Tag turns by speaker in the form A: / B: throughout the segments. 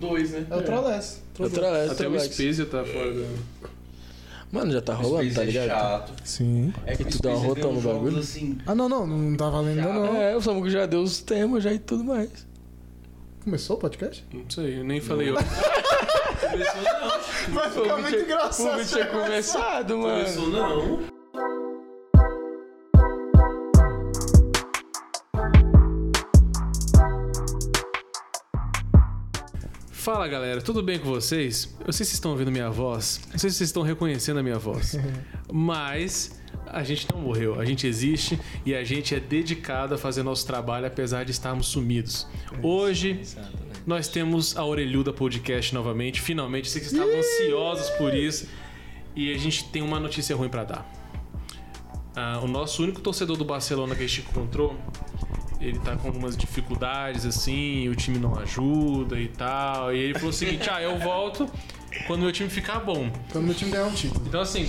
A: Trolleys, né?
B: É o Trolles.
C: É o Trollex,
A: Até o
C: Trollex.
A: Spezia tá fora da...
C: Mano, já tá
D: O
C: rolando,
D: Space
C: tá
D: é
C: ligado?
D: chato.
B: Sim.
D: É que
C: E
D: o
C: tu dá uma
D: Space
C: rota
D: tem uns
C: no
D: jogos,
C: bagulho?
D: Assim,
B: Ah, não, não. Não tá valendo ainda,
A: né?
B: não.
C: É, o Samuco já deu os temas já e tudo mais.
B: Começou o podcast?
A: Não sei, eu nem falei. hoje. Começou não.
B: Vai
A: ficar muito O
B: engraçado.
A: vídeo tinha começado, mano.
D: Começou Ah, não.
A: Fala, galera. Tudo bem com vocês? Eu sei se vocês estão ouvindo minha voz. Não sei se vocês estão reconhecendo a minha voz. Mas a gente não morreu. A gente existe e a gente é dedicado a fazer nosso trabalho, apesar de estarmos sumidos. Hoje... Nós temos a Orelhuda Podcast novamente, finalmente. Sei que vocês estavam ansiosos por isso. E a gente tem uma notícia ruim pra dar. Ah, o nosso único torcedor do Barcelona que a gente encontrou, ele tá com algumas dificuldades, assim, e o time não ajuda e tal. E ele falou o seguinte: ah, eu volto quando meu time ficar bom.
B: Quando meu time ganhar um título.
A: Então, assim,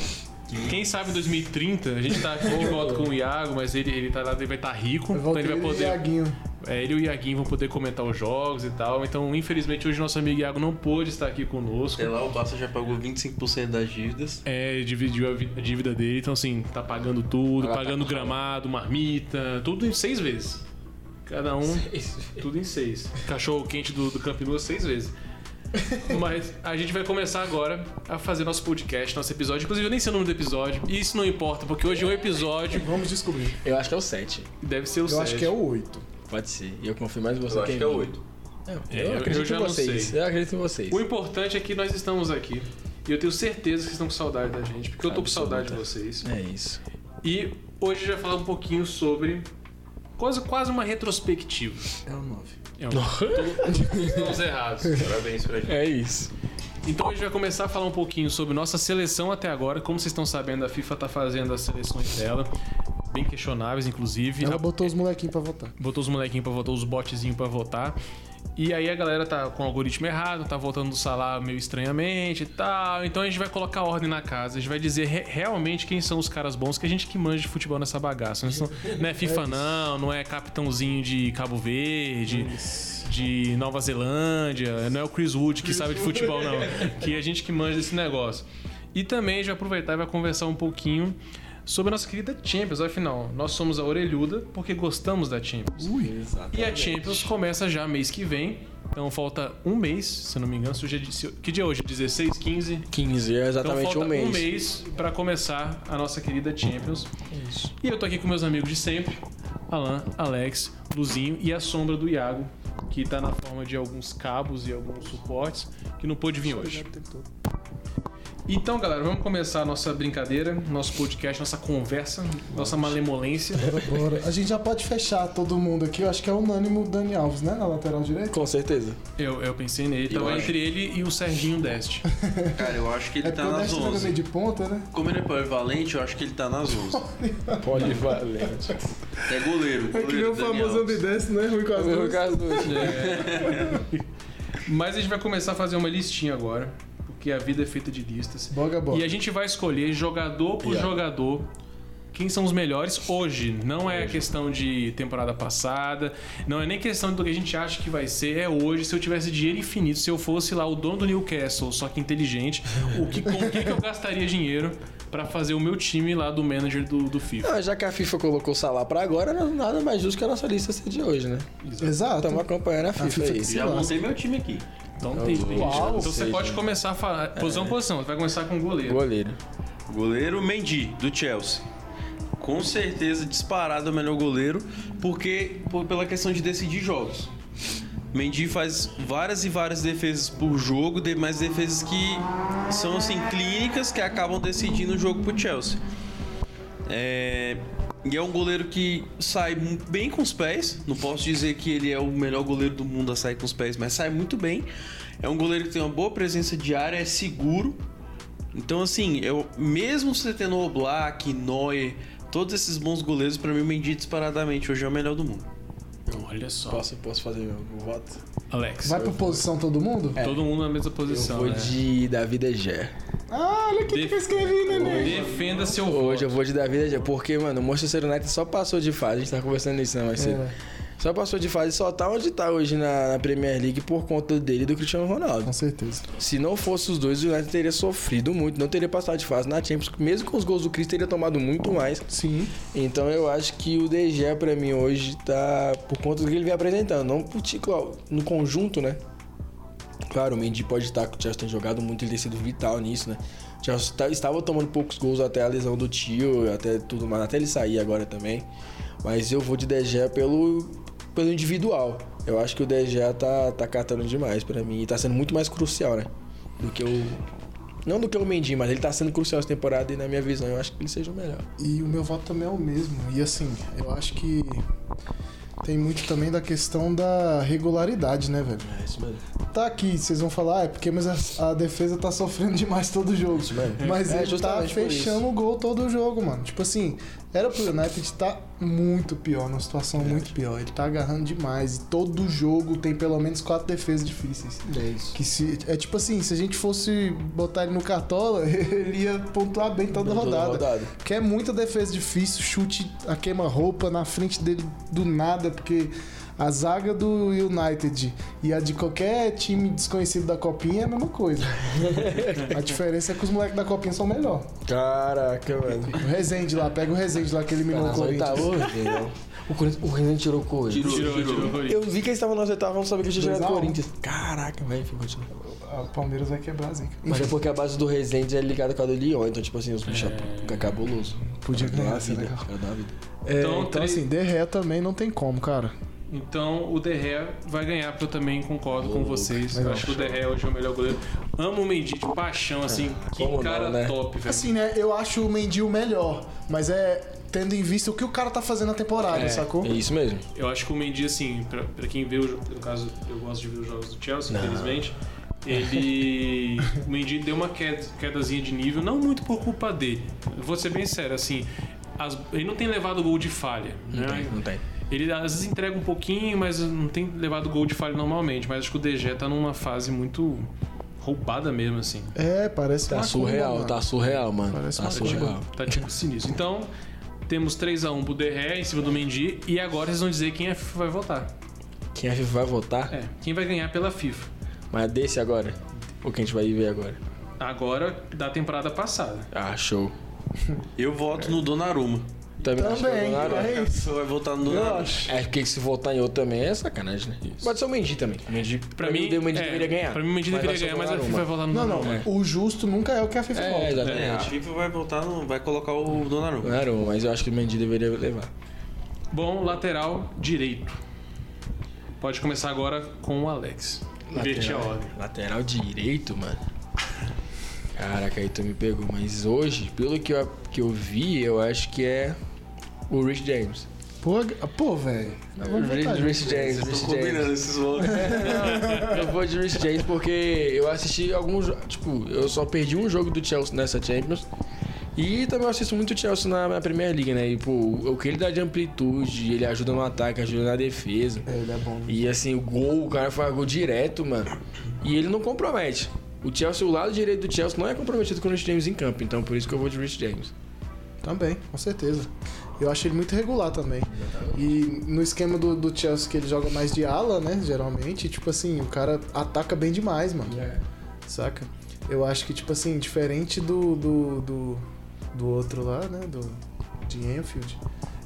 A: quem sabe em 2030, a gente tá aqui de volta com o Iago, mas ele, ele, tá, lá, ele vai estar rico,
B: Eu
A: então
B: voltei
A: ele vai
B: ele e
A: poder.
B: Iaguinho.
A: É, ele e o Iaguinho vão poder comentar os jogos e tal. Então, infelizmente, hoje nosso amigo Iago não pôde estar aqui conosco.
D: Sei lá, o Barça já pagou 25% das dívidas.
A: É, ele dividiu a vi- a dívida dele, então assim, tá pagando tudo,
D: Ela tá
A: pagando
D: com-
A: gramado, marmita, tudo em seis vezes. Cada um, tudo em seis. Cachorro quente do, do Camp Nou, seis vezes. Mas a gente vai começar agora a fazer nosso podcast, nosso episódio. Inclusive, eu nem sei o nome do episódio, e isso não importa, porque hoje é um episódio
B: Vamos descobrir.
C: Eu acho que é o 7.
A: que deve ser o
B: Eu acho que é o 8.
C: Pode ser. E eu confio mais em você
D: Eu acho
C: em
D: que é
C: mim.
D: oito.
C: É,
A: É,
C: eu,
A: eu-
C: acredito
A: eu já
C: em
A: não
C: vocês.
A: sei.
C: Eu acredito em vocês.
A: O importante é que nós estamos aqui. E eu tenho certeza que vocês estão com saudade da gente, porque eu tô com
C: Absoluta.
A: saudade de vocês.
C: É isso.
A: E hoje a gente vai falar um pouquinho sobre quase, quase uma retrospectiva.
B: É o 9.
A: É um... Todos estamos errados.
D: Parabéns pra gente.
C: É isso.
A: Então a gente vai começar a falar um pouquinho sobre nossa seleção até agora. Como vocês estão sabendo, a FIFA tá fazendo as seleções dela, bem questionáveis, inclusive.
B: Ela botou os molequinhos pra votar.
A: Botou os molequinhos pra votar, os botezinhos pra votar. E aí a galera tá com o algoritmo errado, tá voltando do salário meio estranhamente e tal. Então a gente vai colocar ordem na casa, a gente vai dizer re- realmente quem são os caras bons, que a gente que manja de futebol nessa bagaça. Não, são- não é FIFA não, não é capitãozinho de Cabo Verde, de Nova Zelândia, não é o Chris Wood que sabe de futebol não, que a gente que manja desse negócio. E também a gente vai aproveitar e vai conversar um pouquinho sobre a nossa querida Champions. Afinal, nós somos a orelhuda porque gostamos da Champions. E a Champions começa já mês que vem. Então falta um mês, se eu não me engano. Se hoje é de- se- que dia é hoje? 16, 15?
C: 15, é
A: Então
C: exatamente
A: falta
C: um mês.
A: um mês pra começar a nossa querida Champions.
C: Isso.
A: E eu tô aqui com meus amigos de sempre. Alan, Alex, Luzinho e a sombra do Iago, que tá na forma de alguns cabos e alguns suportes, que não pôde vir hoje. Então, galera, vamos começar a nossa brincadeira, nosso podcast, nossa conversa, nossa malemolência.
B: Bora, bora. A gente já pode fechar todo mundo aqui. Eu acho que é unânimo o Dani Alves, né? Na lateral direita.
C: Com certeza.
A: Eu, eu pensei nele, então
D: Eu
A: é
D: acho.
A: entre ele e o Serginho Deste.
D: Cara, eu acho que ele
B: É porque
D: tá
B: o
D: nas
B: Destro joga meio
D: 11.
B: de ponta, né?
D: Como ele é polivalente, eu acho que ele tá nas 11.
C: Polivalente.
D: É goleiro. goleiro
B: É que nem o
D: Daniel
B: famoso
D: Alves.
B: ambidestro, né? Ruim com as duas.
A: É. Mas a gente vai começar a fazer uma listinha agora, porque a vida é feita de listas.
B: Boga, boga.
A: E a gente vai escolher jogador por
C: Yeah.
A: jogador quem são os melhores hoje. Não é questão de temporada passada, não é nem questão do que a gente acha que vai ser, é hoje. Se eu tivesse dinheiro infinito, se eu fosse lá o dono do Newcastle, só que inteligente, o que, com o que, que eu gastaria dinheiro pra fazer o meu time lá do manager do, do FIFA?
C: Ah, já que a FIFA colocou o salário pra agora, não- nada mais justo que a nossa lista ser de hoje, né?
B: Exato.
A: tá
C: Estamos acompanhando a FIFA, é
B: FIFA
C: aí.
B: que
D: Já
B: Sei lá.
D: montei meu time aqui.
A: Então, tem, tem-
C: Uau. É.
A: então você
C: Seja.
A: pode começar a falar, posição por posição, você vai começar com o goleiro.
C: Goleiro.
D: Goleiro Mendy, do Chelsea. Com certeza disparado é o melhor goleiro, porque por- pela questão de decidir jogos. Mendy faz várias e várias defesas por jogo, de- mas defesas que são assim clínicas que acabam decidindo o jogo pro Chelsea. É, e é um goleiro que sai mu- bem com os pés. Não posso dizer que ele é o melhor goleiro do mundo a sair com os pés, mas sai muito bem. É um goleiro que tem uma boa presença de área, é seguro. Então, assim, eu, mesmo você tendo o Black, Neuer, todos esses bons goleiros, pra mim, o Mendy disparadamente hoje é o melhor do mundo.
A: Olha só.
C: Posso, posso fazer meu voto?
A: Alex,
B: Vai pra posição todo mundo?
A: todo mundo na mesma
C: Eu
A: posição.
C: vou
A: né?
C: de Davi De Gea.
B: Ah, olha o que,
A: Def-
B: que eu escrevi, neném.
A: né? Defenda seu voto.
E: tá
C: Hoje eu vou de Davi De Gea, porque, mano, o Manchester United só passou de fase. A gente tava conversando nisso, né, mais cedo.
B: É.
E: Só passou de fase e só tá onde tá hoje na, na Premier League por conta dele e do Cristiano Ronaldo.
B: Com certeza.
E: Se não fosse os dois, o United teria sofrido muito, não teria passado de fase na Champions, mesmo com os gols do Cristo, teria tomado muito mais.
B: Sim.
E: Então eu acho que o De Gea pra mim hoje tá por conta do que ele vem apresentando, não por ti- claro, no conjunto, né? Claro, o Mendy pode estar, que o Chelsea tem jogado muito, ele tem sido vital nisso, né? O Chelsea tá- estava tomando poucos gols até a lesão do tio, até tudo mais, até ele sair agora também. Mas eu vou de De Gea pelo, pelo individual. Eu acho que o De Gea tá, tá catando demais pra mim e tá sendo muito mais crucial, né? Do que o... Não do que o Mendy, mas ele tá sendo crucial essa temporada e na minha visão eu acho que ele seja o melhor.
B: E o meu voto também é o mesmo. E assim, eu acho que tem muito também da questão da regularidade, né, velho?
E: É isso mesmo.
B: Tá aqui, vocês vão falar, ah, é porque mas a, a defesa tá sofrendo demais todo jogo.
E: mesmo.
B: Mas
E: É,
B: ele tá
E: justamente por
B: fechando o gol todo jogo, mano. Tipo assim, era pro United tá muito pior, numa situação muito pior. Ele tá agarrando demais. E todo jogo tem pelo menos quatro defesas difíceis.
E: É isso.
B: Que se, é tipo assim, se a gente fosse botar ele no cartola, ele ia pontuar bem
E: Então
B: toda rodada. Porque é muita defesa difícil, chute a queima-roupa na frente dele do nada, porque a zaga do United e a de qualquer time desconhecido da Copinha é a mesma coisa. a diferença é que os moleques da Copinha são melhor.
E: Caraca, mano.
B: O Rezende lá, pega o Rezende lá que eliminou o
E: Nas
B: Corinthians.
E: oitavas, tá velho. O Corinthians, o Renan tirou o Corinthians.
A: Tirou, tirou.
E: Eu vi que eles estavam nas oitavas, não sabia que eles tinham tirado o
B: Dois a um.
E: Corinthians. Caraca, velho, ficou tirado.
B: Ah, O Palmeiras vai quebrar a zica.
E: Mas é
A: então
E: porque a base do Rezende é ligada com a do Lyon, então, tipo assim, os bichos é cabuloso.
B: Podia
E: Cara, dá
B: ganhar,
E: uma
B: seria
E: vida,
B: legal.
E: cara, dá uma vida.
B: É,
A: Então,
B: então,
A: três-
B: assim, Derré também não tem como, cara.
A: Então o Derré vai ganhar, porque eu também concordo com vocês.
B: legal.
A: Acho que o Derré hoje é o melhor goleiro. Amo o Mendy de paixão, assim. Que
E: como não,
A: cara
E: né?
A: top, velho.
B: Assim, né? Eu acho o Mendy o melhor, mas é tendo em vista o que o cara tá fazendo na temporada,
A: É.
B: sacou?
E: É isso mesmo.
A: Eu acho que o Mendy, assim, pra, pra quem vê, o jo- no caso, eu gosto de ver os jogos do Chelsea, infelizmente. Ele. o Mendy deu uma queda, quedazinha de nível, não muito por culpa dele. Eu Vou ser bem sério, assim. as- ele não tem levado gol de falha, né?
E: Não tem.
A: Ele às vezes entrega um pouquinho, mas não tem levado gol de falha normalmente. Mas acho que o DG tá numa fase muito roubada mesmo, assim.
B: É, parece
E: Tá
B: macumba,
E: surreal,
B: mano.
E: tá surreal, mano.
B: Parece
E: Tá
B: uma
E: surreal.
A: Tá tipo sinistro. Então, temos 3x1 pro Derré em cima do Mendy. E agora vocês vão dizer quem é que vai votar.
E: Quem a FIFA vai votar?
A: É, quem vai ganhar pela FIFA.
E: Mas é desse agora? O que a gente vai ver agora?
A: Agora, da temporada passada.
E: Ah, show.
F: Eu voto no Donnarumma.
E: Também, acho que eu
B: Também,
E: vou na-
B: é isso.
F: Vai votar no Donnarumma.
E: É porque se votar em outro também é sacanagem, né? Pode ser o Mendy também. O Mendy,
A: Pra,
E: mim,
A: mim,
E: o Mendy
A: é,
E: deveria ganhar.
A: Pra mim, o Mendy
E: Mas vai
A: deveria
E: ser
A: ganhar, mas a
E: Donnarumma.
A: FIFA vai votar no
B: Não, não.
A: Donnarumma.
B: O justo nunca é o que a FIFA
E: É,
B: volta.
F: É, a
E: exatamente.
F: FIFA vai votar no. Vai colocar o
A: É.
F: Donnarumma.
E: Donnarumma, mas eu acho que o Mendy deveria levar.
A: Bom, lateral direito. Pode começar agora com o Alex. Inverti a ordem.
E: Lateral direito, mano. Caraca, aí tu me pegou. Mas hoje, pelo que eu, que eu vi, eu acho que é o Rich James.
B: Pô, g- pô, velho. Não, vamos
E: Rich,
B: votar, gente.
E: Rich James,
F: Vocês
E: Rich
F: estão combinando
E: James.
F: esses votos.
E: Eu vou de Rich James porque eu assisti alguns. jo- Tipo, eu só perdi um jogo do Chelsea nessa Champions. E também eu assisto muito o Chelsea na, na Premier League, né? E, pô, o que ele dá de amplitude, ele ajuda no ataque, ajuda na defesa.
B: É, ele é bom.
E: E assim, o gol, o cara faz gol direto, mano. E ele não compromete. O Chelsea, o lado direito do Chelsea não é comprometido com o Rich James em campo, então por isso que eu vou de Rich James.
B: Também, com certeza. Eu acho ele muito regular também. E no esquema do, do Chelsea que ele joga mais de ala, né? Geralmente, tipo assim, o cara ataca bem demais, mano.
E: É.
B: Saca? Eu acho que, tipo assim, diferente do, do, do, do outro lá, né? Do, de Enfield.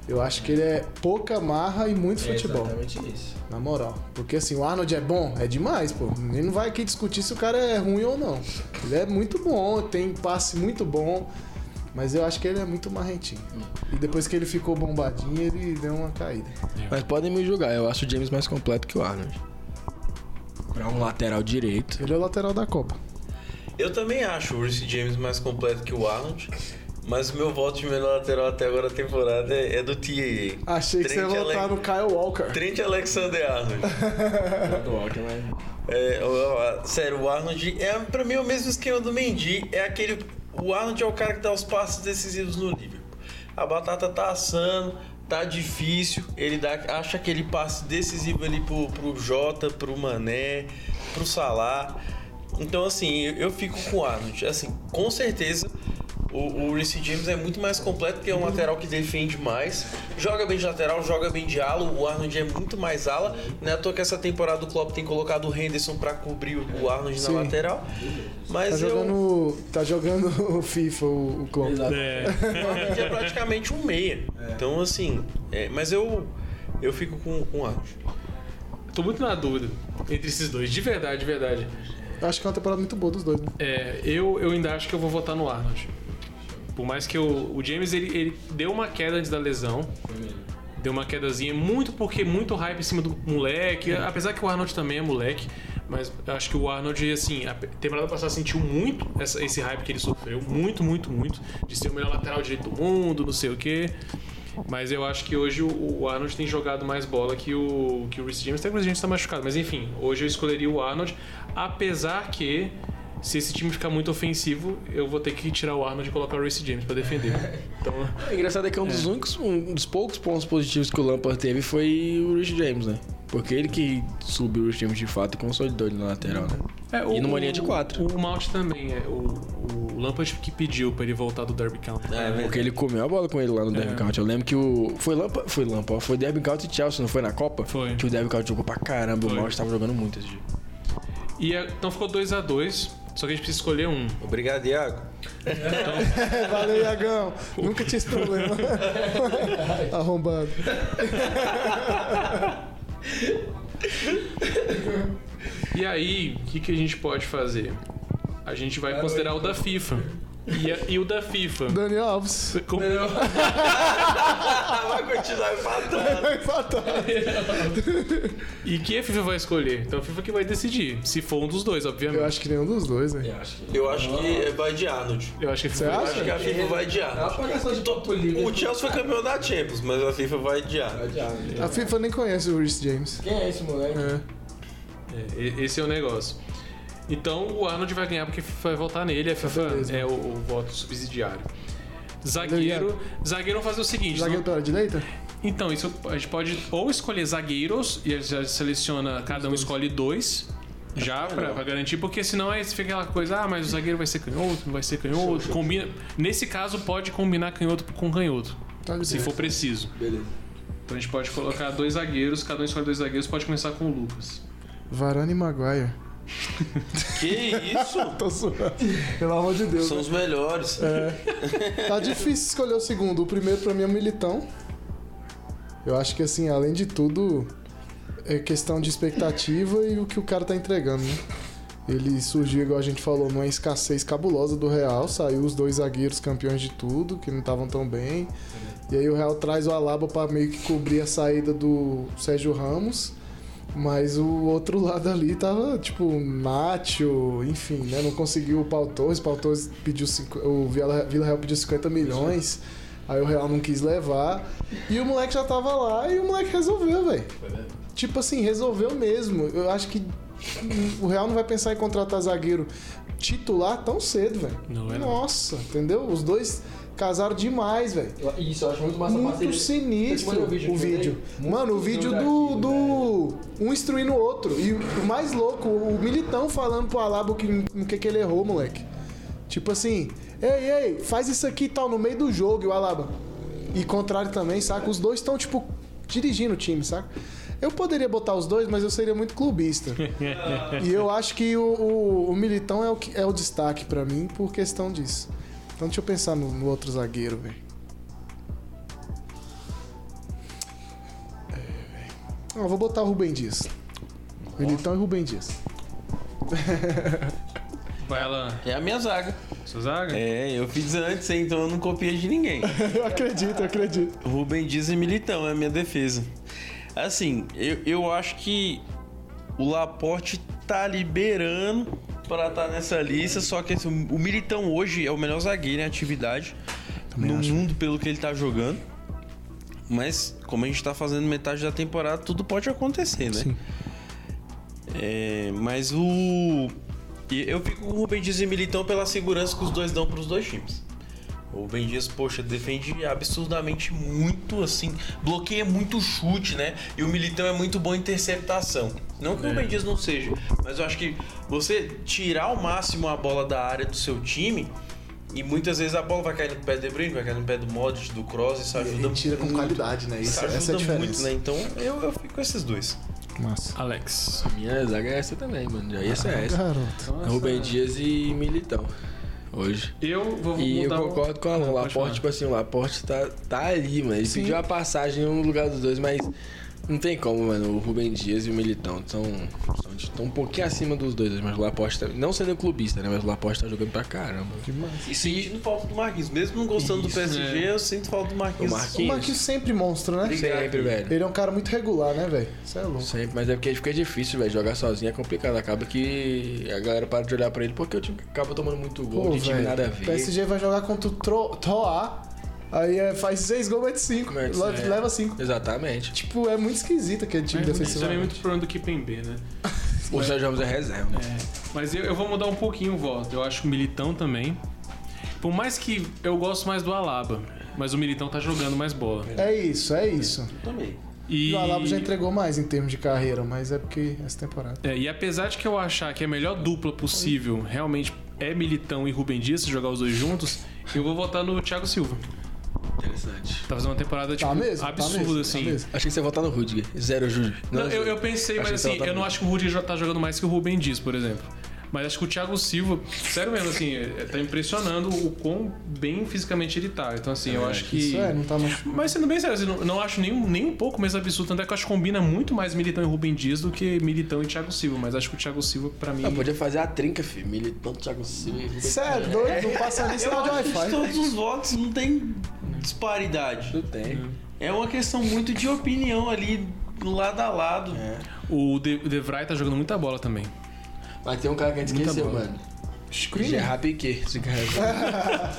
B: Eu acho que ele é pouca marra e muito futebol.
E: isso.
B: Na moral. Porque assim, o Arnold é bom? É demais, pô. Ele não vai aqui discutir se o cara é ruim ou não. Ele é muito bom, tem passe muito bom. Mas eu acho que ele é muito marrentinho. E depois que ele ficou bombadinho, ele deu uma caída.
E: Mas podem me julgar, eu acho o James mais completo que o Arnold. Pra um lateral direito.
B: Ele é o lateral da Copa.
F: Eu também acho o Reece James mais completo que o Arnold. Mas o meu voto de melhor lateral até agora da temporada é é do TAA.
B: Achei que você ia
F: Trent
B: votar
F: Ale-
B: no Kyle Walker.
F: Trent Alexander Arnold.
E: É né?
F: É, eu- eu- sério, o Arnold é pra mim é o mesmo esquema do Mendy. É aquele. O Arnold é o cara que dá os passos decisivos no Liverpool. A batata tá assando, tá difícil. Ele dá, acha aquele passe decisivo ali pro, pro Jota, pro Mané, pro Salah. Então, assim, eu, eu fico com o Arnold. Assim, com certeza
D: O, o Reece James é muito mais completo, porque é um lateral que defende mais. Joga bem de lateral, joga bem de ala. O Arnold é muito mais ala. Não é à toa que essa temporada o Klopp tem colocado o Henderson pra cobrir o
F: É.
D: Arnold
B: Sim.
D: na lateral. Mas
B: Tá
D: eu...
B: jogando, tá jogando o FIFA, o, o Klopp.
C: Exato.
A: É.
B: um
D: Arnold é praticamente um meia. Então, assim, é, mas eu eu fico com, com o Arnold.
A: Tô muito na dúvida entre esses dois. De verdade, de verdade.
B: Eu Acho que é uma temporada muito boa dos dois. Né?
A: É, eu, eu ainda acho que eu vou votar no Arnold. Por mais que eu, o James ele, ele deu uma queda antes da lesão. Deu uma quedazinha, muito porque muito hype em cima do moleque. Apesar que o Arnold também é moleque. Mas eu acho que o Arnold, assim, a temporada passada sentiu muito essa- esse hype que ele sofreu. Muito, muito, muito. De ser o melhor lateral direito do mundo, não sei o quê. Mas eu acho que hoje o, o Arnold tem jogado mais bola que o, que o Reece James. Até que o Reece James tá machucado. Mas enfim, hoje eu escolheria o Arnold. Apesar que, se esse time ficar muito ofensivo, eu vou ter que tirar o Arnold e colocar o Reece James pra defender. Então,
C: O engraçado é que um dos únicos, um dos poucos pontos positivos que o Lampard teve foi o Rich James, né? Porque ele que subiu o Rich James de fato e consolidou ele na lateral, né?
A: É,
C: E numa linha de quatro.
A: O Malt também, é. O, o Lampard que pediu pra ele voltar do né? Derby County.
F: É,
D: É,
C: Porque ele comeu a bola com ele lá no
A: É.
C: Derby County. Eu lembro que o. Foi Lampa, foi Lampa, foi Derby County e Chelsea, não foi na Copa?
A: Foi.
C: Que o Derby County jogou pra caramba,
A: Foi.
C: o Mount tava jogando muito esse dia.
A: E é, então ficou 2 a 2 só que a gente precisa escolher um.
D: Obrigado, Iago.
B: É, Valeu, Iagão. Nunca tinha esse problema. Arrombado.
A: E aí, o que, que a gente pode fazer? A gente vai considerar o da FIFA. E, a- e o da FIFA.
B: Daniel Alves.
A: Como-
D: Ah, vai continuar empatando.
B: Empatado.
A: E que a FIFA vai escolher? Então a FIFA que vai decidir. Se for um dos dois, obviamente.
B: Eu acho que nenhum dos dois, né?
D: Eu acho que é vai de Arnold.
A: Eu acho que a
B: Você
A: FIFA
B: acha?
A: vai
D: Acho que a FIFA vai de Arnold.
C: É apagação de papo
D: O Chelsea foi campeão da Champions, mas a FIFA vai de Arnold.
B: A FIFA nem conhece o Rhys James.
C: Quem é esse moleque?
A: É, e- esse é o negócio. Então o Arnold vai ganhar porque a FIFA vai votar nele, a FIFA
B: certeza.
A: é o, o voto subsidiário. Zagueiro. Zagueiro vai fazer o seguinte: não-
B: Zagueiro pela direita?
A: Então, isso a gente pode ou escolher zagueiros, e já seleciona, cada um escolhe dois. Já, pra, pra garantir, porque senão aí fica aquela coisa, ah, mas o zagueiro vai ser canhoto, não vai ser canhoto, combina. Nesse caso, pode combinar canhoto com canhoto,
B: Tá
A: se for preciso.
C: Beleza.
A: Então a gente pode colocar dois zagueiros, cada um escolhe dois zagueiros, pode começar com o Lucas.
B: Varane e Maguire.
D: Que isso?
B: Tô zoando. Pelo amor de Deus.
D: São os melhores.
B: Tá difícil escolher o segundo. O primeiro pra mim é o Militão. Eu acho que assim, além de tudo, é questão de expectativa e o que o cara tá entregando, né? Ele surgiu, igual a gente falou, numa escassez cabulosa do Real, saiu os dois zagueiros campeões de tudo, que não estavam tão bem. E aí o Real traz o Alaba pra meio que cobrir a saída do Sérgio Ramos. Mas o outro lado ali tava, tipo, Nacho, enfim, né? Não conseguiu o Pau Torres, o Pau Torres pediu cinco, o Vila, Vila Real pediu 50 milhões, aí o Real não quis levar. E o moleque já tava lá e o moleque resolveu, velho. Tipo assim, resolveu mesmo. Eu acho que o Real não vai pensar em contratar zagueiro titular tão cedo, velho.
A: Não é não.
B: Nossa, entendeu? Os dois casaram demais, velho.
C: Isso, eu acho muito
B: Muito sinistro
C: mandou
B: o
C: o vídeo
B: vídeo.
C: que eu dei?
B: um Mano, o
C: Muito
B: vídeo do,
C: daquilo,
B: do um instruindo o outro. E o mais louco, o militão falando pro Alaba o que, o que, que ele errou, moleque. Tipo assim, ei, ei, faz isso aqui e tal, no meio do jogo, e o Alaba. E contrário também, saca? Os dois estão, tipo, dirigindo o time, saca? Eu poderia botar os dois, mas eu seria muito clubista. e eu acho que o, o- o Militão é o, que- é o destaque pra mim por questão disso. Então deixa eu pensar no, no outro zagueiro, velho. Não, eu vou botar o Rubem Dias. Militão e Rubem Dias.
A: Vai, Alan,
D: É a minha zaga.
A: sua zaga?
D: É, eu fiz antes, hein, então eu não copiei de ninguém.
B: Eu acredito, eu acredito.
D: Rubem Dias e Militão é a minha defesa. Assim, eu, eu acho que o Laporte tá liberando pra estar nessa lista, só que assim, o Militão hoje é o melhor zagueiro em atividade no mundo pelo que ele tá jogando. Mas como a gente tá fazendo metade da temporada, tudo pode acontecer, né? É, mas o e eu fico com o Rubem Dias e Militão pela segurança que os dois dão pros dois times. O Rubem Dias, poxa, defende absurdamente muito, assim, bloqueia muito chute, né? E o Militão é muito bom em interceptação. Não que o
B: É.
D: Rubem Dias não seja, mas eu acho que você tirar ao máximo a bola da área do seu time E muitas vezes a bola vai cair no pé do De Bruyne, vai cair no pé do Modric, do Kroos, isso
B: E
D: ajuda
B: ele tira com
D: muito.
B: qualidade, né? Isso,
D: Isso ajuda
B: essa é a
D: muito,
B: diferença.
D: né? Então eu, eu fico com esses dois.
B: Massa.
A: Alex.
E: A minha zaga é essa também, mano. Já ia ser essa.
B: Garoto.
A: Ah,
E: Rubem Dias e Militão. Hoje.
A: Eu vou
E: E eu
A: mudar o-
E: concordo com o
A: Ah,
E: Alan. O
A: pode falar.
E: Laporte, tipo assim, o Laporte tá, tá ali, mano. Ele pediu a passagem no lugar dos dois, mas não tem como, mano. O Rubem Dias e o Militão estão um pouquinho acima dos dois, mas o Laporte tá. Não sendo clubista, né? Mas o Laporte tá jogando pra caramba.
B: Demais.
D: E sentindo falta do Marquinhos. Mesmo não gostando do
A: Isso,
D: PSG,
A: é.
D: eu sinto falta do Marquinhos.
E: O
B: O
E: Marquinhos.
B: Marquinhos sempre monstro, né?
D: Obrigado.
E: Sempre, velho.
B: Ele é um cara muito regular, né, velho? Isso é louco.
E: Sempre, mas é porque fica difícil, velho. Jogar sozinho é complicado. Acaba que a galera para de olhar pra ele porque o time acaba tomando muito gol, de time
B: velho,
E: nada a ver.
B: PSG vai jogar contra o Tro- Troá, aí é, faz seis gols, mete cinco.
E: Mete
B: Leva,
E: cinco. é.
B: leva cinco.
E: Exatamente.
B: Tipo, é muito esquisito aquele time
A: Mas Isso
B: defensivo.
A: também é muito problema do Kipembe, né?
E: O Sérgio Ramos é reserva, né?
A: Mas eu, eu vou mudar um pouquinho o voto. Eu acho que o Militão também. Por mais que eu gosto mais do Alaba, mas o Militão tá jogando mais bola.
B: É isso, é isso.
D: Também.
A: E...
B: O Alaba já entregou mais em termos de carreira, mas é porque essa temporada.
A: É, e apesar de que eu achar que a melhor dupla possível realmente é Militão e Rubem Dias, se jogar os dois juntos, eu vou votar no Thiago Silva.
E: Interessante.
A: Tá fazendo uma temporada, tipo,
B: tá mesmo?
A: absurda,
B: tá mesmo,
A: assim.
B: Tá mesmo.
E: Achei que você ia votar no Rudiger. Zero, Júlio.
A: Não, eu, eu
E: Achei
A: pensei, mas
E: que
A: assim,
E: ela tá
A: eu não
E: bem.
A: acho que o Rudy já tá jogando mais que o Rubem Dias, por exemplo. Mas acho que o Thiago Silva, sério mesmo, assim, é- tá impressionando o quão bem fisicamente ele tá. Então, assim, eu acho que.
B: Isso é, não tá mais.
A: Mas sendo bem sério, assim, não, não acho nem, um- nem um pouco mais absurdo. Tanto é que eu acho que combina muito mais Militão e Rubem Dias do que Militão e Thiago Silva. Mas acho que o Thiago Silva, pra mim.
E: Ah, podia fazer a trinca, filho. Militão, Thiago Silva
D: Hum.
E: e Rubem.
B: Cê é doido, não passa nem sinal de
D: De
B: Wi-Fi.
D: todos os votos não tem disparidade.
E: Não tem.
B: Hum.
D: É uma questão muito de opinião ali, lado a lado.
A: O De, o De Vrij tá jogando muita bola também.
E: Mas tem um cara que a gente
A: Muita
E: esqueceu,
A: bola.
E: mano.
B: Screen.
E: Gerard Piquet. Esse
B: é
E: cara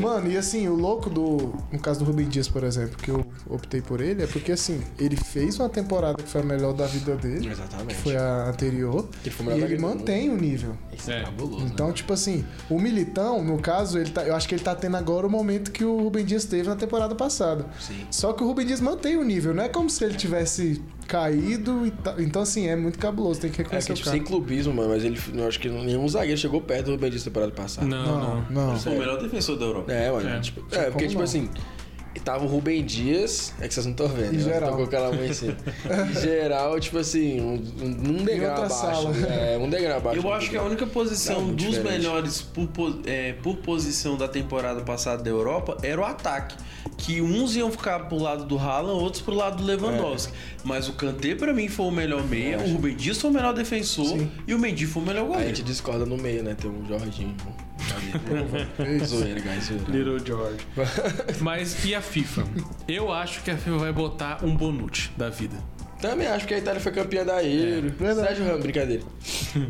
B: Mano, e assim, o louco do. No caso do Rubem Dias, por exemplo, que eu optei por ele, é porque assim, ele fez uma temporada que foi a melhor da vida dele, que
E: Exatamente.
B: foi a anterior,
E: Ele foi o
B: e
E: melhor
B: ele
E: zagueiro do
B: mantém o nível.
E: Esse é
A: É.
E: cabuloso, né?
B: Então, tipo assim, o Militão, no caso, ele tá, eu acho que ele tá tendo agora o momento que o Rubem Dias teve na temporada passada.
E: Sim.
B: Só que o Rubem Dias mantém o nível, não é como se ele tivesse caído e tal. Então, assim, é muito cabuloso, tem que
E: É
B: reconhecer
E: que,
B: o
E: tipo,
B: cara.
E: sem clubismo, mano, mas ele, eu acho que nenhum zagueiro chegou perto do Rubem Dias temporada passada.
A: Não, não.
B: Não, não.
D: Sou o melhor defensor da Europa.
E: É, mano.
A: É.
E: É, tipo, é porque,
B: como
E: tipo
B: não?
E: assim, tava o Rubem Dias, é que vocês não estão vendo,
B: Em
E: né?
B: geral.
E: Eu tô com aquela mão em cima. em geral, tipo assim, um, um- um degrau
B: outra
E: abaixo.
B: sala.
E: É, um degrau abaixo.
D: Eu acho que é a única
E: Tá
D: posição
E: muito
D: dos
E: diferente.
D: melhores por, po- é, por posição da temporada passada da Europa era o ataque. Que uns iam ficar pro lado do Haaland, outros pro lado do Lewandowski. Mas o Kanté, pra mim, foi o melhor meia, o Rubem Dias foi o melhor defensor e o Mendy foi o melhor
E: A
D: goleiro.
E: gente discorda no meio, né? Tem um Jorginho. um- Zoeira, guys, zoeira.
A: Little George. Mas e a FIFA? Eu acho que a FIFA vai botar um Bonucci da vida.
E: Também acho que a Itália foi campeã da Euro.
B: Verdade.
E: Sérgio Ramos, brincadeira.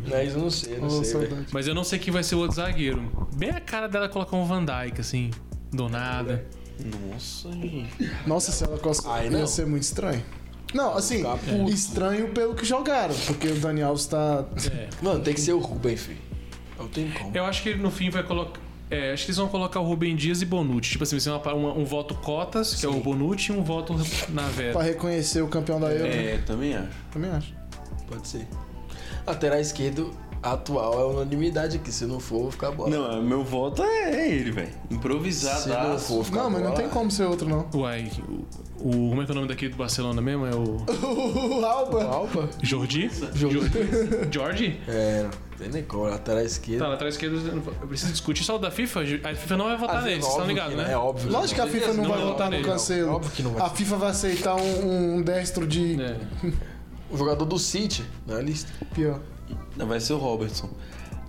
E: Mas eu não sei, eu não
B: É. Ô,
E: sei. velho.
B: saudade.
A: Mas eu não sei quem vai ser o outro zagueiro. Bem a cara dela colocar um Van Dyke, assim, do nada.
D: Nossa, gente.
B: Nossa, se ela costa
E: Aí
B: ia
E: não.
B: ser muito estranho. Não, assim,
E: Ficar puto.
B: estranho pelo que jogaram, porque o Dani Alves tá.
A: É.
E: Mano, tem que ser o Rubem, filho. Não tem como.
A: Eu acho que no fim vai colocar. É, acho que eles vão colocar o Rubem Dias e Bonucci. Tipo assim, vai ser uma- uma- um voto Cotas, que é o Bonucci, e um voto
B: pra
A: Naveta.
B: reconhecer o campeão da Euro. né?
D: É, também acho.
B: Também acho.
E: Pode ser. Lateral esquerdo atual é unanimidade aqui. Se não for, eu vou ficar bola.
D: Não, meu voto é, é ele, velho.
E: se não for,
D: Improvisadaço.
E: eu vou ficar
B: Não, mas não
E: bola.
B: tem como ser outro, não.
A: Uai, o, o- como é que é o nome daquele do Barcelona mesmo? É o.
B: O Alba.
E: Alba?
A: Jordi?
E: Jordi.
A: Jordi?
E: É, não tem nem como. Lateral esquerda.
A: Tá, lateral esquerda. Eu preciso discutir só o da FIFA. A FIFA não vai
B: tá
A: votar nele, vocês estão ligados, né?
E: É óbvio.
B: Lógico que a FIFA não,
A: Não
B: vai
A: vai
B: votar
A: votar
B: no
A: nele,
B: Cancelo.
E: não. Óbvio que não vai.
B: A FIFA vai aceitar um, um destro de
A: É.
E: O jogador do City na lista.
B: pior.
D: Não, Vai ser o Robertson.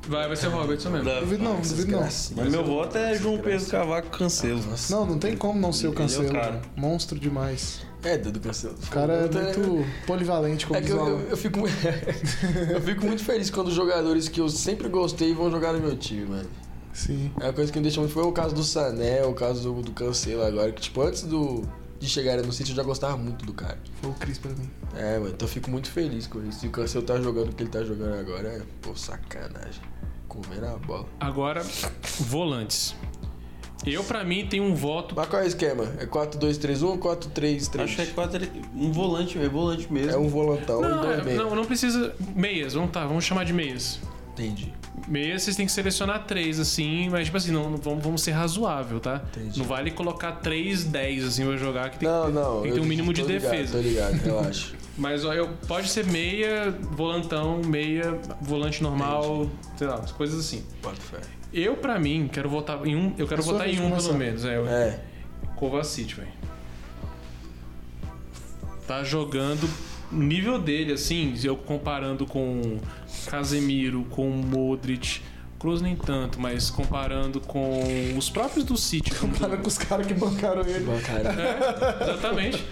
A: Vai, vai ser o Robertson mesmo.
D: Da-
B: Duvido não, duvido não.
D: Mas meu voto é João Pedro Cavaco Cancelo.
B: Não, não tem como não ser o
D: Ele é o
B: Cancelo. né?
D: cara.
B: Monstro demais.
E: É, do do Cancelo.
B: O cara é
E: Eu tô-
B: muito polivalente, como
E: É que
B: diz
E: eu,
B: o Alan.
E: eu- eu fico, muito- eu fico muito feliz quando os jogadores que eu sempre gostei vão jogar no meu time, mano.
B: Sim.
E: É uma coisa que me deixa muito. Foi o caso do Sané, o caso do, do Cancelo agora, que tipo, antes do, de chegarem no City eu já gostava muito do cara.
B: Foi o Cris pra mim.
E: É, mano, então eu fico muito feliz com isso. E o Cancelo tá jogando o que ele tá jogando agora, é, pô, sacanagem. Comendo a bola.
A: Agora, volantes. Eu, pra mim, tenho um voto.
E: Mas qual é o esquema? É 4-2-3-1 ou 4-3-3?
D: Acho que é quatro, um volante, é volante mesmo.
E: É um volantão e
A: Não,
E: dois
A: é-
E: meio.
A: não, não precisa. Meias, vamos tá, vamos chamar de meias.
E: Entendi.
A: Meia, vocês têm que selecionar três, assim, mas tipo assim, não, não- vamos, vamos ser razoável, tá?
E: Entendi.
A: Não vale colocar três 10 assim pra jogar, que tem,
E: Não, não.
A: tem que ter um
E: eu
A: mínimo de
E: tô ligado,
A: defesa.
E: Tô ligado, relaxa.
A: Mas ó, eu, pode ser meia, volantão, meia, volante normal, sei lá, as coisas assim.
E: Bota fé.
A: Eu, pra mim, quero votar em um. Eu quero
B: É sua
A: votar em
B: vez de
A: um, pelo
B: começar.
A: menos. É, é.
E: É.
A: Kovacic, velho. Tá jogando nível dele, assim, eu comparando com Casemiro, com Modric. Cruz nem tanto, mas comparando com os próprios do City. como-
B: Para com os caras que bancaram ele.
E: Bancário.
A: É, exatamente.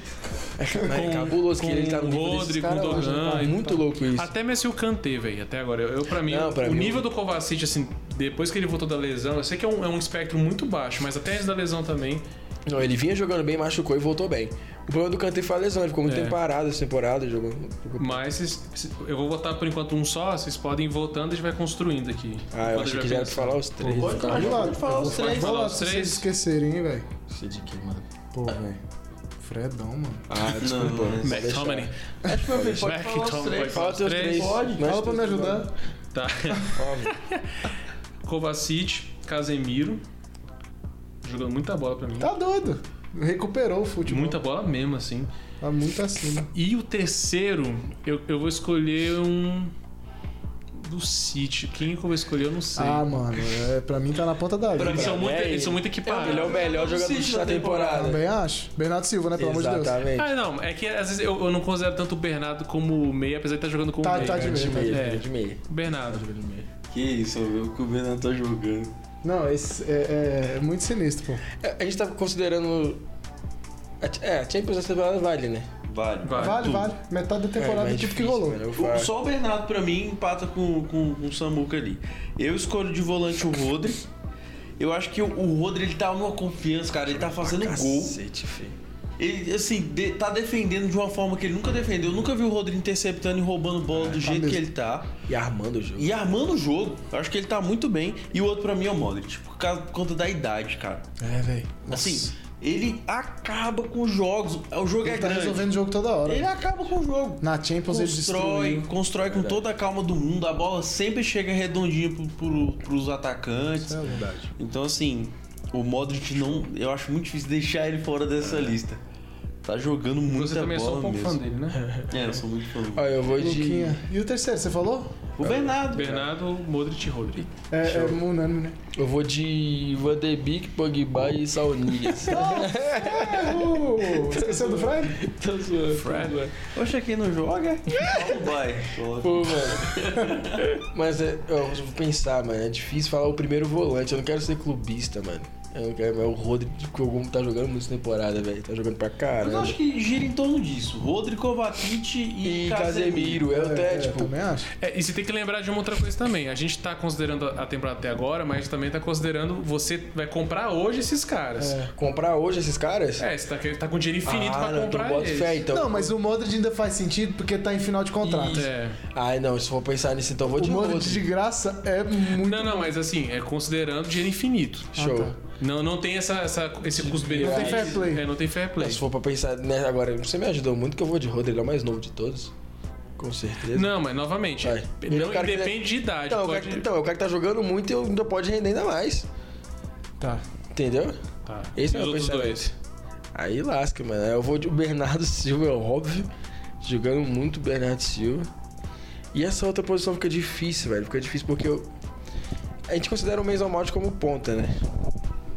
E: É
A: Com-
E: cabuloso que
A: com
E: ele tá no nível desses
A: Rodrigo,
E: caras
A: com
E: hoje,
A: Dogan Ah.
E: tá
A: e
E: Muito
A: tal.
E: louco isso.
A: Até mesmo o Kanté, velho, até agora. Eu, eu pra mim,
E: Não, pra
A: o
E: mim,
A: nível do Kovacic, assim, depois que ele voltou da lesão, eu sei que é um, é um espectro muito baixo, mas até antes da lesão também,
E: Não, ele vinha jogando bem, machucou e voltou bem. O problema do Kanté foi a lesão, ele ficou muito
A: É.
E: tempo parado essa temporada um jogando.
A: Mas vocês- se- eu vou votar por enquanto um só, vocês podem ir votando e a gente vai construindo aqui.
E: Ah, eu achei
A: Enquanto a
E: que já
A: gente vai
E: era pra falar os três.
A: Pô,
E: né?
B: Vamos lá.
D: falar os três.
A: falar os
B: Se vocês
A: três.
B: esquecerem, hein, velho.
E: Sei de quem, mano.
B: Pô, velho. Fredão, mano.
E: Ah, desculpa.
D: Não,
E: Pode deixar.
A: McTominay.
D: Acho que meu filho pode falar os
A: McTominay,
D: três.
E: Fala os teus
A: Três.
E: três.
D: Pode.
E: Nós
B: Fala pra me
E: três,
B: ajudar.
E: mano.
A: Tá.
E: Óbvio.
A: Kovacic, Casemiro. Jogando muita bola pra mim.
B: Tá doido. Recuperou o futebol.
A: Muita bola mesmo, assim.
B: Tá muito acima.
A: E o terceiro, eu, eu vou escolher um. Do City. Quem que eu vou escolher, eu não sei.
B: Ah, mano, é, pra mim tá na ponta da
A: Pra
B: língua.
A: mim são
E: é
A: muito,
E: ele.
A: eles são muito equiparados.
E: Ele é o melhor jogador
D: Sim,
E: da
D: na temporada.
E: temporada.
B: Também acho. Bernardo Silva, né? Pelo amor de Deus.
E: Exatamente.
A: Ah, não. É que às vezes eu, eu não considero tanto o Bernardo como meia, apesar de estar jogando como
B: Tá-
A: meia.
B: tá de
E: De
B: meia.
E: meia,
A: É.
E: de meia.
D: Tá
A: Bernardo.
D: Que isso, eu que o Bernardo tá jogando.
B: Não, esse é, é- é muito sinistro, pô.
E: É, A gente tá considerando. a- É, a Champions da temporada vale, né?
D: Vale.
A: Vale.
B: Vale,
D: Ah, Tudo.
B: vale. Metade da temporada
E: é,
B: do
E: mas
B: tipo que
E: difícil,
B: rolou.
E: mano, eu
D: O-
E: falo.
D: só o Bernardo, pra mim, empata com, com, com o Samuca ali. Eu escolho de volante o Rodri. Eu acho que o, o Rodri, ele tá numa confiança, cara. Ele tá fazendo gol.
E: Cacete, filho.
D: Ele, assim, de- tá defendendo de uma forma que ele nunca defendeu. Eu nunca vi o Rodri interceptando e roubando bola do jeito que
B: mesmo.
D: ele tá.
E: E armando o jogo.
D: E armando o jogo. Eu acho que ele tá muito bem. E o outro, pra mim, é o Modric. Por, causa, por conta da idade, cara.
B: É, velho.
D: Assim, ele acaba com os jogos. O jogo é
B: Ele tá
D: grande.
B: resolvendo o jogo toda hora.
D: Ele acaba com o jogo.
B: Na Champions ele
D: Constrói,
B: destruiu.
D: constrói
A: É.
D: com toda a calma do mundo. A bola sempre chega redondinha pro, pro, pros atacantes.
B: É louco.
D: Então, assim, o Modric não. Eu acho muito difícil deixar ele fora dessa lista. Tá jogando muita
A: É. Você também é
D: bola
A: só um pouco
D: mesmo.
A: fã dele, né?
D: É, eu sou muito fã do
E: Ó, Ah, eu vou de.
B: Luquinha. E o terceiro, você falou?
D: O Bernardo.
A: Bernardo, Modric e Rodrigo.
B: É, é unânime, né?
E: Eu vou de Van de Beek, Pogba e Saunilhas.
B: Uh, esqueceu do Fred?
E: Tô zoando.
A: Fred.
D: Poxa, quem não joga? Paulo Baier.
E: Pô, mano. Mas é, eu vou pensar, mano. É difícil falar o primeiro volante. Eu não quero ser clubista, mano. Eu não quero, mas o Rodrigo como tá jogando muito essa temporada, velho. Tá jogando pra
D: Mas eu
E: caramba.
D: acho que gira em torno disso. Rodrigo Kovacic e,
E: E Casemiro,
A: né?
E: eu até, tipo.
B: também acho.
A: É, e você tem que lembrar de uma outra coisa também. A gente tá considerando a temporada até agora, mas também tá considerando você vai comprar hoje esses caras. É,
E: Comprar hoje esses caras?
A: você tá, tá com dinheiro infinito
E: ah,
A: pra
E: não,
A: comprar
E: então bota
A: eles.
E: fé, então.
B: Não, mas o Modric ainda faz sentido porque tá em final de contrato.
A: É.
E: Ai, não, se for pensar nisso, então eu vou
B: O
E: de
B: Modric
E: Rodrigo.
B: de graça é muito.
A: Não, não, mas assim, é considerando dinheiro infinito.
E: Show.
B: Ah,
A: Não, não tem essa, essa- esse custo-benefício.
B: Não tem fair play.
A: É, não tem fair play.
E: Mas se for pra pensar, né, agora, você me ajudou muito que eu vou de Rodrigo, ele é o mais novo de todos. Com certeza.
A: Não, mas novamente,
E: Vai.
A: não
E: O cara que-
A: depende de idade.
E: Então, o cara,
A: pode...
E: que- então, é o cara que tá jogando muito e ainda pode render ainda mais.
B: Tá.
E: Entendeu?
A: Tá.
E: Esse é
A: E os
E: o
A: outros
E: pensamento.
A: dois.
E: Aí lasca, mano. Aí Eu vou de Bernardo Silva, é óbvio. Jogando muito Bernardo Silva. E essa outra posição fica difícil, velho. Fica difícil porque eu... a gente considera o Mason Mount como ponta, né?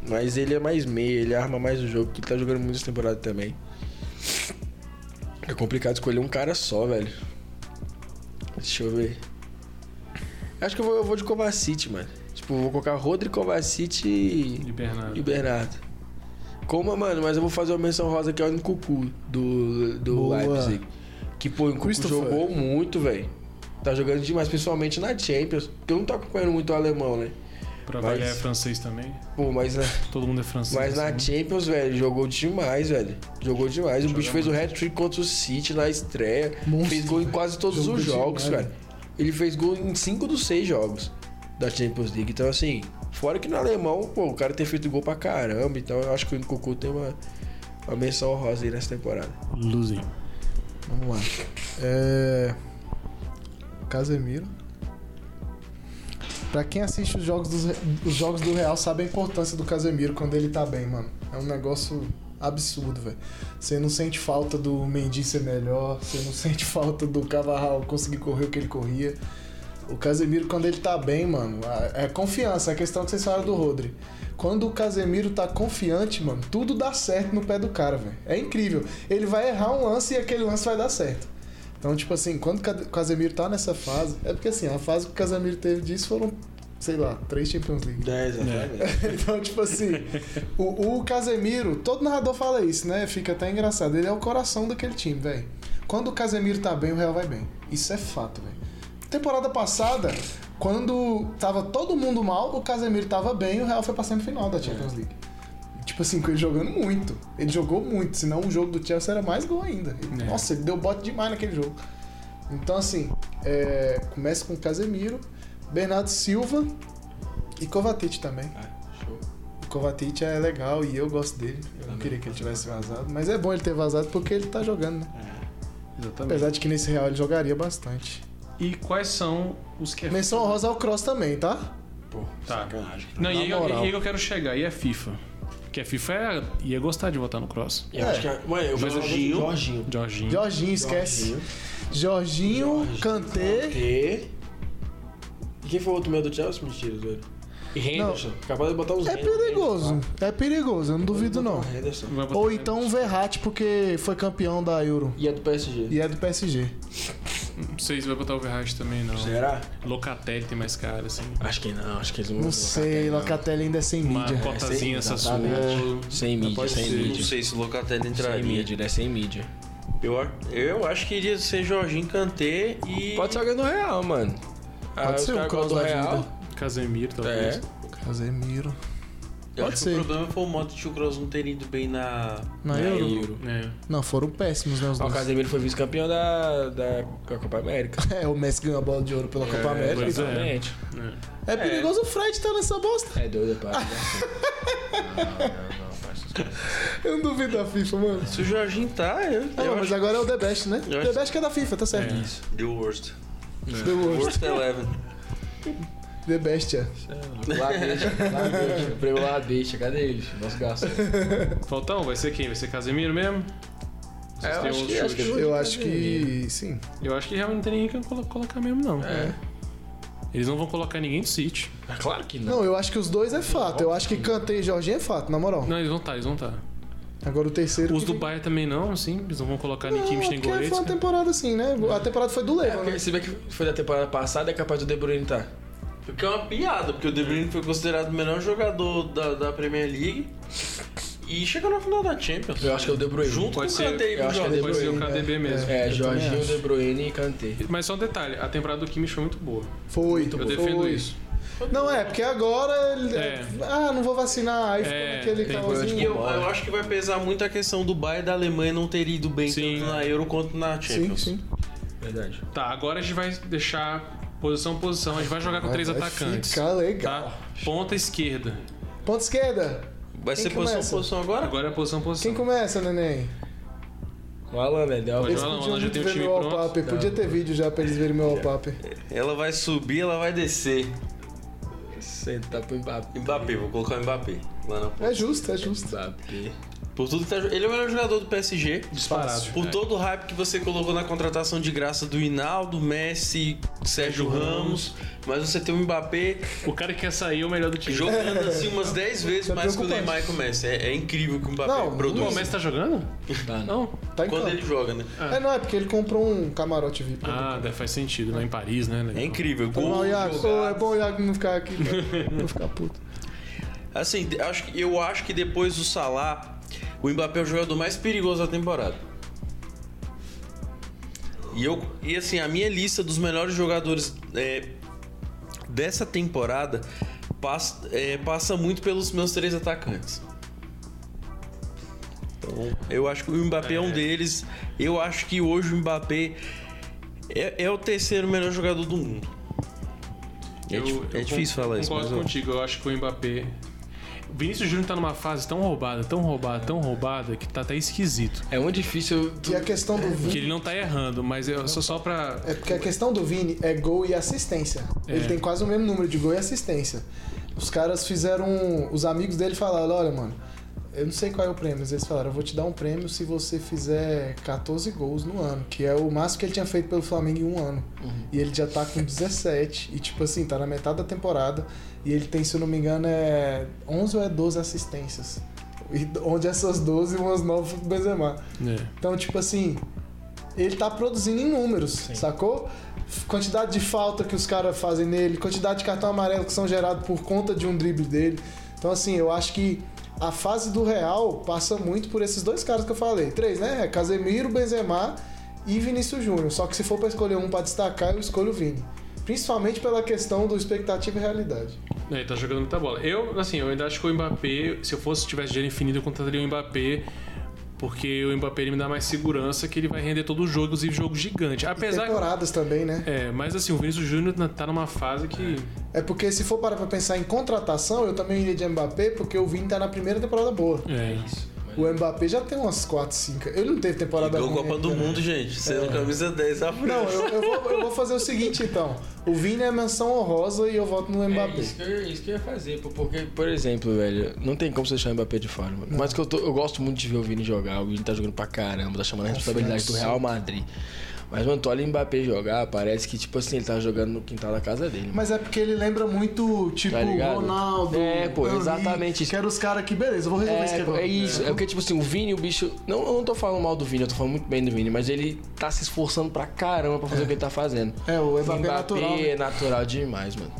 E: Mas ele é mais meia, ele arma mais o jogo, porque ele tá jogando muito essa temporada também. É complicado escolher um cara só, velho. Deixa eu ver. Acho que eu vou, eu vou de Kovacic, mano. Tipo, eu vou colocar Rodrigo Kovacic e...
A: E Bernardo.
E: E Bernardo. Como, mano, mas eu vou fazer uma menção rosa que é o Nkuku do, do
B: Boa.
E: Leipzig. Que, pô, o Nkuku
B: Christopher.
E: jogou muito, velho. Tá jogando demais, principalmente na Champions. Porque eu não tô acompanhando muito o alemão, né?
A: Pra
E: Mas-
A: avaliar é francês também.
E: Pô, mas né? na,
A: Todo mundo é francês.
E: mas na
A: né?
E: Champions, velho, jogou demais, velho. Jogou demais. O
A: Joga
E: bicho fez o hat-trick contra o City na estreia.
B: Monstro,
E: fez gol em
B: velho.
E: quase todos
B: Jogou
E: os jogos,
B: demais,
E: cara. Ele fez gol em 5 dos 6 jogos da Champions League. Então, assim, fora que no alemão, pô, o cara tem feito gol pra caramba. Então, eu acho que o Nkuku tem uma, uma menção rosa aí nessa temporada.
A: Losing.
B: Vamos lá. É. Casemiro. Pra quem assiste os jogos, dos, os jogos do Real, sabe a importância do Casemiro quando ele tá bem, mano. É um negócio absurdo, velho. Você não sente falta do Mendy ser melhor, você não sente falta do Cavarral conseguir correr o que ele corria. O Casemiro, quando ele tá bem, mano, a- é confiança, é a questão que vocês falaram do Rodri. Quando o Casemiro tá confiante, mano, tudo dá certo no pé do cara, velho. É incrível. Ele vai errar um lance e aquele lance vai dar certo. Então, tipo assim, quando o Cade- Casemiro tá nessa fase, é porque assim, a fase que o Casemiro teve disso foram, sei lá, três Champions League.
C: 10, exatamente.
B: Então, tipo assim, o, o Casemiro, todo narrador fala isso, né? Fica até engraçado. Ele é o coração daquele time, velho. Quando o Casemiro tá bem, o Real vai bem. Isso é fato, velho. Temporada passada, quando tava todo mundo mal, o Casemiro tava bem e o Real foi pra semifinal da Champions League. Tipo assim, com ele jogando muito. Ele jogou muito, senão o jogo do Chelsea era mais gol ainda. Ele-
A: É.
B: Nossa, ele deu bote demais naquele jogo. Então, assim, é, começa com o Casemiro, Bernardo Silva e Kovacic também.
C: Show.
B: O Kovacic é legal e eu gosto dele. Eu não queria que ele tivesse vazado, mas é bom ele ter vazado porque ele tá jogando, né?
A: Exatamente.
B: Apesar de que nesse Real ele jogaria bastante.
A: E quais são os que... é
B: Menção honrosa ao Cross também, tá?
C: Pô,
A: Tá.
C: sacanagem.
A: Não, e
B: Na
A: aí, eu-
B: moral.
A: e aí eu quero chegar, e a FIFA? Porque a FIFA é- ia gostar de votar no Cross.
C: E eu
B: É.
C: acho que. a- Mano, eu vou
D: Jorginho.
C: Jorginho.
A: Jorginho.
B: Jorginho, esquece.
C: Jorginho.
B: Hum, Jorginho,
C: Jorginho,
B: Kanté.
C: Kanté. E quem foi o outro meio do Chelsea? Mentira, doido. E Henderson. Capaz de botar uns
B: É
C: Henderson.
B: perigoso,
C: Capaz
B: é perigoso, eu não
C: de
B: duvido
C: botar
B: não.
C: um Henderson.
A: Vai botar-
B: Ou então o Verratti porque foi campeão da Euro
C: E a do PSG?
B: e é do PSG.
A: Não sei se vai botar o Verratti também, não.
C: Será?
A: Locatelli tem mais cara, assim.
C: Acho que não, acho que eles vão
B: Não
C: colocar
B: sei,
C: até, não.
B: Hum, Locatelli ainda é sem
A: Uma
B: mídia.
A: cotazinha
C: sem-
A: essa sua.
C: exatamente. Sem mídia, sem
D: Não
C: mídia.
D: sei se o Locatelli
C: Sem
D: entraria.
C: mídia, né? Sem mídia.
D: Eu, a- eu acho que iria ser Jorginho Kanté e.
C: Pode ser alguém do Real, mano. Ah,
B: Pode
C: os
B: ser um o
C: caras
B: Kroos
C: do
B: da
C: Real.
B: vida.
A: Casemiro, talvez.
C: É.
B: Casemiro.
D: Eu
B: Pode
D: acho
B: ser.
D: que o problema foi o modo de o Kroos não ter ido bem na.
B: Na
C: É,
B: Euro?
C: Euro.
A: É.
B: Não, foram péssimos, né, os
C: Ah, O
B: dois.
C: Casemiro foi vice-campeão da, da Copa América.
B: É, o Messi ganhou a bola de ouro pela Copa América.
A: pois é.
C: Exatamente.
B: É perigoso o Fred tá nessa bosta.
C: É doido, pá.
B: Eu não duvido da FIFA, mano.
D: Se o Jorginho tá, eu.
B: Ah,
D: eu
B: mas
D: acho...
B: agora é o The Best, né?
D: Eu
B: The
D: acho-
B: Best que é da FIFA, tá certo.
A: É.
D: The worst.
B: The Worst.
D: Worst é Eleven.
B: The Best, é.
C: Lá deixa, lá deixa. O prêmio lá deixa. Cadê eles? Nosso gasto.
A: Faltão, vai ser quem? Vai ser Casemiro mesmo? Vocês têm um chute?
B: É, Eu acho que. Sim.
A: Eu acho que realmente não tem ninguém que colo- colocar mesmo, não.
C: É.
A: Eles não vão colocar ninguém do City.
C: Ah, Claro que não.
B: Não, eu acho que os dois é fato. Eu acho que Kanté e Jorginho é fato, na moral.
A: Não, eles vão estar, eles vão estar.
B: Agora o terceiro.
A: Os
B: que-
A: do Bayern também não, assim. Eles não vão colocar nem Kimmich,
B: Não,
A: nem
B: porque foi uma
A: Goretzka.
B: temporada assim, né? A temporada foi do
C: É,
B: Levan,
C: porque
B: né?
C: se bem que foi da temporada passada, é capaz do De Bruyne tá.
D: O que é uma piada, porque o De Bruyne foi considerado o melhor jogador da, da Premier League e chegou na final da Champions.
C: Eu acho que é o De Bruyne.
D: Junto
A: Pode
D: com
A: ser,
D: o Kanté e
C: eu
D: com o
C: acho que é
D: Jorginho.
A: Pode ser o
B: Bruyne,
A: KDB
B: é,
A: mesmo.
C: É,
B: Eu também
C: Jorginho,
B: acho.
C: De Bruyne e Kanté.
A: Mas só um detalhe, a temporada do Kimmich foi muito boa.
B: Foi.
A: Eu
B: foi.
A: defendo isso.
B: Não, é, porque agora. ele-
A: É.
B: Ah, não vou vacinar. Aí ficou
A: É,
B: naquele
A: tem
D: E
B: calzinho.
D: eu, eu acho que vai pesar muito a questão do Bayern e da Alemanha não ter ido bem
A: Sim.
D: tanto na Euro quanto na
B: Sim,
D: Champions.
B: sim.
C: Verdade.
A: Tá, agora a gente vai deixar posição posição. A gente vai jogar com três
B: Vai
A: atacantes.
B: Ficar legal.
A: Tá? Ponta esquerda.
B: Ponta esquerda.
D: Vai
B: Quem
D: ser posição
B: começa?
D: posição agora?
A: Agora é posição posição.
B: Quem começa, neném?
C: O Alan, né? Deu uma
A: Pode
B: Eles
A: Vai lá,
B: podiam
A: lá já
B: muito
A: tem o
B: ver
A: time
B: meu
A: pronto.
B: wallpaper. Podia ter vídeo já pra eles verem meu wallpaper.
D: Ela vai subir, ela vai descer.
E: tá
C: sentar pro Mbappé.
D: Mbappé, vou colocar o Mbappé lá na ponta.
B: É justo, é justo.
C: Mbappé.
D: Por tudo que tá, ele é o melhor jogador do PSG.
A: Disparado.
D: Por todo o hype que você colocou na contratação de graça do Hinaldo, Messi, Sérgio Ramos, mas você tem o Mbappé
A: O cara que quer sair é o melhor do time.
D: jogando assim umas 10 vezes
B: Isso é
D: mais que o
B: preocupante.
D: Neymar e que o Messi. É, é incrível o que o Mbappé
B: Não,
A: Pô, o
D: produz.
A: Messi tá jogando?
C: Tá, não.
A: Não.
B: Tá em
D: Quando
B: campo.
D: ele joga, né?
B: É, não, é porque ele comprou um camarote VIP.
A: Ah, daí faz sentido, né? Em Paris, né?
D: É incrível.
B: Foi mal,
D: Gol,
B: Iago. Ô, é
D: jogado.
B: bom o Iago não ficar aqui. cara. Não ficar puto.
D: Assim, de- acho que- eu acho que depois do Salah, o Mbappé é o jogador mais perigoso da temporada. E, eu, e assim, a minha lista dos melhores jogadores é, dessa temporada passa, é, passa muito pelos meus três atacantes. Então, eu acho que o Mbappé é, um deles. Eu acho que hoje o Mbappé é, é o terceiro melhor jogador do mundo. É,
A: Eu-
D: dif- é
A: eu
D: difícil
A: con-
D: falar isso, mas
A: Concordo
D: eu-
A: contigo, eu acho que o Mbappé. O Vinícius Júnior tá numa fase tão roubada, tão roubada, tão roubada, que tá até esquisito.
E: É muito difícil. tu-
B: E a questão do
A: Que
B: Vini.
A: ele não tá errando, mas eu só só pra.
B: É porque a questão do Vini é gol e assistência. Ele tem quase o mesmo número de gol e assistência. Os caras fizeram. um- Os amigos dele falaram: olha, mano, eu não sei qual é o prêmio, mas eles falaram: eu vou te dar um prêmio se você fizer 14 gols no ano, que é o máximo que ele tinha feito pelo Flamengo em um ano. E ele já tá com 17, e tipo assim, tá na metade da temporada, e ele tem, se eu não me engano, é 11 ou é 12 assistências. E onde essas 12, umas 9 pro Benzema.
A: É.
B: Então, tipo assim, ele tá produzindo em números, sacou? F- Quantidade de falta que os caras fazem nele, quantidade de cartão amarelo que são gerados por conta de um drible dele. Então, assim, eu acho que a fase do Real passa muito por esses dois caras que eu falei. Três, né? É Casemiro, Benzema e Vinícius Júnior. Só que se for pra escolher um pra destacar, eu escolho o Vini. Principalmente pela questão do expectativa e realidade.
A: É, Ele tá jogando muita bola. Eu, assim, eu ainda acho que o Mbappé, se eu fosse tivesse dinheiro infinito, eu contrataria o Mbappé. Porque o Mbappé ele me dá mais segurança que ele vai render todo o jogo, inclusive jogo gigante. Apesar que.
B: Temporadas também, né?
A: É, mas assim, o Vinícius Júnior tá numa fase que.
B: É porque se for parar pra pensar em contratação, eu também iria de Mbappé, porque o Vini tá na primeira temporada boa.
A: É.
B: O Mbappé já tem umas 4, 5. Ele não teve temporada
D: Ganhou
B: ruim
D: Copa
B: ainda,
D: do
B: né?
D: Mundo, gente. Sendo camisa tá? 10 à frente.
B: Não, eu, eu vou, eu vou fazer o seguinte então. O Vini é menção honrosa e eu voto no Mbappé.
E: É isso que, eu, isso que eu ia fazer, pô, porque, por exemplo, velho, não tem como você deixar o Mbappé de fora, mano. Mas que eu, tô- eu gosto muito de ver o Vini jogar, o Vini tá jogando pra caramba, tá chamando a responsabilidade do Real Madrid. Mas, mano, tu olha o Mbappé jogar, parece que, tipo assim, ele tá jogando no quintal da casa dele, mano.
B: Mas é porque ele lembra muito, tipo,
E: Tá ligado?
B: Ronaldo.
E: É, pô,
B: Henry,
E: exatamente isso.
B: Que eram os caras que, beleza, eu vou resolver esse
E: É, pô,
B: quebra.
E: é isso. É porque, tipo assim, o Vini, o bicho. Não, eu não tô falando mal do Vini, eu tô falando muito bem do Vini, mas ele tá se esforçando pra caramba pra fazer o que ele tá fazendo.
B: É, o
E: O
B: Mbappé,
E: Mbappé
B: é natural. né?
E: é natural demais, mano.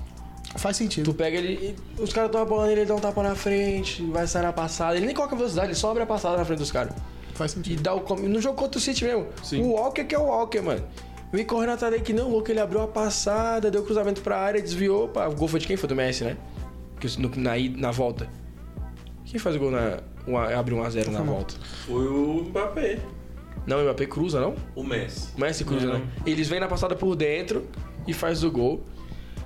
B: Faz
E: Tu
B: sentido.
E: pega ele, e os caras estão abolando ele, ele dá um tapa na frente, vai sair na passada. Ele nem coloca velocidade, ele só abre a passada na frente dos caras.
B: Faz
E: E
B: sentido.
E: dá o come. No jogo contra o City mesmo.
A: Sim.
E: O Walker que é o Walker, mano. Vem correndo atrás dele que não, louco, ele abriu a passada, deu cruzamento pra área, desviou. Pá, o gol foi de quem? Foi do Messi, né? Que no- na, ida- na volta. Quem faz o gol na. Um, a- abre 1x0 na volta?
D: Foi o Mbappé.
E: Não, o Mbappé cruza, não?
D: O Messi.
E: O Messi cruza,
A: Não.
E: né? Eles vêm na passada por dentro e faz o gol.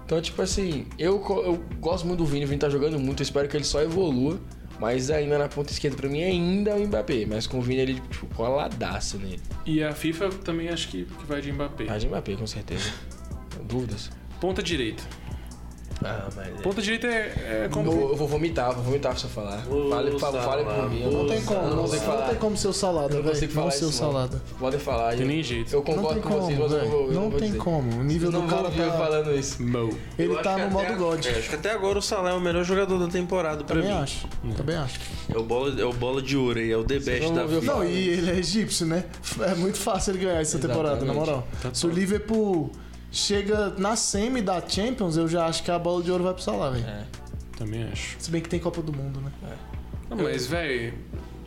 E: Então, tipo assim, eu, co- eu gosto muito do Vini, o Vini tá jogando muito, eu espero que ele só evolua. Mas ainda na ponta esquerda, pra mim, ainda é o Mbappé. Mas com o Vini, ele, tipo, coladaço nele.
A: E a FIFA também acho que, que vai de Mbappé.
E: Ah, de Mbappé, com certeza. Dúvidas?
A: Ponta direita.
E: Ah, mas...
A: Ponta direita é, é
E: Eu,
A: como.
E: vou- eu vou vomitar, vou vomitar se eu falar.
D: Ô,
E: Fale, por favor, fale por mim. eu
B: Não tem
E: eu
B: como, não,
E: não consigo
B: não
E: falar.
B: tem como ser o salada,
E: Eu não
B: velho.
E: consigo
B: Não
E: falar
B: ser o
E: isso, não.
B: salada.
E: Podem falar.
A: Tem
E: eu-
A: nem jeito.
E: Eu
B: Não
E: concordo
B: tem
E: com vocês,
B: como,
E: mas eu não vou...
B: velho.
E: eu
B: Não
E: vou
B: tem
E: dizer.
B: como. O nível do
E: Vocês não vão
B: cara
E: ouvir eu
B: tá.
E: falando isso.
A: Mo.
D: Eu
B: Ele
D: acho
B: tá
D: que
B: no
D: até-
B: modo God.
D: é, acho que até agora o Salah é o melhor jogador da temporada pra
B: Também
D: mim.
B: acho. Também acho.
D: É o bola, é o bola de ouro aí, é o the best
E: não
D: da
E: ouviu
D: vida.
B: Não, e ele é egípcio, né? É muito fácil ele ganhar essa temporada, na
A: Tá
E: Exatamente.
B: moral. Se o Liverpool chega na semi da Champions, eu já acho que a bola de ouro vai pro Salah, velho.
E: É.
A: Também acho.
B: Se bem que tem Copa do Mundo, né?
A: Não, mas, velho,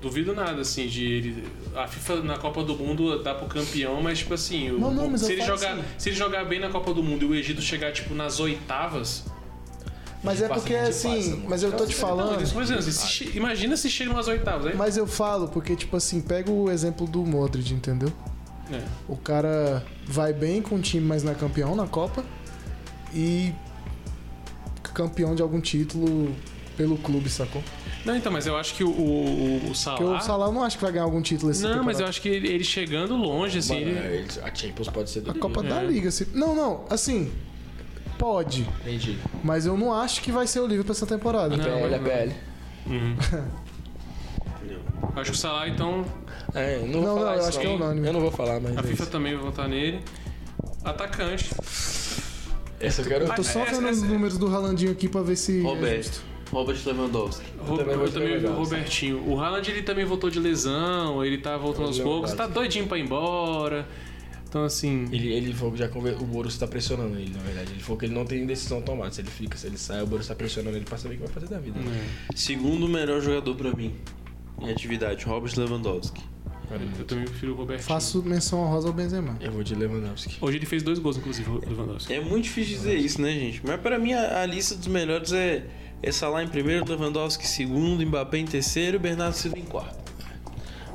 A: duvido nada, assim, de ele. A FIFA na Copa do Mundo dá pro campeão, mas, tipo assim. o-
B: Não, não, mas
A: se,
B: eu
A: ele
B: falo
A: jogar,
B: assim.
A: se ele jogar bem na Copa do Mundo e o Egito chegar, tipo, nas oitavas.
B: Mas
E: gente
B: é
E: passa,
B: porque
E: a gente
B: assim,
E: passa, mano.
B: mas eu tô te
A: Então, Não,
B: falando.
A: isso, é por exemplo, assim, se che- imagina se chega nas oitavas, aí.
B: Mas eu falo porque, tipo assim, pega o exemplo do Modric, entendeu?
A: É.
B: O cara vai bem com o time, mas não é campeão na Copa. E campeão de algum título pelo clube, sacou?
A: Não, então, mas eu acho que o, o, o Salah.
B: Porque o Salah eu não acho que vai ganhar algum título esse
A: Não, mas eu acho que ele, ele chegando longe, assim.
E: Mano,
A: ele-
E: eles- a Champions pode ser do
B: A Copa da
A: É.
B: Liga, se... Não, não, assim. Pode,
E: Entendi.
B: mas eu não acho que vai ser o livre pra essa temporada.
A: Não,
E: PL, é
A: não.
E: PL.
A: Uhum. Acho que o Salah, então,
E: É, eu não vou
B: Não,
E: falar
B: não, eu
E: isso,
B: acho que é unânime.
E: Eu não vou falar, mas...
A: a
E: é
A: FIFA
E: isso.
A: também vai votar nele. Atacante. tá
E: Essa eu quero...
B: Eu tô só
A: Essa-
B: vendo os
A: essa-
B: números do Ralandinho aqui pra ver se.
D: Roberto. Robert Lewandowski.
A: Ro-
E: também
A: Eu
E: vou
A: também
E: jogar
A: vi o
E: legal,
A: Robertinho. O Haaland ele também voltou de lesão, ele tá voltando aos
E: lembro
A: poucos, tá
E: bastante.
A: doidinho pra ir embora. Então assim.
E: Ele, ele falou que já conver... o Borussia tá pressionando ele, na verdade. Ele falou que ele não tem decisão tomada. Se ele fica, se ele sai, o Borussia tá pressionando ele pra saber o que vai fazer da vida. né?
A: né,
D: Segundo melhor jogador pra mim em atividade, Robert Lewandowski.
E: é
A: Eu também prefiro o Robertinho.
B: Faço menção honrosa ao Benzema.
E: Eu vou de Lewandowski.
A: Hoje ele fez dois gols, inclusive, o Lewandowski.
D: É muito difícil dizer isso, né, gente? Mas pra mim a, a lista dos melhores é, é Salah em primeiro, Lewandowski em segundo, Mbappé em terceiro e Bernardo Silva em quarto.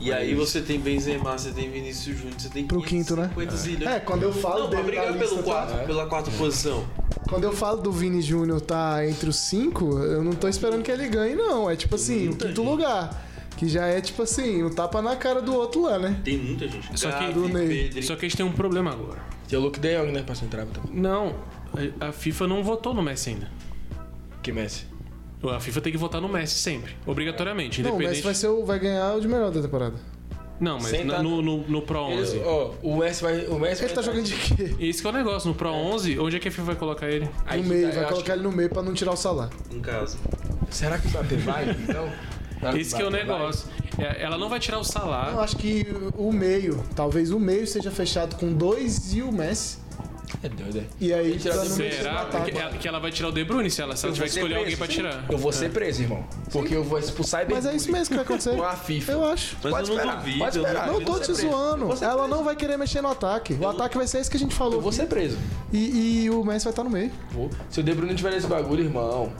D: E aí você tem Benzema, você tem Vinícius Júnior, você tem
B: Pro quinto, né?
D: 550 zilhões.
B: É, quando eu falo
D: Não, pra
B: dele da
D: brigar
B: lista, É.
D: pelo quarto,
E: tá?
D: pela quarta posição.
B: Quando eu falo do Vini Júnior tá entre os cinco, eu não tô esperando que ele ganhe, não. É tipo assim, o quinto lugar. Que já é tipo assim, um tapa na cara do outro lá, né?
G: Tem muita gente.
A: Só que-
B: Do Ney.
G: Pedri.
A: Só que a gente tem um problema agora.
E: Tem o Luke De Jong, né? Pra central também.
A: Não, a a FIFA não votou no Messi ainda.
E: Que Messi.
A: A FIFA tem que votar no Messi sempre, obrigatoriamente,
B: Não, o
A: independente.
B: Messi vai, ser o, vai ganhar o de melhor da temporada.
A: Não, mas
E: Sem
A: na-
E: tá-
A: no, no, no Pro 11.
E: Ele- Ó, o Messi vai. O Messi
B: Ele tá
E: vai
B: jogando de quê?
A: Esse que é o negócio, no Pro 11, onde é que a FIFA vai colocar ele?
E: Aí
B: no
E: que
B: um meio,
E: tá, eu
B: vai
E: acho
B: colocar ele no meio pra não tirar o salário.
G: Em casa.
E: que- Será que o Mbappé vai? Então. Será
A: Esse que é o
E: Mbappé vai?
A: negócio. É, Ela não vai tirar o
B: Eu
A: salário.
B: acho que o meio, talvez o meio seja fechado com dois e o Messi.
E: É doido, é.
B: E aí
E: Ele tirar
B: tá no meio do
A: Será
B: ataque.
A: que
E: é
A: ela, que ela vai tirar o De Bruyne se ela, se ela
E: Eu
A: tiver
E: vou
A: que
E: ser
A: escolher
E: preso,
A: alguém pra
E: sim.
A: tirar?
E: Eu vou ser preso, irmão. Porque eu vou expulsar e
B: Mas é isso mesmo que vai acontecer.
E: Com a FIFA.
B: Eu acho.
G: Mas
E: Pode
G: eu não
E: esperar,
G: duvido.
E: pode
G: eu
E: esperar.
B: Não
G: duvido.
B: tô te zoando.
E: Vou ser
B: Ela
E: preso.
B: não vai querer mexer no ataque. O ataque vai ser esse que a gente falou.
E: Eu vou ser preso.
B: E, e o Messi vai estar no meio.
E: Vou. Se o De Bruyne não tiver nesse bagulho, irmão.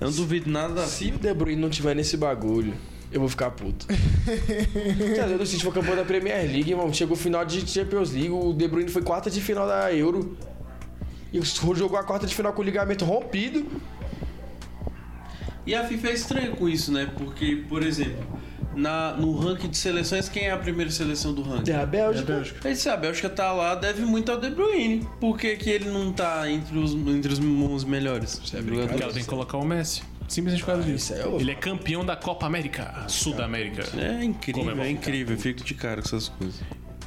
D: Eu não duvido nada da
E: Se o De Bruyne não tiver nesse bagulho, eu vou ficar puto. Tá doido? O City foi campeão da Premier League, irmão. Chegou o final de Champions League. O De Bruyne foi quarta de final da Euro. E o Sturro jogou a quarta de final com o ligamento rompido.
D: E a FIFA é estranha com isso, né? Porque, por exemplo, na, no ranking de seleções, quem é a primeira seleção do ranking?
E: Da Bélgica.
D: Ele se a Bélgica tá lá, deve muito ao De Bruyne. Por que, que ele não tá entre os, entre os, uns melhores?
E: é
D: jogadores?
A: Porque ela tem que colocar o Messi. Simplesmente por causa disso.
E: isso é o-
A: Ele é campeão da Copa América, Sudamérica.
D: É
A: Como é
D: incrível,
A: bom
D: é
A: ficar
D: incrível. Eu Fico de cara com essas coisas.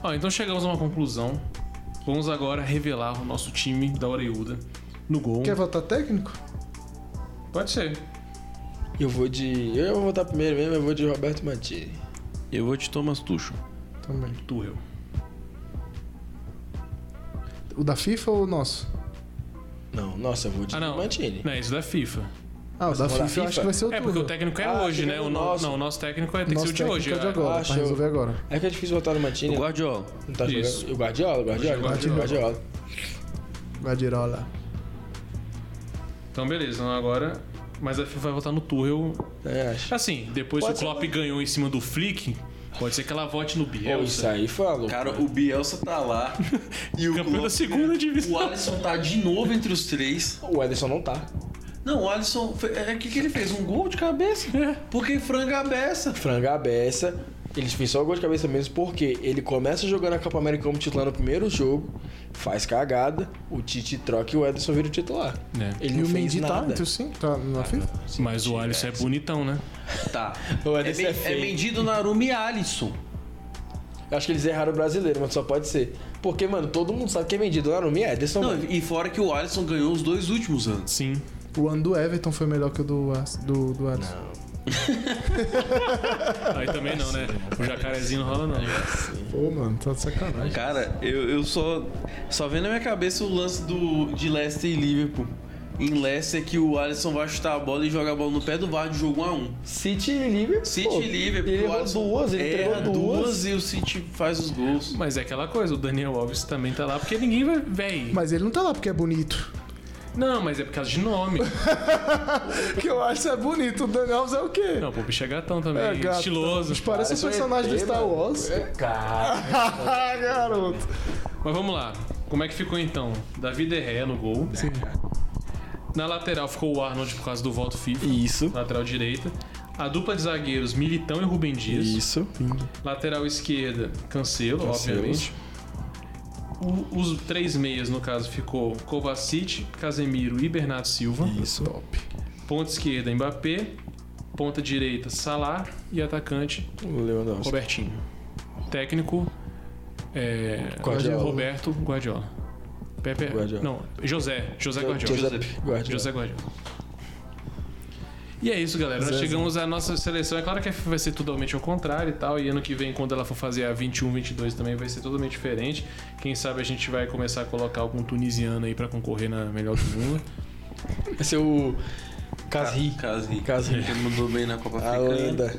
A: Ó, então chegamos a uma conclusão. Vamos agora revelar o nosso time da Oreiuda no gol.
E: Um.
B: Quer votar técnico?
A: Pode ser.
E: Eu vou de. Eu vou votar primeiro mesmo, eu vou de Roberto Mantini.
D: Eu vou te Thomas Tuchel.
B: Também.
A: Tuchel.
B: O da FIFA ou o nosso?
E: Não, nossa, eu vou de
A: Ah, não.
E: Mantini.
A: Não, isso da FIFA.
B: Ah, o da FIFA,
E: for da
B: eu acho
E: FIFA?
B: que vai ser o
A: É,
B: Tuchel.
A: porque o técnico é
E: Ah,
A: hoje,
E: achei
A: né?
E: que era
A: O
E: o
A: no...
E: nosso.
A: Não, o nosso técnico é, tem que ser
B: Nosso
A: o de
B: técnico
A: hoje.
B: é o de
A: é.
B: agora,
E: acho
B: pra resolver
E: eu-
B: agora.
E: É que é difícil votar no Mantini.
D: O Guardiola.
E: Não tá jogando.
A: Isso.
E: O Guardiola, o Guardiola, o Guardiola. Guardiola.
B: Guardiola.
A: Então, beleza. Então, agora... Mas a FIFA vai votar no Tuchel.
E: É, acho.
A: Assim, depois
E: Pode
A: que o Klopp ganhou em cima do Flick, pode ser que ela vote no
E: Pô, isso é
A: Bielsa.
E: aí falou.
D: Cara, o Bielsa tá lá. e o
A: campeão da
D: Klopp-
A: segunda
D: O
A: divisão.
D: Alisson tá de novo entre os três.
E: O Ederson não tá.
D: Não, o Alisson. fe- É o que, que ele fez? Um gol de cabeça? Porque franga a beça.
E: Franga a beça. Ele fez só o gol de cabeça mesmo porque ele começa jogando a Copa América como titular no primeiro jogo, faz cagada, o Tite troca e o Ederson vira o titular.
A: É.
E: Ele
B: E
E: não
B: o
E: fez
B: Mendy tá
E: nada. Ah,
B: entre os cinco? Tá na FIFA?
A: Mas o Alisson é bonitão, né?
D: Tá.
B: então,
E: O
D: É,
E: Ederson é,
D: men- é
E: feio.
D: vendido Narumi e Alisson.
E: Eu acho que eles erraram o brasileiro, mas só pode ser. Porque, mano, todo mundo sabe que é vendido lá no Mi, é Ederson.
D: Não,
E: mano.
D: e fora que o Alisson ganhou os dois últimos anos.
A: Sim.
B: O ano do Everton foi melhor que o do, Ars- do, do Alisson.
A: Aí também não, né? O jacarezinho não rola, não.
B: Pô, mano, tá de sacanagem.
D: Cara, eu, eu só. Só vendo na minha cabeça o lance do, de Leicester e Liverpool. Em Leicester é que o Alisson vai chutar a bola e joga a bola no pé do VAR de jogo 1x1.
E: City e Liverpool.
D: City
E: pô,
D: e Liverpool.
E: Ele
D: o
E: errou
D: Alisson
E: duas, ele
D: erra
E: entregou duas.
D: e o City faz os gols.
A: Mas é aquela coisa, o Daniel Alves também tá lá porque ninguém vai. Véi.
B: Mas ele não tá lá porque é bonito.
A: Não, mas é por causa de nome.
B: Porque o Alisson é bonito, o Daniel Alves é o quê?
A: Não, é pô, o bicho é gatão também.
B: É, gato.
A: Estiloso.
B: Parece um personagem do
E: ET,
B: Star
E: mano.
B: Wars.
E: É, Cara,
B: Ah, garoto.
A: Mas vamos lá. Como é que ficou então? Davi De Gea no gol. Sim. Na lateral ficou o Arnold por causa do voto FIFA.
E: isso.
A: Lateral direita. A dupla de zagueiros, Militão e Rubem Dias.
E: Isso.
A: Lateral esquerda, Cancelo, obviamente. O- os três meias, no caso, ficou Kovacic, Casemiro e Bernardo Silva.
E: Isso. é Top.
A: Ponta esquerda, Mbappé. Ponta direita, Salah. E atacante,
E: O Leandro.
A: Robertinho. Técnico, é,
E: Guardiola.
A: Roberto Guardiola. Pepe,
E: Guardiola.
A: Não, José. José
E: Jo-
A: Guardiola.
E: Giuseppe Guardiola.
A: José Guardiola. E é isso, galera. Nós
E: Zezé.
A: chegamos à nossa seleção. É claro que a FIFA vai ser totalmente ao contrário e tal. E ano que vem, quando ela for fazer a 21, 22 também, vai ser totalmente diferente. Quem sabe a gente vai começar a colocar algum tunisiano aí pra concorrer na melhor do mundo.
E: Vai ser é o Casri.
D: Casri.
E: Casri.
D: Ele mandou bem na Copa
E: A
D: Africana.
E: lenda.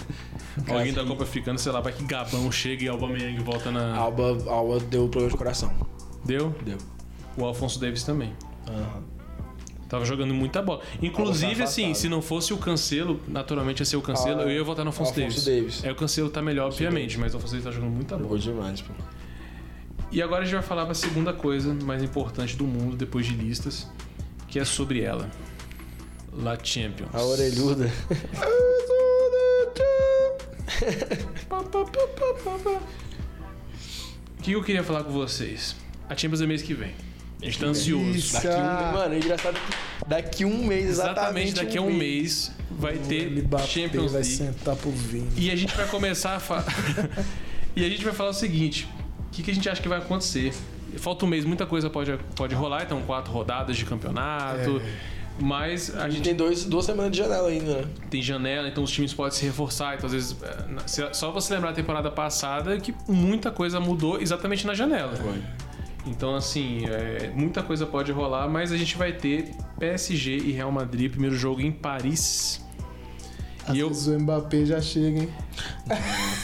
A: Alguém da Copa Africana, sei lá, vai que Gabão chega e Aubameyang volta na...
E: Alba, Alba deu problema de coração.
A: Deu?
E: Deu.
A: O Alfonso Davis também. Tava jogando muita bola.
E: Tava
A: Inclusive,
E: afastado.
A: assim, se não fosse o Cancelo, naturalmente ia ser o Cancelo,
E: Ah,
A: eu ia votar no Alfonso,
E: Alfonso
A: Davis.
E: Davis.
A: É, o Cancelo tá melhor, obviamente, mas o Alfonso Davis tá jogando muita bola.
E: Jogou demais, pô.
A: E agora a gente vai falar pra segunda coisa mais importante do mundo, depois de listas, que é sobre ela. La Champions.
E: A orelhuda.
A: O que eu queria falar com vocês? A Champions é mês que vem. A gente tá ansioso.
B: Isso. ah,
E: Daqui um, mano, é engraçado que daqui um mês, exatamente.
A: Exatamente, daqui a um mês vai ter
B: Ele bateu,
A: Champions
B: vai
A: League.
B: sentar pro vinho.
A: E a gente vai começar a falar. e a gente vai falar o seguinte: o que, que a gente acha que vai acontecer? Falta um mês, muita coisa pode, pode rolar, então quatro rodadas de campeonato.
B: É.
A: Mas
E: A
A: a
E: gente
A: gente
E: tem dois, duas semanas de janela ainda, né?
A: tem janela, então os times podem se reforçar. Então, às vezes, é, na- se- só você lembrar a temporada passada que muita coisa mudou exatamente na janela. Então, assim, é, muita coisa pode rolar, mas a gente vai ter PSG e Real Madrid, primeiro jogo em Paris.
B: Às
A: E eu,
B: vezes o Mbappé já chega, hein?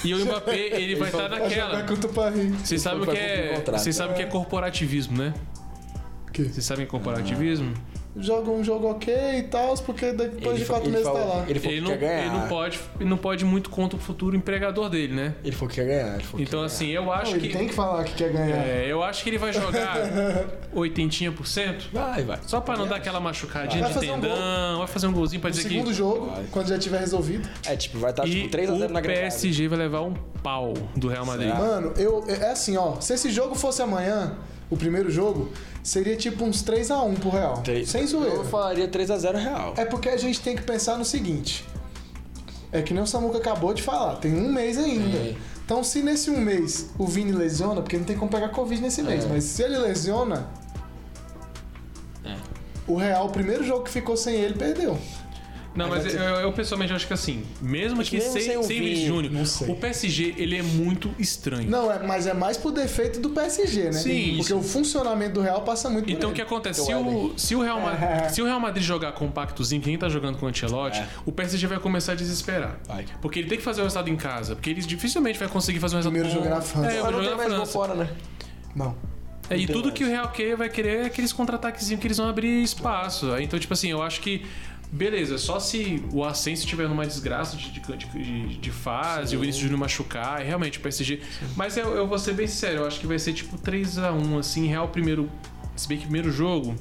A: e o Mbappé, ele vai estar
B: Vai
A: naquela.
B: jogar contra o Paris.
A: Vocês sabem o
E: Foi
A: que
E: pra cumprir o
A: é,
E: contrato.
A: vocês sabem o que é corporativismo, né?
B: Que
A: Vocês sabem o que é corporativismo?
E: Ah.
B: Joga um jogo ok e tal, porque depois de
E: fa-
B: quatro meses
E: falou-
B: tá lá.
E: Ele falou
A: Ele
E: que
A: não,
E: quer ganhar.
A: ele não pode, ele não pode ir muito contra o futuro empregador dele, né?
E: Ele falou que quer ganhar. Ele falou que
A: Então
E: quer
A: assim, eu
B: Não,
A: acho
B: ele
A: que
B: tem que falar que quer ganhar.
A: é, eu acho que ele vai jogar oitentinha por cento,
E: ganhar. Vai, vai.
A: só pra não dar aquela machucadinha
B: Vai
A: de
B: fazer um gol.
A: tendão, vai fazer um golzinho pra
B: No
A: dizer
B: segundo
A: que
B: jogo,
E: Vai.
B: quando já tiver resolvido.
E: É, tipo, vai estar
A: e
E: tipo 3x0 na
A: o
E: granada.
A: PSG vai levar um pau do Real Madrid.
E: Será?
B: Mano, eu é assim, ó. Se esse jogo fosse amanhã, o primeiro jogo, seria tipo uns 3x1 pro Real.
E: Três-
B: Sem zoeira.
E: Eu falaria 3x0 real.
B: É porque a gente tem que pensar no seguinte. É que nem o Samuca acabou de falar, tem um mês ainda.
E: É.
B: Então, se nesse um mês o Vini lesiona, porque não tem como pegar Covid nesse
A: É.
B: mês, mas se ele lesiona.
A: É.
B: O Real, o primeiro jogo que ficou sem ele, perdeu.
A: Não, mas eu, eu pessoalmente acho que assim, mesmo que
E: mesmo sem
A: sem, sem,
E: o
A: Vinícius
E: Vini,
A: Júnior,
B: não sei.
A: o PSG ele é muito estranho.
B: Não, é, mas é mais por defeito do PSG, né?
A: Sim,
B: Porque
A: isso.
B: o funcionamento do Real passa muito por
A: Então o que
B: ele.
A: acontece? Se o, se, o Real
B: É.
A: Madrid, se o Real Madrid jogar compactozinho, quem tá jogando com o Ancelotti, o PSG vai começar a desesperar.
E: Vai.
A: Porque ele tem que fazer o resultado em casa, porque ele dificilmente vai conseguir fazer um resultado
B: Primeiro
A: bom.
B: jogar na França.
A: É, eu
E: Mas
A: vou
E: não tem
A: jogar na
E: mais gol fora,
A: França.
E: né?
B: Não.
A: É,
E: tem
A: e tudo
E: mais.
A: que o Real que vai querer é aqueles contra-ataquezinhos que eles vão abrir espaço. Aí, Então, tipo assim, eu acho que. Beleza, só se o Ascenso tiver numa desgraça de, de, de- de fase, o Vinícius Júnior machucar, e realmente o PSG. Mas eu, eu vou ser bem sincero, eu acho que vai ser tipo 3x1, assim, Real primeiro. Se bem que primeiro jogo.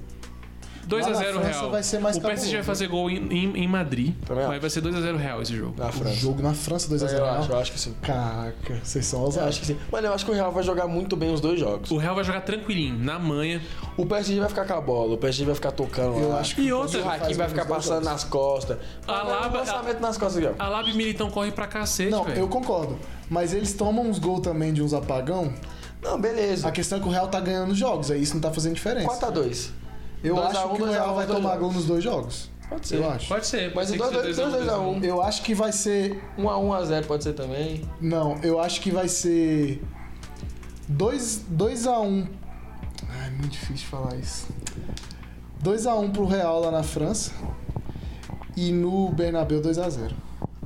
B: Lá na
A: 2x0
B: França
A: Real.
B: vai ser mais
A: o PSG vai
B: cabuloso.
A: fazer gol em, em- em Madrid,
E: Também
A: mas vai ser 2x0 Real esse jogo.
E: Na
B: O
E: França.
B: jogo na França 2x0.
E: Eu acho, eu
B: Real.
E: acho que sim.
B: Caraca, vocês são
E: Eu
B: ousados.
E: acho que sim. Mano, eu acho que o Real vai jogar muito bem os dois jogos.
A: O Real vai jogar tranquilinho, na manha.
E: O PSG vai ficar com a bola, o PSG vai ficar tocando
B: Eu
E: lá.
B: acho que
A: E
E: E o
A: outra,
E: Hakim vai ficar passando nas costas.
A: A
E: Mano, é um
A: Laba-
E: lançamento nas costas aqui, ó.
A: a Lab Militão corre pra cacete,
B: Não,
A: velho.
B: eu concordo. Mas eles tomam uns gols também de uns apagão.
E: Não,
B: A
E: beleza.
B: questão é que o Real tá ganhando jogos, aí isso não tá fazendo diferença.
E: 4x2.
B: Eu
E: 2 a
B: acho
E: 1,
B: que o
E: 2 a 1,
B: Real vai
E: dois
B: tomar
E: jogos.
B: gol nos dois jogos.
E: Pode ser. um.
B: Eu acho.
A: Pode ser,
E: Mas
A: pode
E: o
A: ser um. que seja
E: 2x2
A: 2x1, 2x1.
E: 2x1.
B: Eu acho que vai ser.
E: 1x1x0 pode ser também.
B: Não, eu acho que vai ser. 2 a 1 um. Ai, é muito difícil falar isso. 2 a 1 um pro Real lá na França. E no Bernabéu 2 a 0.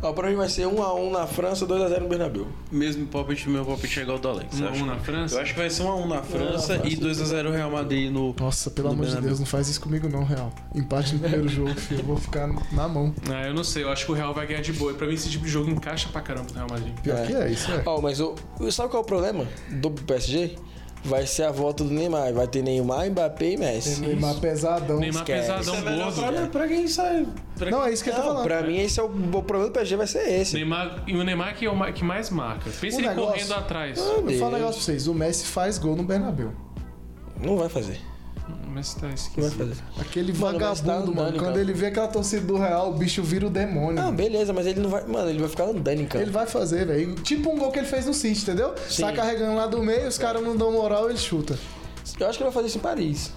E: Ó, pra mim vai ser 1x1 na França, 2x0 no Bernabéu.
D: Mesmo palpite, meu palpite é igual ao do Alex.
A: Um a
D: eu acho.
A: um na França?
D: Eu acho que vai ser 1x1 na França e 2x0 Real Madrid no.
B: Nossa, pelo
D: No
B: amor de
D: Bernabéu.
B: Deus, não faz isso comigo não, Real. Empate no primeiro jogo, filho. Eu vou ficar na mão.
A: Ah, eu não sei, eu acho que o Real vai ganhar de boa. E pra mim esse tipo de jogo encaixa pra caramba pro Real Madrid.
B: Pior
E: É.
B: que é, isso é.
E: Ó, mas o, o- sabe qual é o problema do PSG? Vai ser a volta do Neymar. Vai ter Neymar, Mbappé
B: Tem
E: e Messi.
B: Neymar pesadão.
A: Neymar
E: esquece.
A: pesadão É. gordo.
D: é pra, pra quem sai. pra
B: Não, é isso que eu tô
E: Não,
B: falando.
E: pra mim esse é o, o problema do PSG vai ser esse.
A: Neymar, e o Neymar que é o ma- que mais marca. Pensa
B: O
A: ele
B: negócio-
A: correndo atrás.
B: Eu vou falar um negócio pra vocês. O Messi faz ggol no Bernabéu.
E: Não vai fazer.
A: Mas tá
E: Não vai
A: esquisito.
E: fazer.
B: Aquele
E: Mano, o Messi tá
B: vagabundo, mano.
E: andando,
B: Quando
E: cara.
B: ele vê aquela torcida do Real, o bicho vira o demônio.
E: Não,
B: mano.
E: Ah, beleza, mas ele não vai. Mano, ele vai ficar andando em campo.
B: Ele vai fazer, velho. Tipo um gol que ele fez no City, entendeu? Sai carregando lá do meio, os caras não dão moral, ele chuta.
E: Eu acho que ele vai fazer isso em Paris.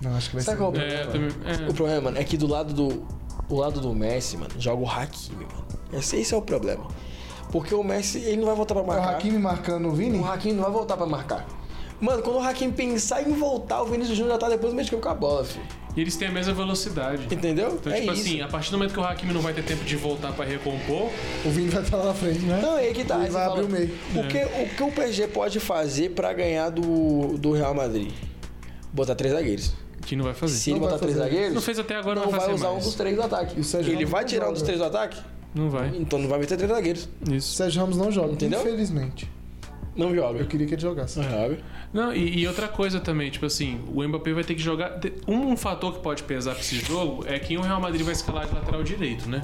B: Não, acho que vai
E: Sabe
B: ser.
E: qual é o
A: É, eu
E: problema?
A: também, é.
E: O problema, mano, é que do lado do. O lado do Messi, mano, joga o Hakimi, mano. Esse, esse é o problema. Porque o Messi, ele não vai voltar pra
B: É O
E: marcar.
B: Hakimi marcando o Vini?
E: O Hakimi não vai voltar pra marcar. Mano, quando o Hakimi pensar em voltar, o Vinícius Júnior já tá depois do meio de campo com a bola, filho.
A: é. E eles têm a mesma velocidade.
E: Entendeu?
A: Então,
E: é
A: tipo
E: isso.
A: assim, a partir do momento que o Hakimi não vai ter tempo de voltar pra recompor,
B: O Vini vai pra lá na frente, né?
E: Não, é que tá.
B: Ele
E: aí você
B: vai
E: fala,
B: abrir o meio.
E: O que, o que o PSG pode fazer pra ganhar do, do Real Madrid? Botar três zagueiros.
A: que não vai fazer.
E: Se ele
B: Não vai
E: botar três
B: fazer.
E: zagueiros,
A: Não fez até agora,
E: não
A: não vai
E: vai
A: fazer
E: usar um
A: mais.
E: dos três do ataque.
B: Isso é
E: ele
B: jogo
E: vai
B: do
E: tirar um
B: jogo.
E: dos três do ataque?
A: Não vai.
E: Então não vai meter três zagueiros.
A: Isso.
B: Sérgio Ramos não joga,
E: Entendeu?
B: infelizmente.
E: Não joga.
B: Eu queria que ele jogasse.
E: Não joga.
A: Não, e, e outra coisa também, tipo assim, o Mbappé vai ter que jogar. te- Um fator que pode pesar pra esse jogo é quem o Real Madrid vai escalar de lateral direito, né?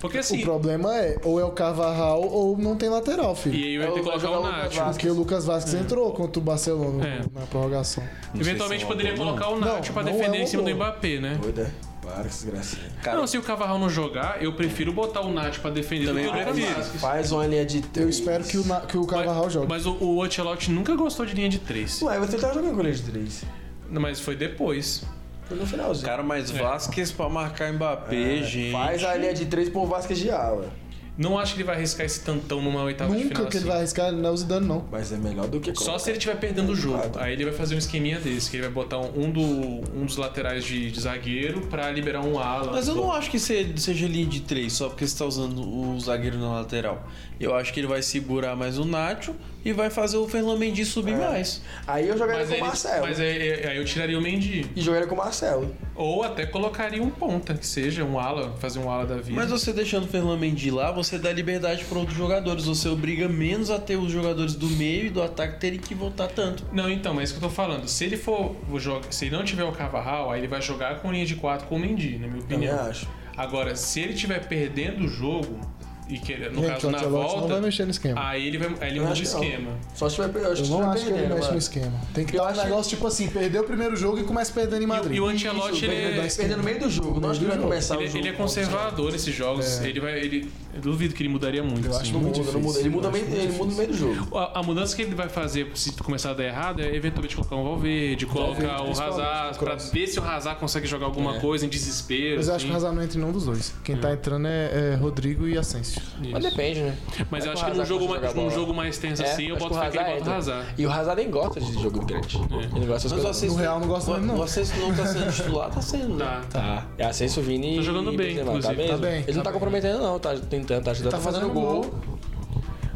A: Porque assim.
B: O problema é, ou é o Carvajal ou não tem lateral,
A: E
B: filho. Tipo,
A: aí vai
E: É,
A: ter que
E: vai
A: colocar
E: jogar
A: o
E: o Lucas
A: Nacho.
E: Vazquez.
B: Porque o Lucas Vasquez entrou contra o Barcelona
A: É.
B: na prorrogação.
D: Não sei
A: Eventualmente
D: se é uma
A: poderia
D: boa,
A: colocar o
B: Não,
A: Nacho pra
B: não
A: defender
B: é
A: em
B: uma
A: cima do
B: boa.
A: Mbappé, né?
E: Doida. Para, que desgracinha.
D: Cara,
A: não, se o Cavarral não jogar, eu prefiro botar o Nacho pra defender
D: Também
A: do que o Lucas
D: prefiro.
A: Vazquez.
E: Faz uma linha de três.
B: Eu espero que o, Na- que o Carvajal
A: Mas,
B: jogue.
A: mas o, o Ancelotti nunca gostou de linha de três.
E: Ué, você tava jogando com linha de três.
A: Não, Mas foi depois.
E: Foi no finalzinho.
D: Cara, mas Vasquez pra marcar Mbappé, gente.
E: Faz a linha de três por Vasquez de ala.
A: Não acho que ele vai arriscar esse tantão numa oitava de final.
B: Nunca que ele
A: assim.
B: vai arriscar não é o Zidane, não.
E: Mas é melhor do que
A: Só se ele estiver perdendo o jogo. Aí ele vai fazer um esqueminha desse, que ele vai botar um, um do, um dos laterais de, de zagueiro pra liberar um ala.
D: Mas eu
A: Bom,
D: não acho que se- seja linha de 3, só porque você tá usando o zagueiro na lateral. Eu acho que ele vai segurar mais o Nacho e vai fazer o Fernando Mendy subir
E: É.
D: mais.
E: Aí eu jogaria
A: Mas,
E: com
A: aí,
E: o
A: ele-
E: Marcelo.
A: mas aí, aí eu tiraria o Mendy.
E: E jogaria com o Marcelo.
A: Ou até colocaria um ponta, que seja um ala, fazer um ala da vida.
D: Mas você deixando o Fernando Mendy lá, você dá liberdade para outros jogadores. Você obriga menos a ter os jogadores do meio e do ataque terem que voltar tanto.
A: Não, então, mas é isso que eu tô falando. Se ele for. vou jogar- Se ele não tiver o Cavarral, aí ele vai jogar com linha de 4 com o Mendy, na minha
E: Também
A: opinião.
E: acho.
A: Agora, se ele tiver perdendo o jogo, e que, no
B: Gente,
A: caso
B: o
A: na
B: Ancelotti não
A: volta,
B: vai mexer no esquema.
A: aí ele vai. Aí ele
E: Eu
A: muda o
E: acho que não.
A: esquema.
E: Só se tiver. Eu acho
B: Eu
E: que
B: não
A: tá
E: tiver
B: acho que ele
E: perdendo,
B: mexe no
E: mano.
B: esquema. Tem que
E: Eu
B: dar um
E: acho que-
B: negócio tipo assim, perder o primeiro jogo e começa perdendo em Madrid.
A: E o Ancelotti,
E: Isso,
A: ele,
E: vai dar
A: é-
E: Perdendo no meio do jogo. Não acho que ele vai começar o
A: ele,
E: jogo.
A: ele é conservador nesses jogos.
B: É.
A: Ele vai. Ele, eu duvido que ele mudaria muito.
B: Eu
A: assim.
B: acho
E: Não
B: muito
E: muda, não muda.
B: difícil.
E: Ele muda,
B: Eu acho
E: meio, ele muda no meio do jogo.
A: A, a mudança que ele vai fazer se começar a dar errado é eventualmente colocar um Valverde, colocar o
B: principalmente,
A: Hazard,
B: o
A: pra
B: Kroos.
A: ver se o Hazard consegue jogar alguma coisa em desespero.
B: É. Mas eu acho
A: assim.
B: que o Hazard não entra em nenhum dos dois. Quem tá entrando é, é Rodrigo e Asensio.
A: Isso.
H: Mas depende, né?
A: assim. Mas eu
H: Vai
A: acho
H: com
A: que
H: o
A: num
H: Hazard
A: jogo,
H: pra
A: mais,
H: jogar
A: num
H: bola.
A: jogo mais tenso
H: É,
A: assim, eu
H: acho que o
A: boto fé que ele
H: Hazard
A: bota o
H: entra.
A: Hazard.
H: E o Hazard nem gosta de jogo grande. Ele gosta
D: Mas
H: das
D: o
H: coisas.
D: Ascenso,
B: No Real não gosto
D: o,
B: dele, não.
D: O Ascenso não tá sendo titular, tá sendo.
A: Tá.
H: Tá. É a Senso Vini.
A: Tá jogando
H: e
A: bem,
H: Benzema,
A: inclusive.
H: mesmo?
B: Tá bem,
H: Ele não
B: tá
H: tá comprometendo, não. Tá tentando, tá ajudando.
B: Tá
A: um
B: fazendo gol.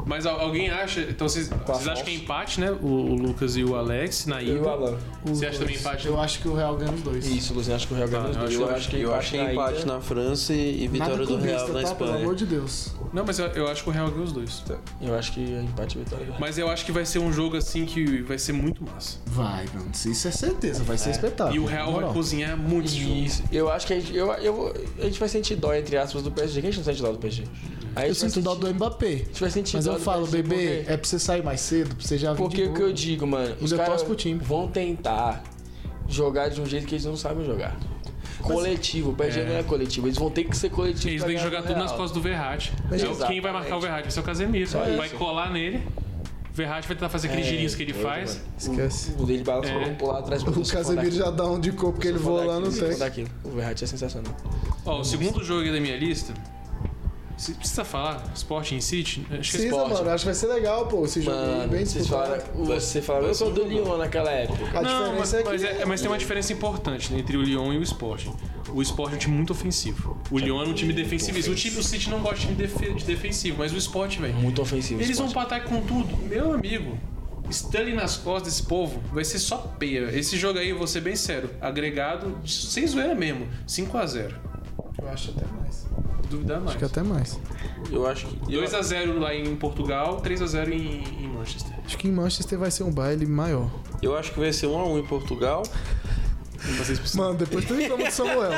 A: Mas al- alguém acha. Então vocês, vocês acham que é empate, né? O, o Lucas e o Alex na
E: E o
A: ida.
E: Alan.
A: Você
B: Os
A: acha
B: dois.
A: também empate?
B: Eu acho que o Real ganha os dois.
E: Isso, Luzinho, acho que o Real ganha
A: Tá,
E: os dois.
A: eu acho-
E: Eu acho que
D: Eu acho que é
E: empate né?
D: empate
E: na-
D: na França e, e
B: Nada
D: vitória do Real
B: clubista,
D: na
B: tá? Pelo
D: Espanha.
B: amor de Deus.
A: Não, mas eu, eu acho que o Real ganha os dois.
H: Tá.
E: Eu acho que é empate e vitória.
A: Mas eu acho que vai ser um jogo assim que vai ser muito massa.
B: Vai, mano. Isso é certeza. Vai ser espetáculo.
A: E o Real vai
B: Ah, Moral.
A: cozinhar muito esse jogo.
E: Isso. Eu acho que a gente, eu, eu, a gente vai sentir dó, entre aspas, do PSG. Que a gente não sente dó do PSG. Aí
B: Eu sinto dó do Mbappé.
E: A gente vai sentir
B: Mas
E: dó
B: eu
E: do
B: falo,
E: PSG,
B: bebê,
E: por quê?
B: é pra você sair mais cedo, pra você já vir
E: Porque
B: de
E: o
B: novo.
E: que eu digo, mano, os
B: eu
E: caras
B: torço pro time.
E: vão tentar jogar de um jeito que eles não sabem jogar. Coletivo, o PSG não é coletivo, eles vão ter que ser coletivos.
A: Eles
E: pra
A: têm que
E: ganhar
A: jogar
E: do
A: tudo
E: Real.
A: nas costas do Verratti.
E: Mas
A: É, o- quem
E: exatamente.
A: vai marcar o Verratti vai ser o Casemiro.
E: Só
A: vai
E: isso.
A: colar nele. O Verratti vai tentar fazer aqueles
E: É,
A: girinhos que ele
E: doido,
A: faz.
E: mano.
B: Esquece.
E: O dele balança
A: É.
E: é. pro lado atrás pro
B: O Casemiro já dá um de cor porque ele voa lá no
E: teto.
B: teto.
E: O Verratti é sensacional.
A: Ó, o segundo jogo aqui da minha lista. Se precisa falar? Sporting City? Acho que é
B: Precisa,
E: esporte.
B: mano. Acho que vai ser legal, pô. Esse jogo aí,
E: Mano,
B: bem
E: vocês
B: disputado.
E: falaram, você falava, eu sou do Lyon naquela época.
B: A
A: não, mas,
B: diferença é que...
A: mas é- mas tem uma diferença importante né, entre o Lyon e o Sporting. O Sporting é um time muito ofensivo. O Lyon é um time defensivista. O, time, o City não gosta de time defe- de defensivo, mas o Sporting, velho.
E: Muito ofensivo.
A: Eles
E: esse
A: vão pro ataque com tudo. Meu amigo, Stanley nas costas desse povo vai ser só peia. Esse jogo aí, vou ser bem sério, agregado, sem zoeira mesmo, 5x0.
B: Eu acho até mais.
A: Duvidar mais.
B: Acho que até mais.
E: esporte. Eu acho que. eu-
A: 2x0 lá em Portugal, 3x0 em, em Manchester.
B: Acho que em Manchester vai ser um baile maior.
D: Eu acho que vai ser 1 a 1 em Portugal.
A: Vocês precisam.
B: Mano, depois tu reclama do Samuel.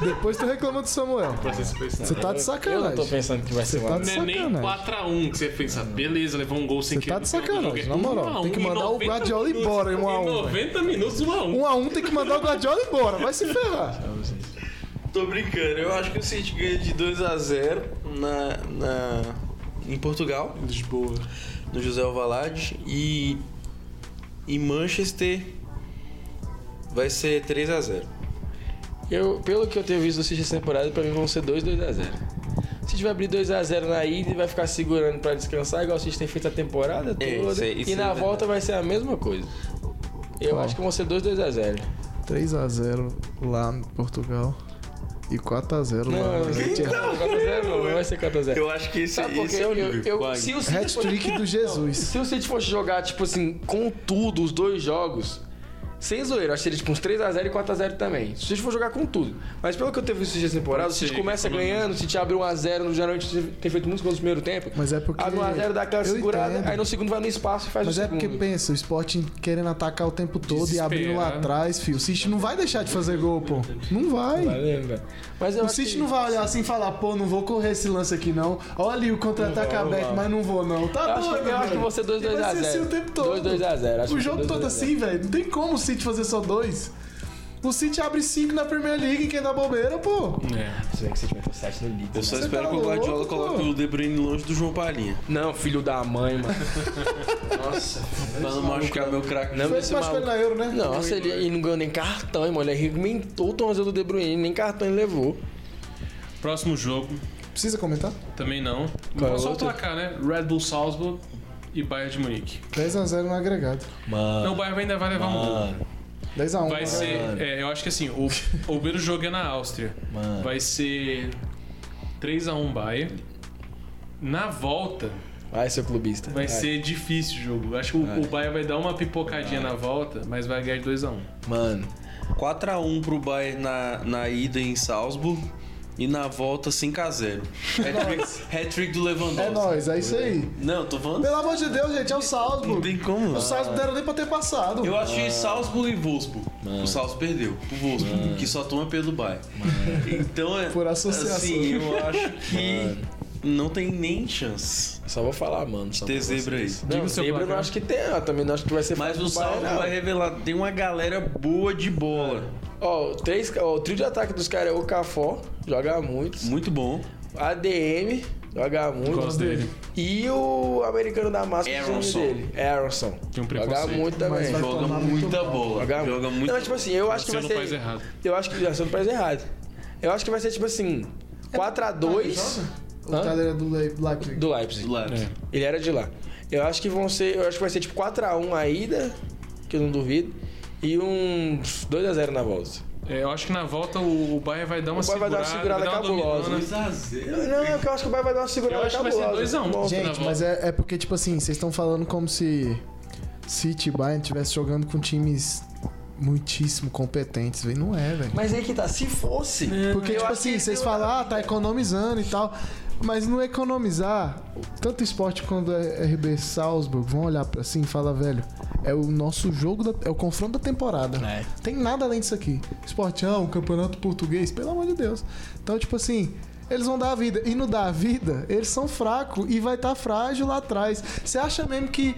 B: Depois tu reclama do Samuel.
A: Vocês precisam.
B: Você tá de
E: Eu
B: sacanagem.
E: não tô pensando que vai ser
B: tá
E: uma.
A: Não é nem
B: Sacanagem.
A: 4x1 que você pensa, beleza, levou um gol sem
B: Você tá de sacanagem,
A: Jogo é
B: na moral.
A: 1 a 1
B: Tem que
A: em
B: mandar o
A: 90
B: Guardiola
A: minutos.
B: embora em 1 a 1,
A: Em 90 minutos, 1x1.
B: Um a um tem que mandar o Guardiola embora. Vai se ferrar.
D: Tô brincando, eu acho que o City ganha de 2 a 0 na, na, em Portugal. Lisboa. No José Alvalade. E em Manchester vai ser 3 a 0
E: Eu, pelo que eu tenho visto do City essa temporada, pra mim vão ser dois 2x0. Se tiver abrir 2x0 na ida e vai ficar segurando pra descansar, igual o City tem feito a temporada toda.
D: É, isso é- isso
E: e
D: é
E: na
D: verdade.
E: volta vai ser a mesma coisa. Eu
B: Ó.
E: acho que vão ser dois 2x0.
B: 3x0 lá no Portugal. E 4x0
E: Não,
B: lá
E: não,
B: no
E: vai ser 4x0, não, não vai ser 4x0.
D: Eu acho que esse,
E: Sabe por quê?
D: esse é o
E: Eu-
D: nível.
E: eu-
D: Vai.
E: se o City for-
B: Hat-trick do Jesus.
E: Se o City fosse jogar, tipo assim, com tudo, os dois jogos, Sem zoeira, eu acho que seria tipo uns 3x0 e 4x0 também. Se o City for jogar com tudo. Mas pelo que eu teve visto esse temporada, o City
A: Pode ser,
E: começa
A: pelo menos.
E: ganhando, o City abre 1x0, no geralmente o City tem feito muitos gols no primeiro tempo.
B: Mas é porque-
E: Abre 1x0, dá aquela
B: Eu
E: segurada,
B: entendo.
E: aí no segundo vai no espaço e faz
B: Mas
E: o
B: é
E: segundo.
B: porque, pensa, o Sporting querendo atacar o tempo todo e abrindo
E: né?
B: lá
A: Desespera.
B: atrás, filho. O City não vai deixar de fazer gol, pô. Não
E: Tá
B: vai.
E: Mas eu
B: O
E: acho
B: City
E: que-
B: não vai olhar assim e falar, pô, não vou correr esse lance aqui, não. Olha ali o contra-ataque aberto, mas não vou, não. Tá
E: Eu acho,
B: doido,
E: que, eu acho que
B: velho.
E: você 2
B: E
E: 2
B: vai
E: a
B: ser
E: 0
B: assim o tempo todo.
E: 2 2 a 0 acho
B: O
E: que
B: jogo
E: foi 2
B: todo
E: a 0.
B: assim, velho. Não tem como o City fazer só dois. O City abre cinco na Premier League, quem dá bobeira, pô.
A: É.
E: Você vê que você meteu 7 no Leeds.
D: Eu só
B: Você
D: espero
B: tá
D: que o Guardiola
B: louco,
D: coloque
B: pô.
D: o De Bruyne longe do João Palinha.
E: Não, filho da mãe, mano. Nossa.
D: Pra não machucar meu craque.
E: Não,
B: Foi
E: esse
B: esse machucou ele
E: maluco.
B: na Euro, né?
E: Nossa, ele, ele não ganhou nem cartão, hein, mano. Ele arregimentou o tornozelo do De Bruyne, nem cartão ele levou.
A: Um Próximo jogo,
B: Precisa comentar?
A: também não.
E: Qual é
A: Só o
E: outro?
A: placar, né? Red Bull Salzburg e Bayern de Munique.
B: 10x0 no agregado.
A: Não, o Bayern ainda vai levar um gol.
B: 10x1.
A: Vai ser. é, eu acho que assim, o, o primeiro jogo é na Áustria. Vai ser 3x1 Bayern. Na volta,
E: Vai, seu clubista.
A: vai ser difícil o jogo. Acho que o, o Bayern vai dar uma pipocadinha na volta, mas vai ganhar de 2x1.
E: Mano.
D: 4x1 pro Bayern na, na ida em Salzburg e na volta 5x0. Hat-trick hat-trick do Lewandowski.
B: É nóis, é isso aí.
D: Não, tô falando. assim,
B: Pelo amor de Deus, gente, é o
D: Não
B: Salzburg.
D: tem como.
B: O Salzburg não era nem pra ter passado.
D: Eu achei Salzburg e Wolfsburg. O Salzburg perdeu pro Wolfsburg, que só toma pelo Bayern. Então é.
B: Por associação.
D: Assim, eu acho que não tem nem chance
E: Só vou falar, mano. Só
D: de ter
E: pra vocês.
D: zebra aí.
E: Não,
A: Diga o seu
E: zebra eu não
A: placar.
E: acho que tem, eu também não acho que vai ser
D: Mas
E: fácil
D: o
E: pro Bayern,
D: Salzburg
E: não.
D: vai revelar, tem uma galera boa de bola.
E: Ó, o três, ó, o trio de ataque dos caras é o Cafó, joga muito.
D: Muito bom.
E: ADM, joga muito.
A: Gosto dele.
E: E o americano da máscara, o nome
D: Aronson.
E: dele. Aronson.
A: Tem
E: Joga
A: um preconceito.
E: muito também.
B: Vai
D: Joga
B: tomar
D: muita
B: muito
D: bola.
E: Joga,
D: Joga muito.
E: Não, tipo assim, eu acho que vai
A: Nasceu no país
E: ser.
A: errado.
E: Eu acho que. Nasceu no país errado. Eu acho que vai ser tipo assim: 4x2
B: O Tyler é do Le- Leipzig.
E: do Leipzig.
D: Lápis.
A: É.
E: Ele era de lá. Eu acho que vão ser. Eu acho que vai ser tipo 4x1 a ida, que eu não duvido. E uns 2x0 na volta.
A: É, eu acho que na volta o, o Bayern vai dar uma
E: O Bayern vai
A: segurada.
E: dar uma segurada
A: vai dar uma
E: cabulosa.
A: dominada.
E: Não, é porque eu acho que o Bayern vai dar uma segurada
A: Eu acho que vai ser
E: cabulosa.
A: 2x1.
E: Bom,
A: na
B: Gente,
A: volta.
B: mas é, é porque, tipo assim, vocês estão falando como se City e Bayern estivessem jogando com times muitíssimo competentes, velho. Não é, velho.
E: Mas aí que tá, se fosse.
B: Porque,
E: É, eu
B: tipo
E: acho
B: assim,
E: que é.
B: vocês
E: tem-
B: falam, ah, tá economizando e tal. Mas não economizar, tanto o esporte quanto a RB Salzburg vão olhar pra assim e falar, velho, é o nosso jogo, da- é o confronto da temporada.
E: É.
B: Tem nada além disso aqui. Esporteão, campeonato português, pelo amor de Deus. Então, tipo assim, eles vão dar a vida. E no dar a vida, eles são fracos e vai estar frágil lá atrás. Você acha mesmo que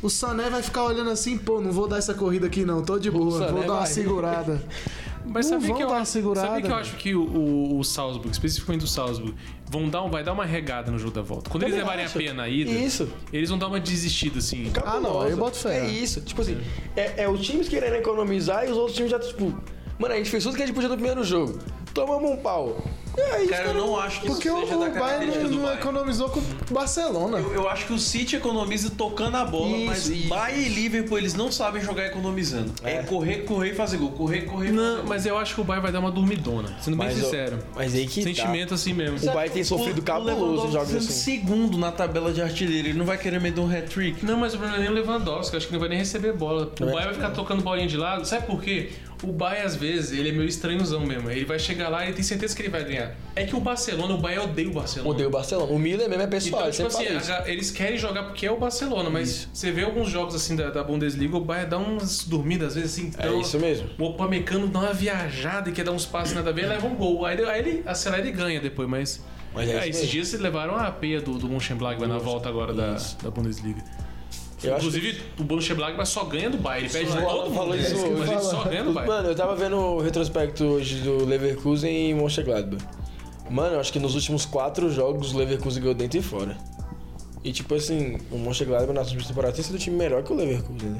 B: o Sané vai ficar olhando assim, pô, não vou dar essa corrida aqui não, tô de boa,
E: Sané
B: vou dar uma
E: vai.
B: segurada.
A: Mas
B: Não
A: sabia
B: vão
A: que eu,
B: dar uma segurada,
A: sabia que eu
B: velho.
A: acho que o, o, o Salzburg, especificamente o Salzburg, vão dar, um- vai dar uma regada no jogo da volta. Quando eles
E: Também
A: levarem
E: acho.
A: a pena na ida,
E: Isso.
A: eles vão dar uma desistida, assim.
B: Ah, não,
E: Cabulosa.
B: eu boto fé.
E: É isso, tipo assim, é, é os times querendo economizar e os outros times já, tipo. Mano, a gente fez tudo que a gente podia no primeiro jogo. Tomamos um pau. E aí, os
D: Cara, eu
E: caras-
D: não acho que
B: Porque
D: isso
B: o,
D: seja
B: o
D: da
B: Bayern
D: característica
B: não,
D: do
B: não
D: Bayern.
B: economizou com o Barcelona.
D: Eu, eu acho que o City economiza tocando a bola,
E: Isso,
D: mas
E: isso.
D: Bayern e Liverpool eles não sabem jogar economizando. É, correr, correr e fazer gol, correr, correr. e fazer
A: Não,
D: gol.
A: mas eu acho que o Bayern vai dar uma dormidona, sendo bem
E: Mas, ó,
A: sincero.
E: Mas aí que
A: Sentimento assim mesmo.
E: tá. O Bayern tem sofrido cabuloso em
D: Lewandowski
E: jogos
D: sendo
E: assim.
D: segundo na tabela de artilheiro, ele não vai querer meter um hat-trick.
A: Não, mas o problema é nem o Lewandowski, eu acho que não vai nem receber bola. O
E: é?
A: Bayern vai ficar tocando bolinha de lado, sabe por quê? O Bayern, às vezes, ele é meio estranhozão mesmo. Ele vai chegar lá e tem certeza que ele vai ganhar. É que o Barcelona, o Bayern odeia o Barcelona.
E: Odeio o Barcelona. O Miller mesmo é pessoal,
A: Então,
E: ele
A: tipo
E: sempre
A: assim,
E: fala isso.
A: a- eles querem jogar porque é o Barcelona, mas
E: Hum.
A: você vê alguns jogos assim da, da Bundesliga, o Bayern dá umas dormidas às vezes assim.
E: É
A: dá-
E: isso mesmo.
A: O Opamecano dá uma viajada e quer dar uns passes nada a ver, leva um gol. Aí, ele- aí ele acelera e ganha depois, mas.
E: Mas é
A: Ah,
E: isso
A: esses
E: mesmo.
A: dias vocês levaram a peia do, do Mönchengladbach na volta agora da, da Bundesliga.
E: Eu acho
A: Inclusive, o Mönchengladbach só ganha do Bayern. Ele perde
E: que-
A: todo mundo.
E: falou isso
A: mas
E: hoje.
A: ele só ganha do Bayern.
E: Mano, eu tava vendo o retrospecto hoje do Leverkusen e Mönchengladbach. Mano, eu acho que nos últimos quatro jogos o Leverkusen ganhou dentro e fora. E tipo assim, o Mönchengladbach nas últimas temporadas tem sido um time melhor que o Leverkusen, né?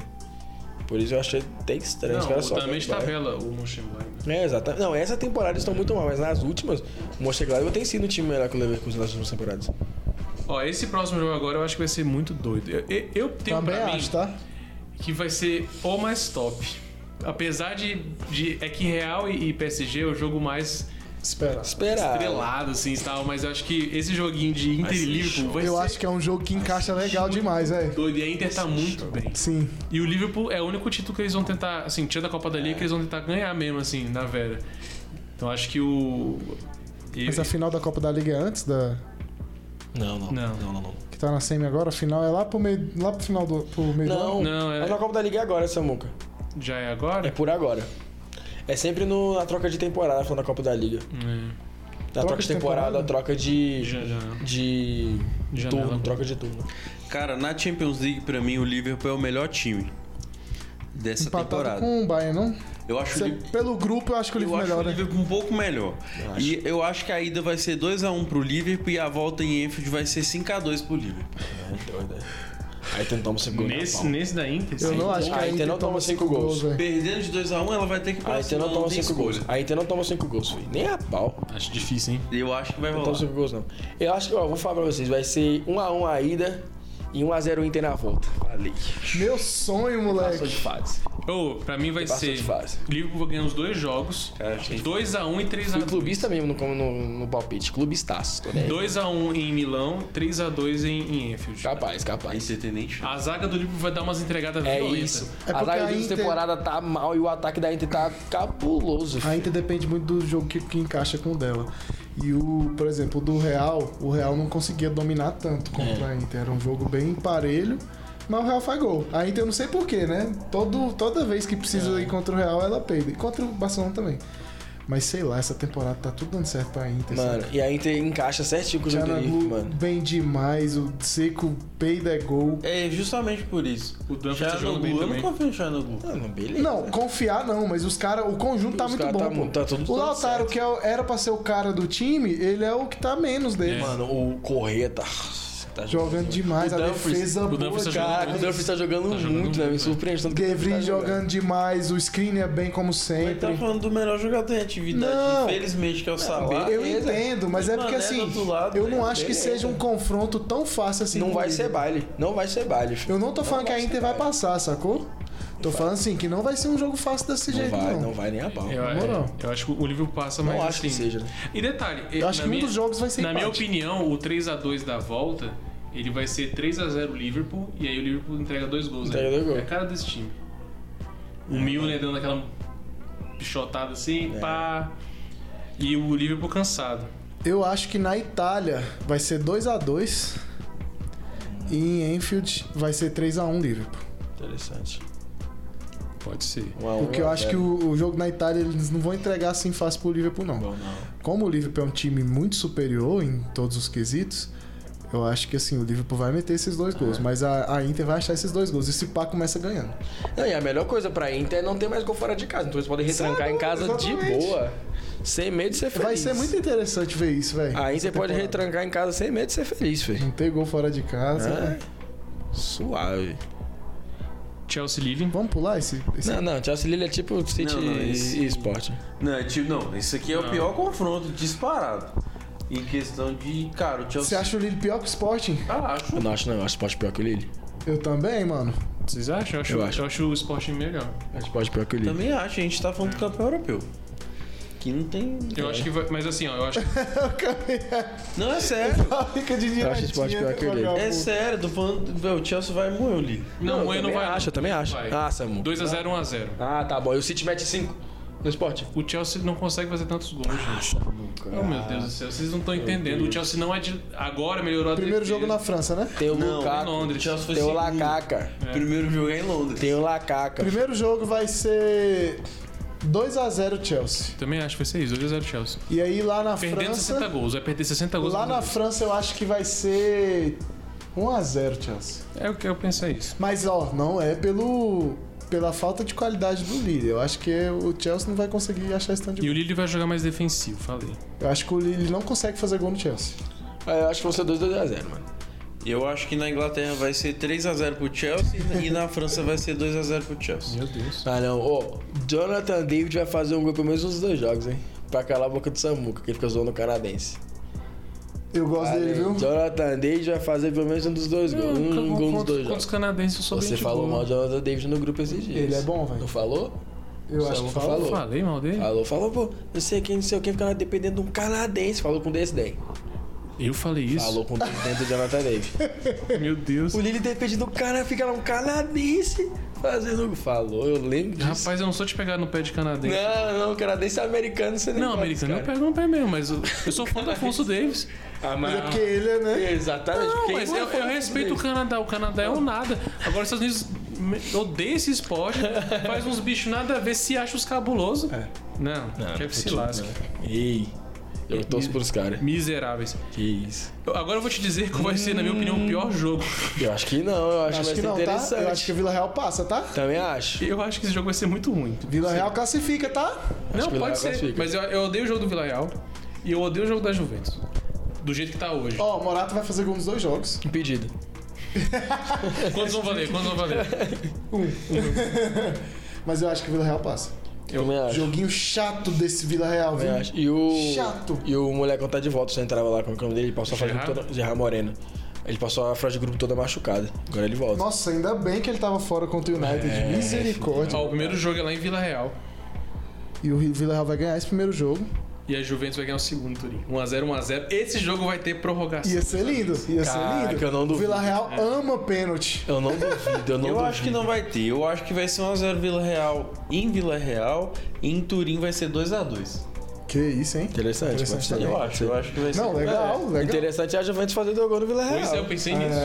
E: Por isso eu achei até estranho. Os
A: Não,
E: caras só
A: o- também de
E: ganham do Bayern.
A: tabela o Mönchengladbach.
E: É, exatamente. Não, essa temporada eles estão muito mal, mas nas últimas, o Mönchengladbach tem sido um time melhor que o Leverkusen nas últimas temporadas.
A: Ó, esse próximo jogo agora eu acho que vai ser muito doido. Eu, eu- eu tenho
B: Também
A: pra mim
B: acho, tá?
A: que vai ser o mais top. Apesar de, de- É que Real e, e PSG é o jogo mais
B: Espera.
E: Esperar.
A: Estrelado, assim e tal, mas eu acho que esse joguinho de Inter e Liverpool vai
B: Eu
A: ser
B: acho que é um jogo que encaixa legal demais, velho.
A: doido. E a Inter tá muito bem.
B: Sim.
A: E o Liverpool é o único título que eles vão tentar, assim, tira da Copa da Liga que eles vão tentar ganhar mesmo, assim, na Vera. Então acho que o. e-
B: Mas a final da Copa da Liga é antes da.
E: Não, não.
A: Não.
E: não, não.
B: Que tá na semi agora, a final é lá pro meio. Lá pro final do. Pro meio do ano.
E: Não,
A: Não, é-
E: é... na Copa da Liga é agora, Samuca.
A: Já é
E: É
A: agora?
E: por agora. É sempre no- na troca de temporada, falando da Copa da Liga.
A: É.
E: Na troca, de temporada,
B: temporada?
E: troca de.
A: Já, já.
E: De.
A: Janela.
E: turno, troca de turno.
D: Cara, na Champions League, pra mim, o Liverpool é o melhor time dessa
B: Empatado
D: temporada.
B: com o Bayern, não?
D: Eu acho o
B: Cê-
D: Liverpool.
B: pelo grupo, eu acho que o
D: Eu
B: livro
D: acho
B: melhor,
D: o
B: né?
D: Liverpool um pouco melhor. E eu acho que a ida vai ser 2x1 pro Liverpool e a volta em Enfield vai ser 5x2 pro Liverpool.
E: É doido, é. Aí tentamos segurar.
A: Nesse, nesse da Inter?
B: Eu
A: sim.
B: não acho que
E: Ah,
B: a
E: então
B: Inter
E: não toma
B: cinco
E: cinco gols.
B: velho.
D: Perdendo de 2x1, ela vai ter que ir pra
E: A Inter não
D: cima,
E: toma
D: tem
E: 5 gols.
D: escolha.
E: A Inter não toma 5 gols, filho. Nem a pau.
A: Acho difícil, hein?
D: Eu acho que vai
E: Não
D: rolar.
E: toma 5 gols, não. Eu acho que, ó, vou falar pra vocês, vai ser 1x1 a, ida e 1x0 o Inter na volta.
D: Falei.
B: Meu sonho,
E: Passou
B: moleque.
E: de fase.
A: Ô, pra mim vai
E: Passou
A: ser.
E: de fase.
A: Liverpool vai ganhar os dois jogos:
D: Cara, acho que-
A: 2x1 e
E: Fui
A: 3x2.
E: clubista mesmo no, no, no palpite. Clubistaço. Tô nem aí.
A: 2x1 em Milão, 3x2 em, em Enfield.
E: Capaz,
D: A
E: capaz.
D: Inter tem nem chance.
A: A zaga do Liverpool vai dar umas entregadas
E: É
A: violentas.
E: isso.
B: É
E: a
B: porque
E: zaga
B: a
E: da
B: Inter-
E: temporada tá mal e o ataque da Inter tá cabuloso.
B: A
E: filho.
B: Inter depende muito do jogo que, que encaixa com o dela. E o, por exemplo, do Real, o Real não conseguia dominar tanto
E: É.
B: contra a Inter. Era um jogo bem parelho, mas o Real faz gol. A Inter eu não sei porquê, né? Todo, toda vez que
E: É.
B: precisa ir contra o Real, ela perde. E contra o Barcelona também. Mas sei lá, essa temporada tá tudo dando certo pra Inter.
E: Mano,
B: sabe?
E: e a Inter encaixa certinho com o jogo do Liverpool,
B: Tchanalu
E: mano.
B: bem demais, o Seco peida é gol.
D: É justamente por isso.
A: O Dunphy tá jogando
D: Xanadu,
A: bem
D: eu
A: também.
D: não confio em Xanadu.
E: Ah, não, beleza.
B: Não, confiar não, mas os caras, o conjunto tá
E: Os
B: muito
E: cara
B: bom.
E: tá
B: pô.
E: mu- tá tudo
B: o
E: dando
B: Lautaro,
E: certo.
B: que é o- era pra ser o cara do time, ele é o que tá menos dele.
E: Mano, o Correia tá. tá
B: Jogando demais,
E: O
B: a
E: Dumfries-
B: defesa
A: o Dumfries
B: boa,
A: tá jogando
B: cara.
E: Caraca, o Duffy tá jogando
A: Tá
E: muito,
A: jogando muito,
E: né?
A: velho.
E: Me surpreende tanto que o Dumfries
B: Devry
E: tá
B: jogando demais, o Screen é bem como
D: Ele tá
B: sempre.
D: falando do melhor jogador em atividade,
B: Não.
D: infelizmente, que é o Salah.
B: Eu
E: beleza.
B: entendo, mas é
D: Mano,
B: porque
D: é do
B: assim,
D: outro lado,
B: eu
D: né?
B: não acho que
E: Beleza.
B: seja um confronto tão fácil assim.
E: Não
B: com
E: vai
B: o
E: ser
B: Liverpool.
E: baile. Não vai ser baile. filho.
B: Eu não tô falando que a
E: vai
B: Inter
E: ser
B: vai
E: baile.
B: passar, sacou? Tô falando assim, que não vai ser um jogo fácil desse
E: Não
B: jeito,
E: vai,
B: não.
E: não vai nem a pau.
A: Eu, é,
B: Na moral.
A: eu acho que o Liverpool passa
E: Não
A: mais
E: acho que
A: assim.
E: seja, né?
A: E detalhe,
B: Eu acho
A: na
B: que um
A: minha-
B: dos jogos vai ser
A: Na minha
B: empate.
A: opinião, o 3x2 da volta, ele vai ser 3x0 Liverpool, e aí o Liverpool entrega dois gols. né?
E: Entrega dois gols.
A: É a cara desse time. O Milner dando aquela pichotada assim,
E: É.
A: pá. E o Liverpool cansado.
B: Eu acho que na Itália vai ser 2 a 2 e em Enfield vai ser 3 a 1 Liverpool.
E: Interessante.
A: Pode ser.
E: Um a um,
B: Porque eu
E: um a
B: acho que
E: zero.
B: o, o jogo na Itália eles não vão entregar assim fácil pro Liverpool não.
E: Bom, não.
B: Como o Liverpool é um time muito superior em todos os quesitos, eu acho que assim o Liverpool vai meter esses dois
E: É.
B: gols, mas a, a Inter vai achar esses dois gols e se pá começa ganhando.
E: Não, e a melhor coisa pra Inter é não ter mais gol fora de casa. Então eles podem retrancar
B: Sabe,
E: em casa de
B: exatamente.
E: boa. Sem medo de ser feliz.
B: Vai ser muito interessante ver isso, velho.
E: A Inter pode
B: retrancar.
E: retrancar em casa sem medo de ser feliz, filho.
B: Não ter gol fora de casa.
E: É.
B: né?
E: Suave.
A: Chelsea Living.
B: Vamos pular esse, esse
E: Não, não, Chelsea Lille é tipo City
D: Não, não,
E: e-
D: esse-
E: e Sport.
D: Não, é tipo, não, esse aqui é o pior confronto, disparado. Em questão de, cara, o
B: Você
D: Chelsea.
B: acha o Lille pior que o Sporting?
D: Ah, acho.
E: Eu não acho, não. Eu acho Sport pior que o Lille.
B: Eu também, mano.
A: Vocês acham? Eu acho,
E: Eu acho.
A: eu acho o Sporting melhor.
E: Eu acho Sport pior que o Lille.
D: Também acho, a gente tá falando do campeão europeu. Que não tem.
A: Eu acho que vai. Mas assim, ó, eu acho que
D: Não, é sério.
B: Fica de né,
E: Eu acho esse esporte pior que o dele.
D: É sério, tô falando. Véi, O Chelsea vai moer o Lille.
A: Não, o
E: eu
A: não
E: também
A: vai.
E: acho, eu também acho.
A: Vai.
E: Ah, Samu.
A: 2x0, 1x0.
E: Ah, tá bom. E o City mete 5 no Sport?
A: O Chelsea não consegue fazer tantos gols, gente. Oh, meu Deus do céu, vocês não estão entendendo. O Chelsea não é de. Agora melhorou a
B: Primeiro
A: defesa.
B: jogo na França, né?
E: Tem o
D: Não,
A: em
E: Lukaku.
A: Londres.
D: Chelsea foi
E: Tem o
D: segundo.
E: Lacaca.
D: Primeiro jogo é em Londres.
E: Tem o Lacaca.
B: Primeiro jogo vai ser 2 a 0 Chelsea.
A: Também acho que vai ser isso, 2x0 Chelsea.
B: E aí lá na
A: Perdendo 60
B: França,
A: gols, vai perder 60 gols. né?
B: lá na França eu acho que vai ser 1 a 0 Chelsea.
A: É o que eu pensei isso.
B: Mas ó, não é pelo pela falta de qualidade do Lille. Eu acho que o Chelsea não vai conseguir achar esse tanto de
A: E o
B: gol.
A: Lille vai jogar mais defensivo, falei.
B: Eu acho que o Lille não consegue fazer gol no Chelsea.
E: Ah, eu acho que vão ser 2 2 a 0 mano.
D: Eu acho que na Inglaterra vai ser 3x0 pro Chelsea e na França vai ser 2x0 pro Chelsea.
A: Meu Deus.
E: Ah, não. Ô, Jonathan David vai fazer um gol pelo menos nos dois jogos, hein? Pra calar a boca do Samuca, que ele fica zoando o canadense.
B: Eu gosto
E: Ah,
B: dele,
E: né?
B: viu?
E: Jonathan David vai fazer pelo menos um dos dois gols. Um gol nos dois
A: Hum, Contra os
E: jogos.
A: canadenses eu sou bem
E: Você
A: de
E: falou
A: boa.
E: mal de Jonathan David no grupo esses dias.
B: Ele é bom, velho.
E: Não falou?
B: Eu acho que falou.
A: Falei mal dele?
E: Falou, falou, pô, não sei quem, não sei quem, ficava dependendo de um canadense. Falou com o desdém.
A: Eu falei isso?
E: Falou com o desdém do Jonathan Davis.
A: Meu Deus.
E: O Lili depende do cara, fica lá um canadense fazendo. Falou, eu lembro disso.
A: Rapaz, eu não sou te pegar no pé de canadense.
E: Não, não, canadense é americano, você nem
A: Não, é
E: pode,
A: americano eu
E: cara.
A: pego no pé mesmo, mas eu, eu sou fã do Afonso Davis.
E: Ah, mas...
B: Mas é porque ele é, né?
E: Exatamente.
A: Não,
E: quem
A: mas
E: não é
A: eu,
E: fã
A: eu
E: do
A: respeito o
E: Davis?
A: Canadá. O Canadá é um nada. Agora os Estados Unidos me- odeia esse esporte, faz uns bichos nada a ver, se acha os cabulosos.
E: É.
A: Não, quer que se lasque.
E: Ei, eu torço pros caras.
A: Miseráveis.
E: Que isso.
A: Eu- Agora eu vou te dizer qual vai ser, na minha opinião, o pior jogo.
E: Eu acho que não, eu acho,
B: Acho
E: que
B: que
E: vai
B: não,
E: ser
B: tá?
E: interessante.
B: Eu acho que Vila Real passa, tá?
E: Também acho.
A: Eu acho que esse jogo vai ser muito ruim.
B: Vila Real classifica, tá?
A: não,
E: que o Villarreal
A: pode ser.
E: classifica.
A: Mas eu, eu odeio o jogo do Villarreal e eu odeio o jogo da Juventus. Do jeito que tá hoje.
B: Ó, o Morato vai fazer gol nos dois jogos.
E: Impedido.
A: Quantos vão valer? Quantos vão valer?
B: Mas eu acho que Vila Real passa.
E: Eu também acho.
B: Joguinho chato desse Vila Real, viu?
E: também acho. E o.
B: Chato.
E: E o molecão tá de volta, você entrava lá com o nome dele, ele passou a frase de grupo
A: Gerard?
E: toda. Gerard Moreno. Ele passou a frase de grupo toda machucada. Agora ele volta.
B: Nossa, ainda bem que ele tava fora contra o United.
E: É,
B: Misericórdia.
A: Ó, o primeiro jogo é lá em Vila Real.
E: é.
B: E o Vila Real vai ganhar esse primeiro jogo.
A: E a Juventus vai ganhar o segundo, Turim. 1x0, 1x0. Esse jogo vai ter prorrogação.
B: Ia ser lindo, ia
E: Caraca,
B: ser lindo.
E: eu não duvido. É.
B: O Vila Real ama pênalti.
E: Eu não duvido, eu não
D: Eu
E: duvido.
D: acho que não vai ter. Eu acho que vai ser 1x0 Vila Real em Vila Real e em Turim vai ser 2x2.
B: Que isso, hein?
E: Interessante,
B: Interessante
E: pode ser.
B: também.
D: Eu acho, eu acho que vai ser.
B: Não, legal, legal.
E: Interessante é a Juventus fazer dois gols no Vila Real.
A: Pois é, eu pensei nisso.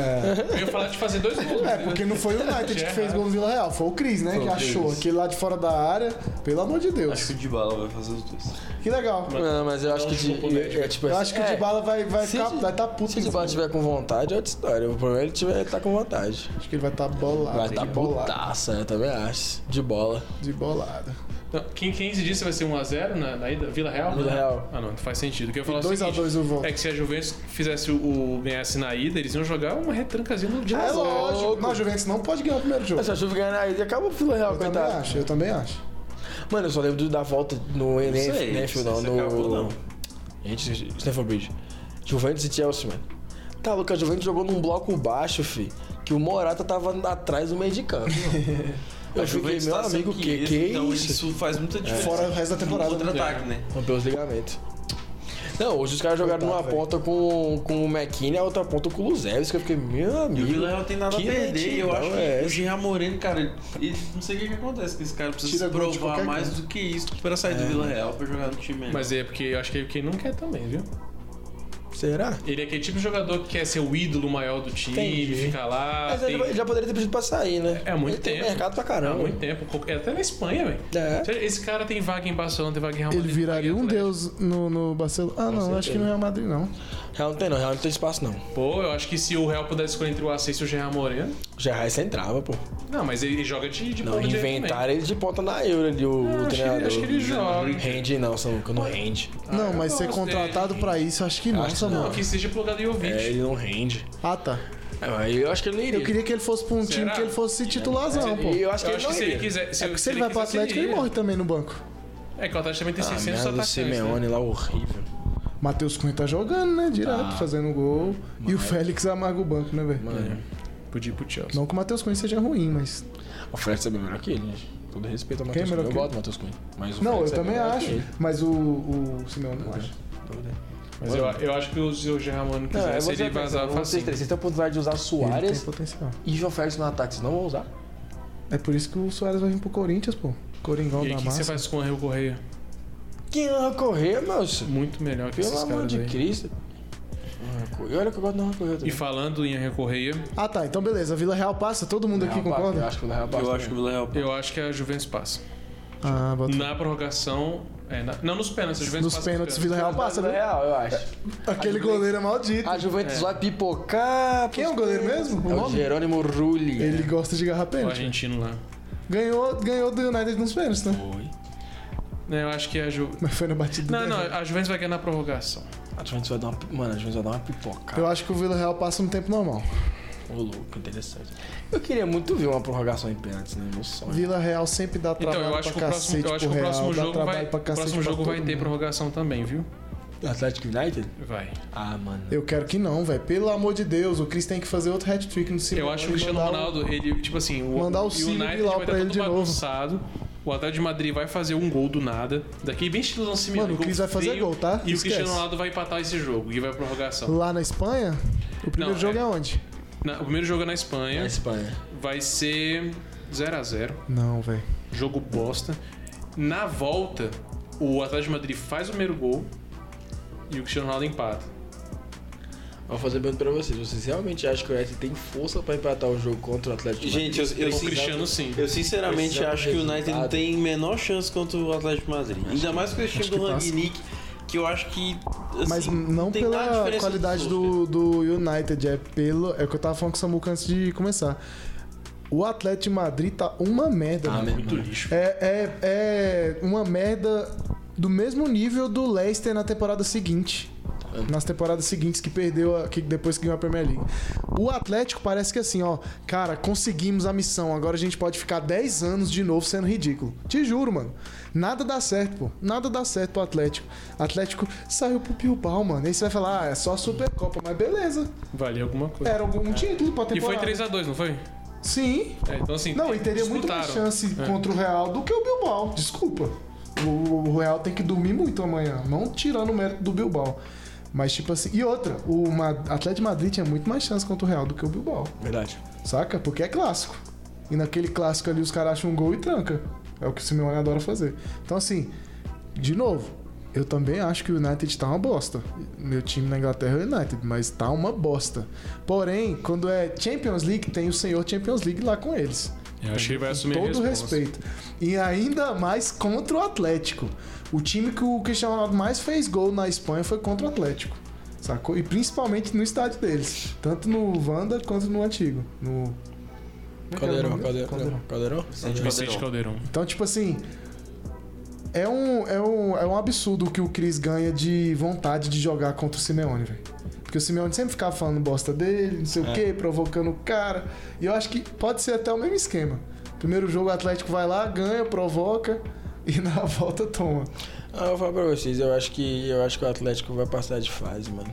A: Eu ia falar de fazer dois gols.
B: É, porque não foi o United que fez gol no Vila Real, foi o Cris, né? Que achou aquele lá de fora da área. Pelo amor de
D: Acho
B: Deus.
D: que o Dybala vai fazer os dois.
B: Que legal.
E: Não, mas eu acho que de, é, tipo
B: Eu
E: assim,
B: acho que o
E: é,
B: Dybala vai vai
E: se
B: ficar-
E: de-
B: vai tá puto.
E: Se o Dybala tiver com vontade, é outra história. O problema é ele tiver, tá com vontade.
B: Acho que ele vai estar tá bolado.
E: Vai tá
B: de bolado.
E: putaça, eu também acho. De bola.
B: De bolado.
A: Não, quem, quem se disse vai ser 1x0 na, na ida? Vila Real?
E: Vila Real.
A: Ah, não, não faz sentido. O que eu ia falar é o
B: 2x2
A: seguinte,
B: eu volto.
A: É que se a Juventus fizesse o, o ganhasse na ida, eles iam jogar uma retrancazinha no dia.
B: É lógico.
E: louco.
B: Não, a Juventus não pode ganhar o primeiro jogo.
E: Essa chuva ganhar aí acabou o Vila Real,
B: Eu também
E: coitado.
B: acho, eu também acho.
E: Mano, eu só lembro do- da volta no
D: sei,
E: Enfield,
D: não
E: não,
D: sei se
E: no...
D: acabou, não.
E: Gente, Stanford Bridge. Juventus e Chelsea, mano. Tá, Lucas, a Juventus jogou num bloco baixo, fi, que o Morata tava atrás do meio de campo. mano. Eu fiquei, meu amigo,
D: tá sem
E: que,
D: Chiesa,
E: que
D: então
E: isso? É,
D: isso faz muita diferença.
B: Fora o resto da
D: no
B: temporada. né?
D: contra-ataque, né?
E: Rompeu os ligamentos. Não, hoje os caras jogaram
B: Coitado,
E: numa ponta com, com o McKinney, a outra ponta com o Luzevski, que eu fiquei, meu
D: E
E: amigo.
D: o Vila Real tem nada
E: que
D: a perder.
E: lentidão
D: Eu acho
E: é
D: que o
E: essa?
D: Jean Moreno, cara, ele- ele- não sei o que, que acontece, que esse cara precisa
B: Tira
D: se
B: gol de
D: provar
B: qualquer
D: mais
B: canto.
D: do que isso pra sair
E: É,
D: do
E: né?
D: Vila Real pra jogar no time né? mesmo.
A: Mas é porque eu acho que é quem não quer também, viu?
E: Será?
A: Ele é aquele tipo de jogador que quer ser o ídolo maior do time,
E: Entendi.
A: ficar
D: Ah,
A: lá.
E: Mas
A: tem-
E: ele já poderia ter pedido pra sair, né?
A: É, há muito
E: ele Tem
A: tempo.
E: mercado pra
A: Há
E: caramba.
A: muito tempo. É até na Espanha, velho.
E: É.
A: Esse cara tem vaga em Barcelona, tem vaga em Real
B: Ele
A: Madrid,
B: viraria
A: vaga em
B: um
A: Atlético.
B: deus no, no Barcelona. Ah, não, acho que no Real Madrid não.
E: Real não tem, não. Real não tem espaço, não.
A: Pô, eu acho que se o Real pudesse escolher entre o Acesso e o Gerard Moreno...
E: O Gerrard você entrava, é pô.
A: Não, mas ele joga de, de
E: Não,
A: ponta direita também.
E: inventaram ele de ponta na Euro ali, o,
A: Ah,
E: o
A: acho que ele-
E: treinador.
A: acho que ele joga.
E: Rende não, Samuca, não rende.
B: não,
A: eu
B: mas ser
A: gosto
B: contratado
A: dele.
B: pra isso, acho que não,
E: acho que
A: Não,
B: Samuel.
A: que seja plugado em ouvinte.
E: É, ele não rende.
B: Ah, tá.
E: É, mas eu acho que ele não iria.
B: Eu queria que ele fosse pra um time
A: Será?
B: que ele fosse se titularzão, pô.
E: E eu
A: Eu
E: acho que ele não
A: se
E: iria.
A: ele quiser.
B: É porque se ele vai pro
A: quiser, se
B: Atlético, ele
A: iria.
B: morre também no banco.
A: É que o Atlético também tem
E: Ah,
A: 600
E: merda, o
A: atacantes.
E: Simeone
A: né?
E: lá, horrível.
B: Matheus Cunha tá jogando, né? Direto, fazendo gol. E o Félix amarga o banco, né, velho?
E: Mano,
A: Podia ir pro Chelsea.
B: Não que o Matheus Cunha seja ruim, mas.
E: o Fred é bem melhor que ele, né? Todo respeito ao
B: Quem é
E: Matheus
B: melhor
E: Cunha. Eu
B: que ele?
E: gosto do Matheus Cunha. Mas o
B: Não, eu
E: Fred é
B: também
E: melhor que
B: acho.
E: ele.
B: Mas o, o Simeone não acha.
A: Mas eu, eu acho que o se o Gerard Moreno
E: Não, é
A: quisesse,
E: você
A: ele vazava
E: vocês
A: facinho.
E: um três. Vocês têm a oportunidade de usar
B: Ele tem
E: Soares
B: potencial.
E: e João Félix no ataque. Vocês não vão usar?
B: É por isso que o Soares vai vir pro Corinthians, pô. Coringão
A: E aí, o
B: da
A: que que você
B: massa.
A: faz com o Rio Correia?
E: Quem vai correr, meu senhor?
A: Muito melhor que
E: Pelo
A: esses
E: amor
A: caras
E: de
A: aí.
E: Cristo. E olha que eu gosto de não correr
A: E
E: também.
A: falando em Rio Correia,
B: Ah, tá. Então beleza. Vila Real passa. Todo mundo aqui
E: Real passa, Eu
B: concorda?
E: acho que o Real passa
D: eu acho que o Vila Real.
A: eu acho que a Juventus passa.
B: Ah, bota.
A: Na prorrogação. é, na- não nos pênaltis, a Juventus
B: Nos
A: passa.
B: pênaltis, Vila Real
D: é
B: passa,
E: Vila
B: né?
E: Real, eu acho.
B: Aquele goleiro é maldito.
E: A
A: Ah,
E: Juventus vai pipocar.
B: Quem é o goleiro mesmo? O
E: É o
B: nome?
E: Jerônimo Rulli.
A: é.
B: Ele gosta de agarrar
A: O
B: pênalti.
A: argentino lá.
B: Ganhou, ganhou do United nos pênaltis, né?
A: Né, Eu acho que a Ju...
B: Mas foi na batida
A: Não,
B: do
A: não,
B: Guerreiro.
A: a Juventus vai ganhar na prorrogação.
E: A Juventus vai dar uma, mano, a Juventus vai dar uma pipoca.
A: é-
B: Eu acho que o Vila Real passa no tempo normal.
E: Ô, louco, interessante. Eu queria muito ver uma prorrogação em pênaltis, né? Meu sonho.
B: Vila Real sempre dá
A: Então,
B: trabalho
A: eu acho que
B: pra
A: o próximo,
B: cacete
A: eu acho que
B: pro
A: o
B: Real,
A: próximo
B: dá
A: jogo
B: trabalho
A: vai,
B: pra
A: o
B: cacete
A: próximo
B: pra
A: jogo
B: todo
A: vai ter
B: mundo.
A: prorrogação também, viu?
E: Atlético United?
A: Vai.
E: Ah, mano.
B: Eu quero que não, velho. Pelo amor de Deus, o Cris tem que fazer outro hat-trick no Simão.
A: Eu acho que o Cristiano Ronaldo, ele, tipo assim, o,
B: Mandar o
A: o
B: Cílio
A: United
B: Bilal
A: vai estar
B: pra ele
A: todo
B: de novo.
A: bagunçado. O Atlético de Madrid vai fazer um gol do nada. Daqui bem estilo Lance
B: Mano, o Cris vai fazer gol, tá?
A: E o
B: Esquece.
A: Cristiano Ronaldo vai empatar esse jogo e vai pra prorrogação.
B: Lá na Espanha, o primeiro
A: Não,
B: jogo
A: é-
B: é... onde?
A: Na- o primeiro jogo é na Espanha.
E: Na Espanha.
A: Vai ser 0 a 0
B: Não, velho.
A: Jogo bosta. Na volta, o Atlético de Madrid faz o primeiro gol e o Cristiano Ronaldo empata.
E: Vou fazer pergunta pra vocês. Vocês realmente acham que o United tem força pra empatar o jogo contra o Atlético de Madrid?
D: Gente, eu, eu,
A: o
D: sin-
A: Cristiano sim.
D: eu sinceramente
E: Precisava
D: acho que o United não
E: resultado.
D: tem menor chance contra o Atlético de Madrid. Ainda mais com esse time
B: acho
D: do
B: que passa.
D: Rangnick, que eu acho que. assim,
B: Mas não
D: tem nada de
B: pela
D: diferença
B: qualidade
D: dos outros.
B: do, do United, é pelo. É o que eu tava falando com o Samuca antes de começar. O Atlético de Madrid tá uma merda,
E: Ah,
B: mano.
A: Muito lixo.
B: É, é, é uma merda do mesmo nível do Leicester na temporada seguinte. Nas temporadas seguintes que perdeu, a, que depois que ganhou a Premier League. O Atlético parece que assim, ó, cara, conseguimos a missão, agora a gente pode ficar 10 anos de novo sendo ridículo. Te juro, mano. Nada dá certo, pô. Nada dá certo pro Atlético. Atlético saiu pro Bilbao, mano. Aí você vai falar, ah, é só Supercopa, mas beleza.
A: Vale alguma coisa.
B: Era algum título pra
A: E foi
B: temporada.
A: 3x2, não foi?
B: Sim.
A: É, então assim.
B: Não, e teria muito mais
A: disputaram.
B: chance
A: É.
B: contra o Real do que o Bilbao. Desculpa. O, o Real tem que dormir muito amanhã. Não tirando o mérito do Bilbao. Mas, tipo assim. E outra, o Ma- Atlético de Madrid tinha muito mais chance contra o Real do que o Bilbao.
E: Verdade.
B: Saca? Porque é clássico. E naquele clássico ali os caras acham um gol e tranca. É o que o Simeone adora fazer. Então, assim, de novo, eu também acho que o United tá uma bosta. Meu time na Inglaterra é o United, mas tá uma bosta. Porém, quando é Champions League, tem o senhor Champions League lá com eles.
A: Eu acho que ele vai assumir a
B: Todo
A: responsa.
B: respeito. E ainda mais contra o Atlético. O time que o Cristiano Ronaldo mais fez gol na Espanha foi contra o Atlético. Sacou? E principalmente no estádio deles. Tanto no Wanda quanto no antigo. No. Como é que era o
E: Caldeirão,
B: nome?
E: caldeirão. Caldeirão?
D: Vicente
A: Vicente
D: Caldeirão.
A: Caldeirão.
B: Então, tipo assim. É um, é, um, é um absurdo o que o Cris ganha de vontade de jogar contra o Simeone, velho. Porque o Simeone sempre ficava falando bosta dele, não sei o quê, provocando o cara. E eu acho que pode ser até o mesmo esquema. Primeiro jogo, o Atlético vai lá, ganha, provoca e na volta toma.
E: Ah, eu vou falar pra vocês, eu acho que eu acho que o Atlético vai passar de fase, mano.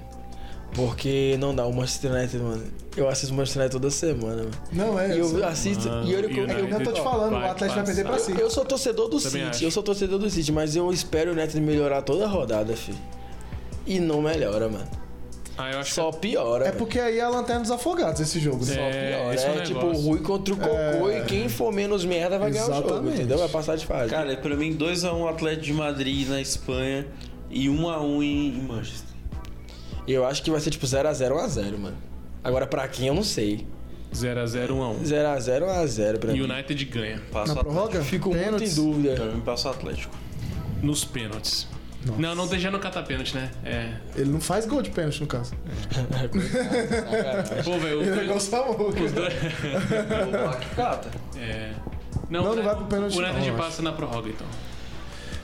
E: Porque não dá, o Manchester United, mano. Eu assisto o Manchester United toda semana, mano.
B: Não é.
E: e eu
B: eu,
E: assisto
A: Mano,
E: e olha
A: e o
E: como
B: é, eu já tô te
A: United
B: falando,
A: vai
B: o Atlético vai perder pra
A: passar.
B: si.
E: Eu sou torcedor do
A: Também
E: City,
A: acho.
E: eu sou torcedor do City, mas eu espero o Neto melhorar toda a rodada, fi. E não melhora, mano.
A: Ah, eu acho
E: Só
B: É
E: piora. velho.
B: porque aí é a lanterna dos afogados esse jogo,
A: que.
B: né?
A: É,
E: Piora.
A: esse é o
E: É, tipo o
A: negócio.
E: Rui contra o Cocô e quem for menos merda vai ganhar o jogo,
B: É. Exatamente.
E: entendeu? Vai passar de fase.
D: Cara, é pra mim 2x1 Atlético de Madrid na Espanha e 1x1 em em Manchester.
E: Eu acho que vai ser tipo 0x0, 1x0, mano. Agora pra quem eu não sei.
A: é 0x0, 1x1.
E: 0x0, 1x0 pra
A: E o
E: mim.
A: United ganha.
D: Passa
B: Na
D: o Atlético.
B: prorroga?
E: Fico muito em
B: Pênaltis.
E: dúvida.
D: Pra mim passa o Atlético.
A: Nos pênaltis.
B: Nossa.
A: Não, não deixa no catar pênalti, né? É.
B: Ele não faz gol de pênalti, no caso.
E: É.
A: Pô, velho,
B: Ele é
A: os
B: igual o
A: dois-
B: Samuca.
A: os dois.
D: Cata.
A: É.
B: Não,
A: o
B: não vai pro pênalti,
A: O United
B: não, eu
A: passa na prorroga, então.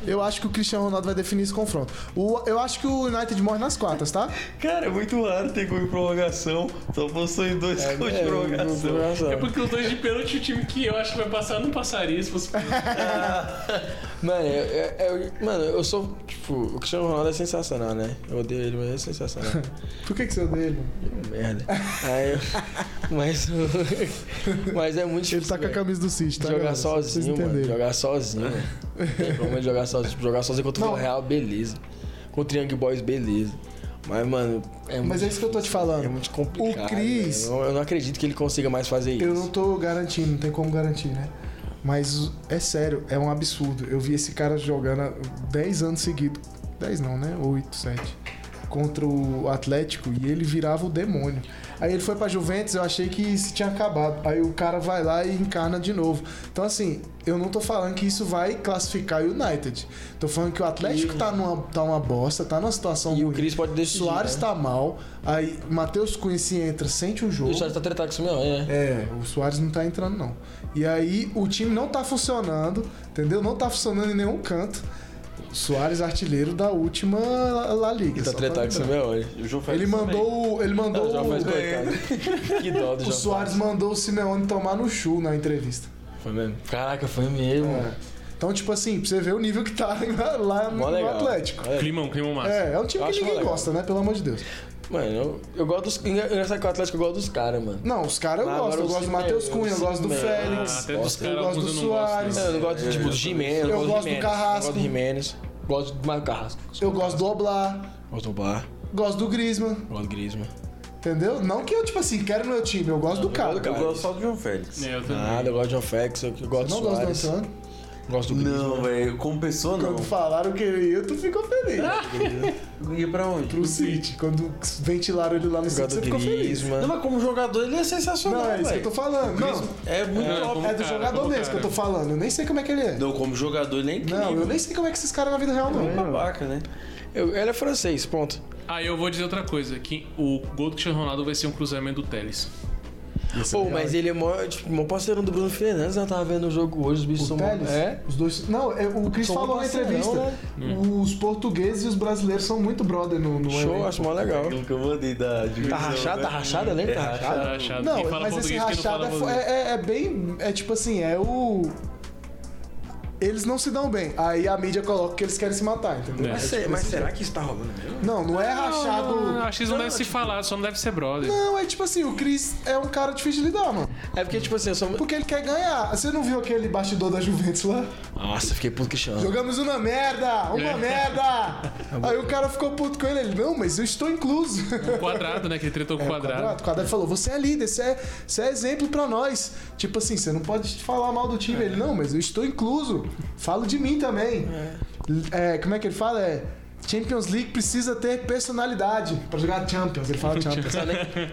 B: Eu acho que o Cristiano Ronaldo vai definir esse confronto. O- eu acho que o United morre nas quartas, tá?
D: Cara, é muito raro ter gol em prorrogação. Só possui dois
E: É,
D: gols de
E: é,
D: prorrogação.
E: prorrogação.
A: É porque os dois de pênalti, o time que eu acho que vai passar, não passaria se fosse pênalti.
E: Mano, eu, eu- eu- mano, eu sou. Tipo, o Cristiano Ronaldo é sensacional, né? Eu odeio ele, mas ele é sensacional.
B: Por que, que você odeia ele? mano?
E: Merda. Aí eu- mas, mas é muito
B: Ele
E: difícil.
B: tá com a
E: velho.
B: camisa do City, tá?
E: Jogar
B: galera? Só pra vocês
E: sozinho, mano.
B: entenderem.
E: Jogar sozinho. Não Tem problema de jogar sozinho. Tipo, jogar sozinho contra o
B: Não.
E: Real, beleza. Com o Triangle Boys, beleza. Mas, mano, é muito,
B: Mas é isso que eu tô te
E: é
B: falando.
E: muito complicado. né?
B: O Cris-
E: velho. Eu, eu não acredito que ele consiga mais fazer isso.
B: Eu não tô garantindo, não tem como garantir, né? Mas é sério, é um absurdo. Eu vi esse cara jogando há 10 anos seguidos. 10 não, né? 8, 7. Contra o Atlético e ele virava o demônio. Aí ele foi pra Juventus, eu achei que se tinha acabado. Aí o cara vai lá e encarna de novo. Então, assim, eu não tô falando que isso vai classificar o United. Tô falando que o Atlético tá, numa, tá uma bosta, tá numa situação
E: E o
B: ruim.
E: Cris pode decidir.
B: Soares
E: né?
B: tá mal. Aí Matheus Cunha se entra, sente o jogo.
E: O Soares tá tretado com o Simeone, né?
B: É, o Soares não tá entrando, não. E aí, o time não tá funcionando, entendeu? Não tá funcionando em nenhum canto. Soares, artilheiro da última La La Liga.
E: Ele tá
B: É, só pra
E: tretado com o
B: lembrar.
E: Simeone.
D: O João Félix
B: ele
D: também.
B: mandou, o- ele mandou
E: O João Félix,
B: o, é,
E: coitado. Que dó do
B: o
E: João
B: Soares
E: Félix.
B: mandou o Simeone tomar no chu na entrevista.
E: Foi mesmo? Caraca, foi mesmo.
B: É. Então, tipo assim, pra você ver o nível que tá lá no,
E: Mó
B: no
E: legal.
B: Atlético.
E: É.
A: Climão, climão massa.
B: É, é um time
E: Eu
B: que
E: acho
B: ninguém
E: legal.
B: gosta, né? Pelo amor de Deus.
E: Mano, eu, eu gosto dos. Engraçado que o Atlético eu gosto dos caras, mano.
B: Não, os caras eu
E: Ah,
B: gosto.
E: agora
B: Eu
E: o
B: gosto do
E: Cimento,
B: Matheus Cunha, eu
E: o
B: gosto do
E: Cimento.
A: Ah,
B: Félix.
A: até dos
E: Gosto.
A: caras
B: Eu gosto
A: alguns eu
B: do
A: não gosto.
B: Soares.
A: né?
E: Não, eu não gosto tipo, do Jimenez,
B: Eu gosto do
E: Jimenez,
B: Carrasco.
E: Eu gosto do Jimenez. Gosto do Mário Carrasco.
B: Eu gosto do Oblá,
E: Gosto do Bar.
B: gosto do Griezmann,
E: Gosto do Griezmann.
B: entendeu? Não que eu, tipo assim, quero no meu time, eu gosto do cara.
D: Eu gosto só do João Félix.
A: É, eu também.
E: Nada, eu gosto de Ofex, eu gosto do
B: Ah. Não gosto do
E: Soares.
B: Antônio.
E: Gosto do Griezmann.
D: Não, velho, como pessoa não.
B: Quando falaram que ele ia, tu ficou feliz.
A: Ah!
D: Ia pra onde?
B: Pro City. Quando ventilaram ele lá no City,
E: Gosto
B: você
E: do
B: ficou feliz.
E: Griezmann.
D: Não, mas como jogador ele é sensacional,
B: Não, é
D: velho.
B: isso que eu tô falando. Não,
D: É muito
A: É,
D: top.
A: como
B: é do
A: cara,
B: jogador
A: como
B: mesmo que
A: cara.
B: eu tô falando. Eu nem sei como é que ele é.
D: Não, como jogador ele é
B: Não, eu
D: incrível.
B: nem sei como é que esses caras na vida real,
D: é
B: não.
D: babaca, né?
E: Eu- ele é francês, ponto.
A: Ah, eu vou dizer outra coisa, que o gol do Cristiano Ronaldo vai ser um cruzamento do
B: Tá
A: Teles.
E: Pô, mas ele é mó, tipo, mó parceirão do Bruno Fernandes, né? eu tava vendo o jogo hoje, os bichos
B: O
E: são...
B: Telles?
E: É?
B: Os dois. Não, é, o Cris
E: São
B: falou na
E: parceirão,
B: entrevista.
E: né?
B: Os portugueses e os brasileiros são muito brother no, no
E: Show,
B: elenco.
E: acho mó legal.
D: Aquilo que eu mandei da
E: Tá
D: divisão,
E: rachado,
D: né?
E: tá rachado, né?
D: É
E: Tá
D: rachado.
E: rachado.
A: Tá achado.
B: Não,
A: quem fala
B: mas esse
A: português, quem não
B: rachado
A: fala
B: é, fo-
A: português.
B: é- é- é bem. É tipo assim, é o. Eles não se dão bem. Aí a mídia coloca que eles querem se matar, entendeu?
A: É.
E: Mas, se- mas será que isso tá rolando mesmo?
B: Não, não é
A: Não,
B: rachado. tipo-
A: não, não, acho que eles não, devem se falar, só não deve ser brother.
B: Não, é tipo assim, o Cris é um cara difícil de lidar, mano.
E: É porque, tipo assim, eu sou...
B: Porque ele quer ganhar. Você não viu aquele bastidor da Juventus lá?
E: Nossa, fiquei puto que chama.
B: Jogamos uma merda!
A: É.
B: Uma
A: Tá
B: merda! Aí o cara ficou puto com ele. Ele, não, mas eu estou incluso.
A: O quadrado, né? Que ele tretou com o quadrado.
B: É, Quadrado, Quadrado falou: você é líder, você é, você é exemplo pra nós. Tipo assim, você não pode falar mal do time. Ele, não, mas eu estou incluso. Falo de mim também. É, como é que ele fala? É. Champions League precisa ter personalidade pra jogar Champions. Ele fala Champions.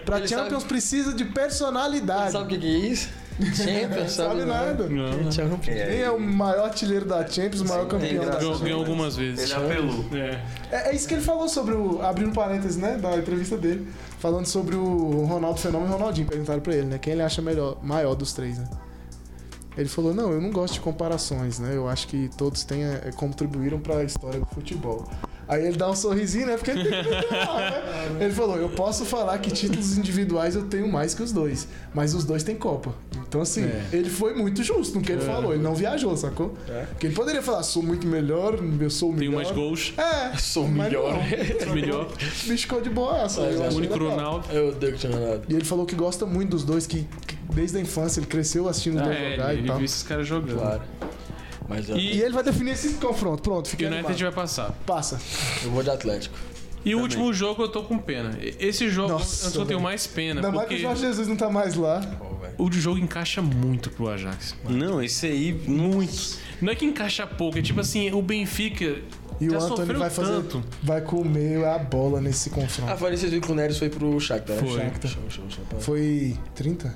B: pra
E: Ele sabe-
B: Champions precisa de personalidade.
E: Sabe né? o que que é isso? Sempre,
B: Não sabe nada.
A: Não.
E: Champions.
B: Quem é o maior artilheiro da Champions, o maior
E: é
B: campeão da
A: Ganhou, ganhou algumas
D: Ele
A: vezes.
D: apelou.
A: É.
B: É, é isso que ele falou sobre o. Abrindo parênteses, né? Da entrevista dele. Falando sobre o Ronaldo Fenômeno e o Ronaldinho. Perguntaram pra ele, né? Quem ele acha melhor, maior dos três, né? Ele falou: Não, eu não gosto de comparações, né? Eu acho que todos têm, é, contribuíram pra história do futebol. Aí ele dá um sorrisinho, né? Porque ele tem que continuar, né? Ele falou: Eu posso falar que títulos individuais eu tenho mais que os dois, mas os dois têm Copa. Então, assim, ele foi muito justo no que ele falou. Ele não viajou, sacou? Porque ele poderia falar: Sou muito melhor, eu sou o
A: Tem
B: melhor.
A: mais gols.
B: É.
E: Sou
B: Mas
E: melhor.
B: não.
A: Melhor. é
B: O bicho ficou de boa essa. eu
A: O
B: achei
A: único
B: legal.
A: Ronaldo.
E: Eu odeio que chama nada.
B: E ele falou que gosta muito dos dois, que, que desde a infância ele cresceu assistindo os dois
A: É,
B: jogar
A: ele
B: e tal.
A: viu esses caras jogando.
E: Claro. Mas eu,
A: E-
B: E ele vai definir esse confronto. Pronto, fiquei animado.
A: United vai passar.
B: Passa.
E: eu vou de Atlético.
A: E o último jogo eu tô com pena. E- Esse jogo
B: Nossa,
A: eu só tenho
B: velho.
A: mais pena,
B: Ainda mais que o
A: porque
B: Jorge Jesus não tá mais lá.
A: o jogo encaixa muito pro Ajax.
D: Não, esse aí, muito.
A: Não é que encaixa pouco, é tipo assim, o Benfica
B: E
A: já
B: o Anthony
A: sofreu
B: vai fazer.
A: tanto.
B: Vai comer a bola nesse
E: Ah,
B: confronto.
E: falei, vocês viram que o Neres foi pro Shakhtar, né?
A: Foi.
E: Shakhtar. Show, show, show.
B: Foi 30?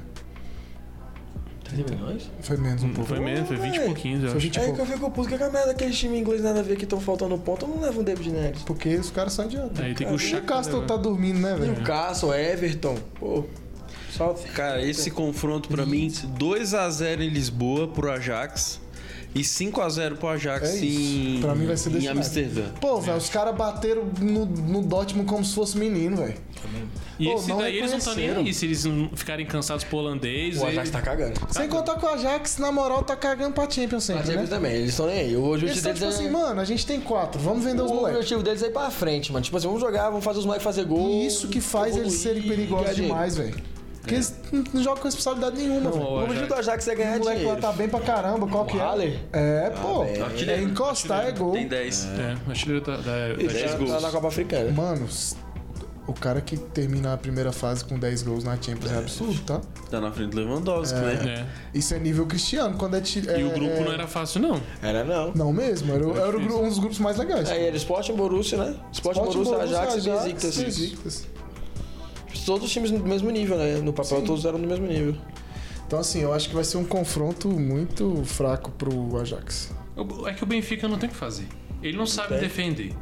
E: 30 milhões?
B: Foi menos um pouco.
A: Foi menos, foi 20 e
E: Ué,
A: pouquinhos, Hum, eu
B: Foi
A: acho.
B: 20 e
E: É que
B: pouco.
E: eu fico puto, que é que a merda daquele time inglês nada a ver que estão faltando ponto, eu não levo um David Neres.
B: Porque os caras são idiotas.
A: Aí tem que o
B: E o
A: Shakhtar
B: Castro
A: levar.
B: tá dormindo, né,
E: E
A: É.
B: velho?
E: o Castle, Everton, pô. Só
D: Cara, esse confronto pra mim, 2x0 em Lisboa pro Ajax e 5x0 pro
B: É
D: Ajax
B: isso.
D: em,
B: Pra mim vai ser
D: em
B: desse
D: Amsterdã.
B: Pô, velho, os caras bateram no, no Dortmund como se fosse menino, velho.
A: E
B: Pô,
A: esse
B: não
A: daí eles não estão nem
B: reconheceram.
A: aí. Se eles não ficarem cansados por holandês.
E: o
A: ele-
E: Ajax tá cagando.
B: Sem contar que o Ajax, na moral, tá cagando pra Champions
E: A
B: sempre,
E: Champions
B: né?
E: também, eles estão nem aí. O
B: Eles
E: objetivo
B: estão
E: deles
B: tipo
E: é-
B: assim, mano, a gente tem quatro, vamos vender os
E: O
B: moleques.
E: objetivo deles é ir pra frente, mano. Tipo assim, vamos jogar, vamos fazer os moleques fazer gol.
B: E isso que faz eles serem perigosos demais, velho. Porque eles não- não jogam com responsabilidade nenhuma, velho.
E: O
A: O Ajax-
E: objetivo do Ajax é
B: O
E: ganhar
B: moleque lá
E: dinheiro.
B: tá bem pra caramba, qual que é?
E: Haller? Ah,
B: É, pô.
E: velho.
B: É encostar é gol.
D: Tem 10.
A: É, artilheiro da, da,
E: Ele
A: da-
D: dez
E: tá-
D: gols.
E: tá na Copa Africana.
B: Mano, s- o cara que termina a primeira fase com 10 gols na Champions é absurdo, tá?
D: Tá na frente do Lewandowski, né?
A: né?
B: Isso é nível cristiano, quando é... ti-
A: E
B: é-
A: o grupo
B: é-
A: não era fácil, não.
E: Era não.
B: Não mesmo, era, o- era o gru- um dos grupos mais legais.
E: Aí era Sporting, Borussia, né? Sporting,
B: Sport,
E: Borussia,
B: Borussia,
E: Ajax, e
B: Ajax,
E: Besiktas. assim.
B: Besiktas.
E: Todos os times no mesmo nível, né? No papel todos eram do mesmo nível.
B: Então, assim, eu acho que vai ser um confronto muito fraco pro Ajax.
A: O- É que o Benfica não tem o que fazer. Ele não sabe defender.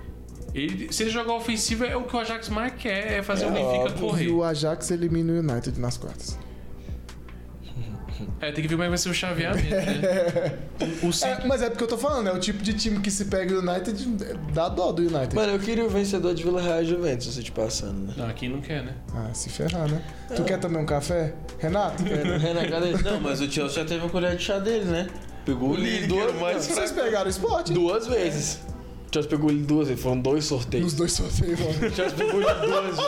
A: Ele- se ele jogar ofensivo, é o que o Ajax mais quer, é fazer o Benfica
E: óbvio.
B: E
A: correr.
B: o Ajax elimina o United nas quartas.
A: É, tem que ver como é que vai ser o chaveamento, né? O, o City-
B: É, mas é porque eu tô falando, é o tipo de time que se pega o United, é, dá dó do United.
E: Mano, eu queria o vencedor de Vila Real e Juventus, assim, te passando, né?
A: Não, aqui não quer, né?
B: Ah, se ferrar, né? Tu quer também um café? Renato?
A: É.
E: Renan, cadê?
D: Não, mas o Chelsea já né? teve a colher de chá dele, né? Pegou o Lille, que era o mais
B: Vocês pegaram o esporte?
E: Duas vezes. Chelsea pegou ele duas vezes, foram dois sorteios.
B: Nos dois sorteios, mano.
E: O Chelsea pegou ele duas vezes.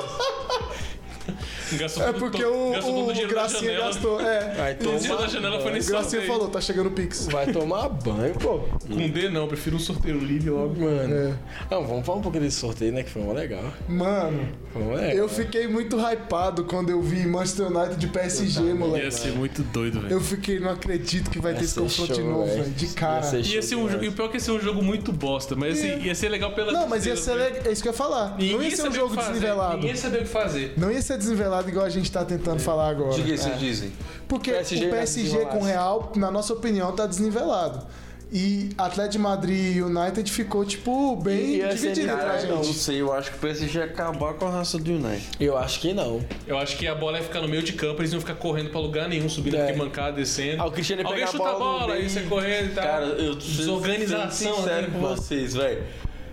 A: Gastou
B: É
A: tudo-
B: porque
A: todo-
B: o,
A: gastou todo
B: o,
A: dinheiro da
B: Gracinha
A: janela.
B: gastou. É.
E: Vai
A: O dinheiro da
E: tomar,
A: janela foi nesse
B: Gracinha
A: sorteio.
B: falou, tá chegando o Pix.
E: vai tomar banho, pô.
A: Com D não, prefiro um sorteio livre logo.
E: Mano.
B: É.
E: Ah, vamos falar um pouquinho desse sorteio, né? Que foi mó legal.
B: Mano,
E: Foi mó legal.
B: eu fiquei muito hypado quando eu vi Manchester United de PSG,
A: Ia
B: moleque.
A: ser muito doido, velho.
B: Eu fiquei, não acredito que vai ter esse
E: ser
B: confronto de
E: show,
B: novo,
E: velho.
B: velho. De
E: Ia
B: cara.
E: ser
A: Ia ser um jogo. E o pior é que ia ser um jogo muito bosta, mas assim, ia ser legal pela.
B: É. Não, mas ia
A: tristeza,
B: ser
A: né?
B: legal. É isso que eu ia falar.
A: Ninguém
B: Não ia ser um
A: sabia o
B: jogo
A: que fazer,
B: desnivelado.
A: Ninguém sabia o que fazer.
B: Não ia ser desnivelado igual a gente tá tentando
E: É.
B: falar agora.
D: Diga aí, vocês dizem.
B: Porque
E: PSG
B: o
E: tá
B: PSG
E: desnivelado.
B: com o Real, na nossa opinião, tá desnivelado. E Atlético de Madrid e United ficou, tipo, bem
E: E ia ser
B: dividido pra
E: Caralho,
B: gente.
E: não.
D: Não sei, eu acho que o PSG ia acabar com a raça do United.
E: Eu acho que não.
A: Eu acho que a bola ia ficar no meio de campo, eles iam ficar correndo pra lugar nenhum, subindo
E: É.
A: aqui mancada, descendo.
E: Ah, o Cristiano ia
A: Alguém
E: pegar a
A: chuta a
E: bola no
A: bola, aí
E: meio.
A: você correndo
E: Tá
A: e tal.
D: Cara, eu tô sendo-
A: Desorganização,
D: sendo sincero
A: né,
D: com
A: mano?
D: vocês, velho.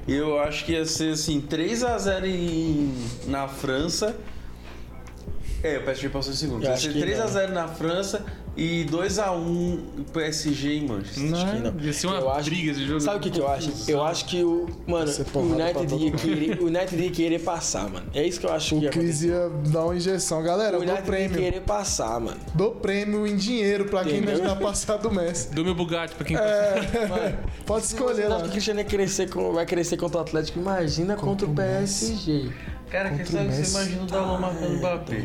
D: Eu acho que ia ser assim, 3x0 em- na França. É, o PSG passou em segundo.
E: Eu
D: Ia
E: acho
D: ser
E: que
D: 3x0 na França e 2x1 PSG em Manchester.
E: Acho que
B: Ah.
E: não.
A: Ia ser uma
E: Eu acho-
A: briga esse jogo. é
E: Sabe o que, que eu acho? Eu acho que o. Mano,
B: ser
E: o
B: porrada pra
E: United,
B: todo
E: ia
B: mundo.
E: querer, o United ia querer passar, mano. É isso que eu acho que
B: O
E: ia
B: Cris ia dar uma injeção. Galera,
E: O
B: dou
E: United ia
B: prêmio.
E: querer passar, mano.
B: Dou prêmio em dinheiro pra quem
E: Entendeu?
B: não está passado do Messi.
A: Do meu Bugatti pra quem
B: É. Pode escolher
E: Não,
B: lá.
E: porque o Cristiano ia crescer com- vai crescer contra o Atlético. Imagina contra, o PSG.
D: Cara, que sabe que você imagina o Dalot marcando o Mbappé.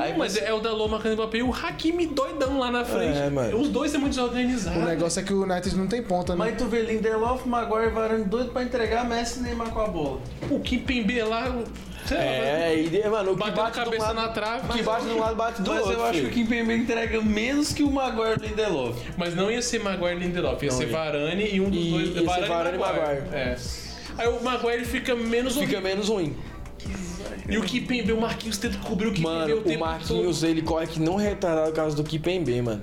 A: Aí, mas é o Dalot marcando o Mbappé e o Hakimi doidão lá na frente.
E: É, mano.
A: Os dois são muito desorganizados.
B: O negócio é que o United não tem ponta, né?
D: Mas tu vê Lindelof, Maguire e Varane doido pra entregar Messi e Neymar com a bola.
A: O Kimpembe lá, o- sei lá,
E: É, e, mano, o que
A: batendo
E: bate do
A: cabeça
E: lado,
A: na trave.
E: o que
A: mas-
E: bate de um lado bate do
D: Mas
E: outro.
D: eu acho que o
E: filho.
D: Kimpembe entrega menos que o Maguire e o Lindelof.
A: Mas não ia ser Maguire e Lindelof, ia ser
E: ia.
A: Varane e um dos
E: E-
A: dois.
E: ia ser Varane e Maguire.
A: É. Aí o Maguire fica menos
E: Fica
A: horrível.
E: menos ruim.
A: E o Kimpembe, o Marquinhos tenta cobrir o Kimpembe
E: Mano,
A: o tempo
E: o Marquinhos, ele corre que não retardado por causa do Kipembe, mano.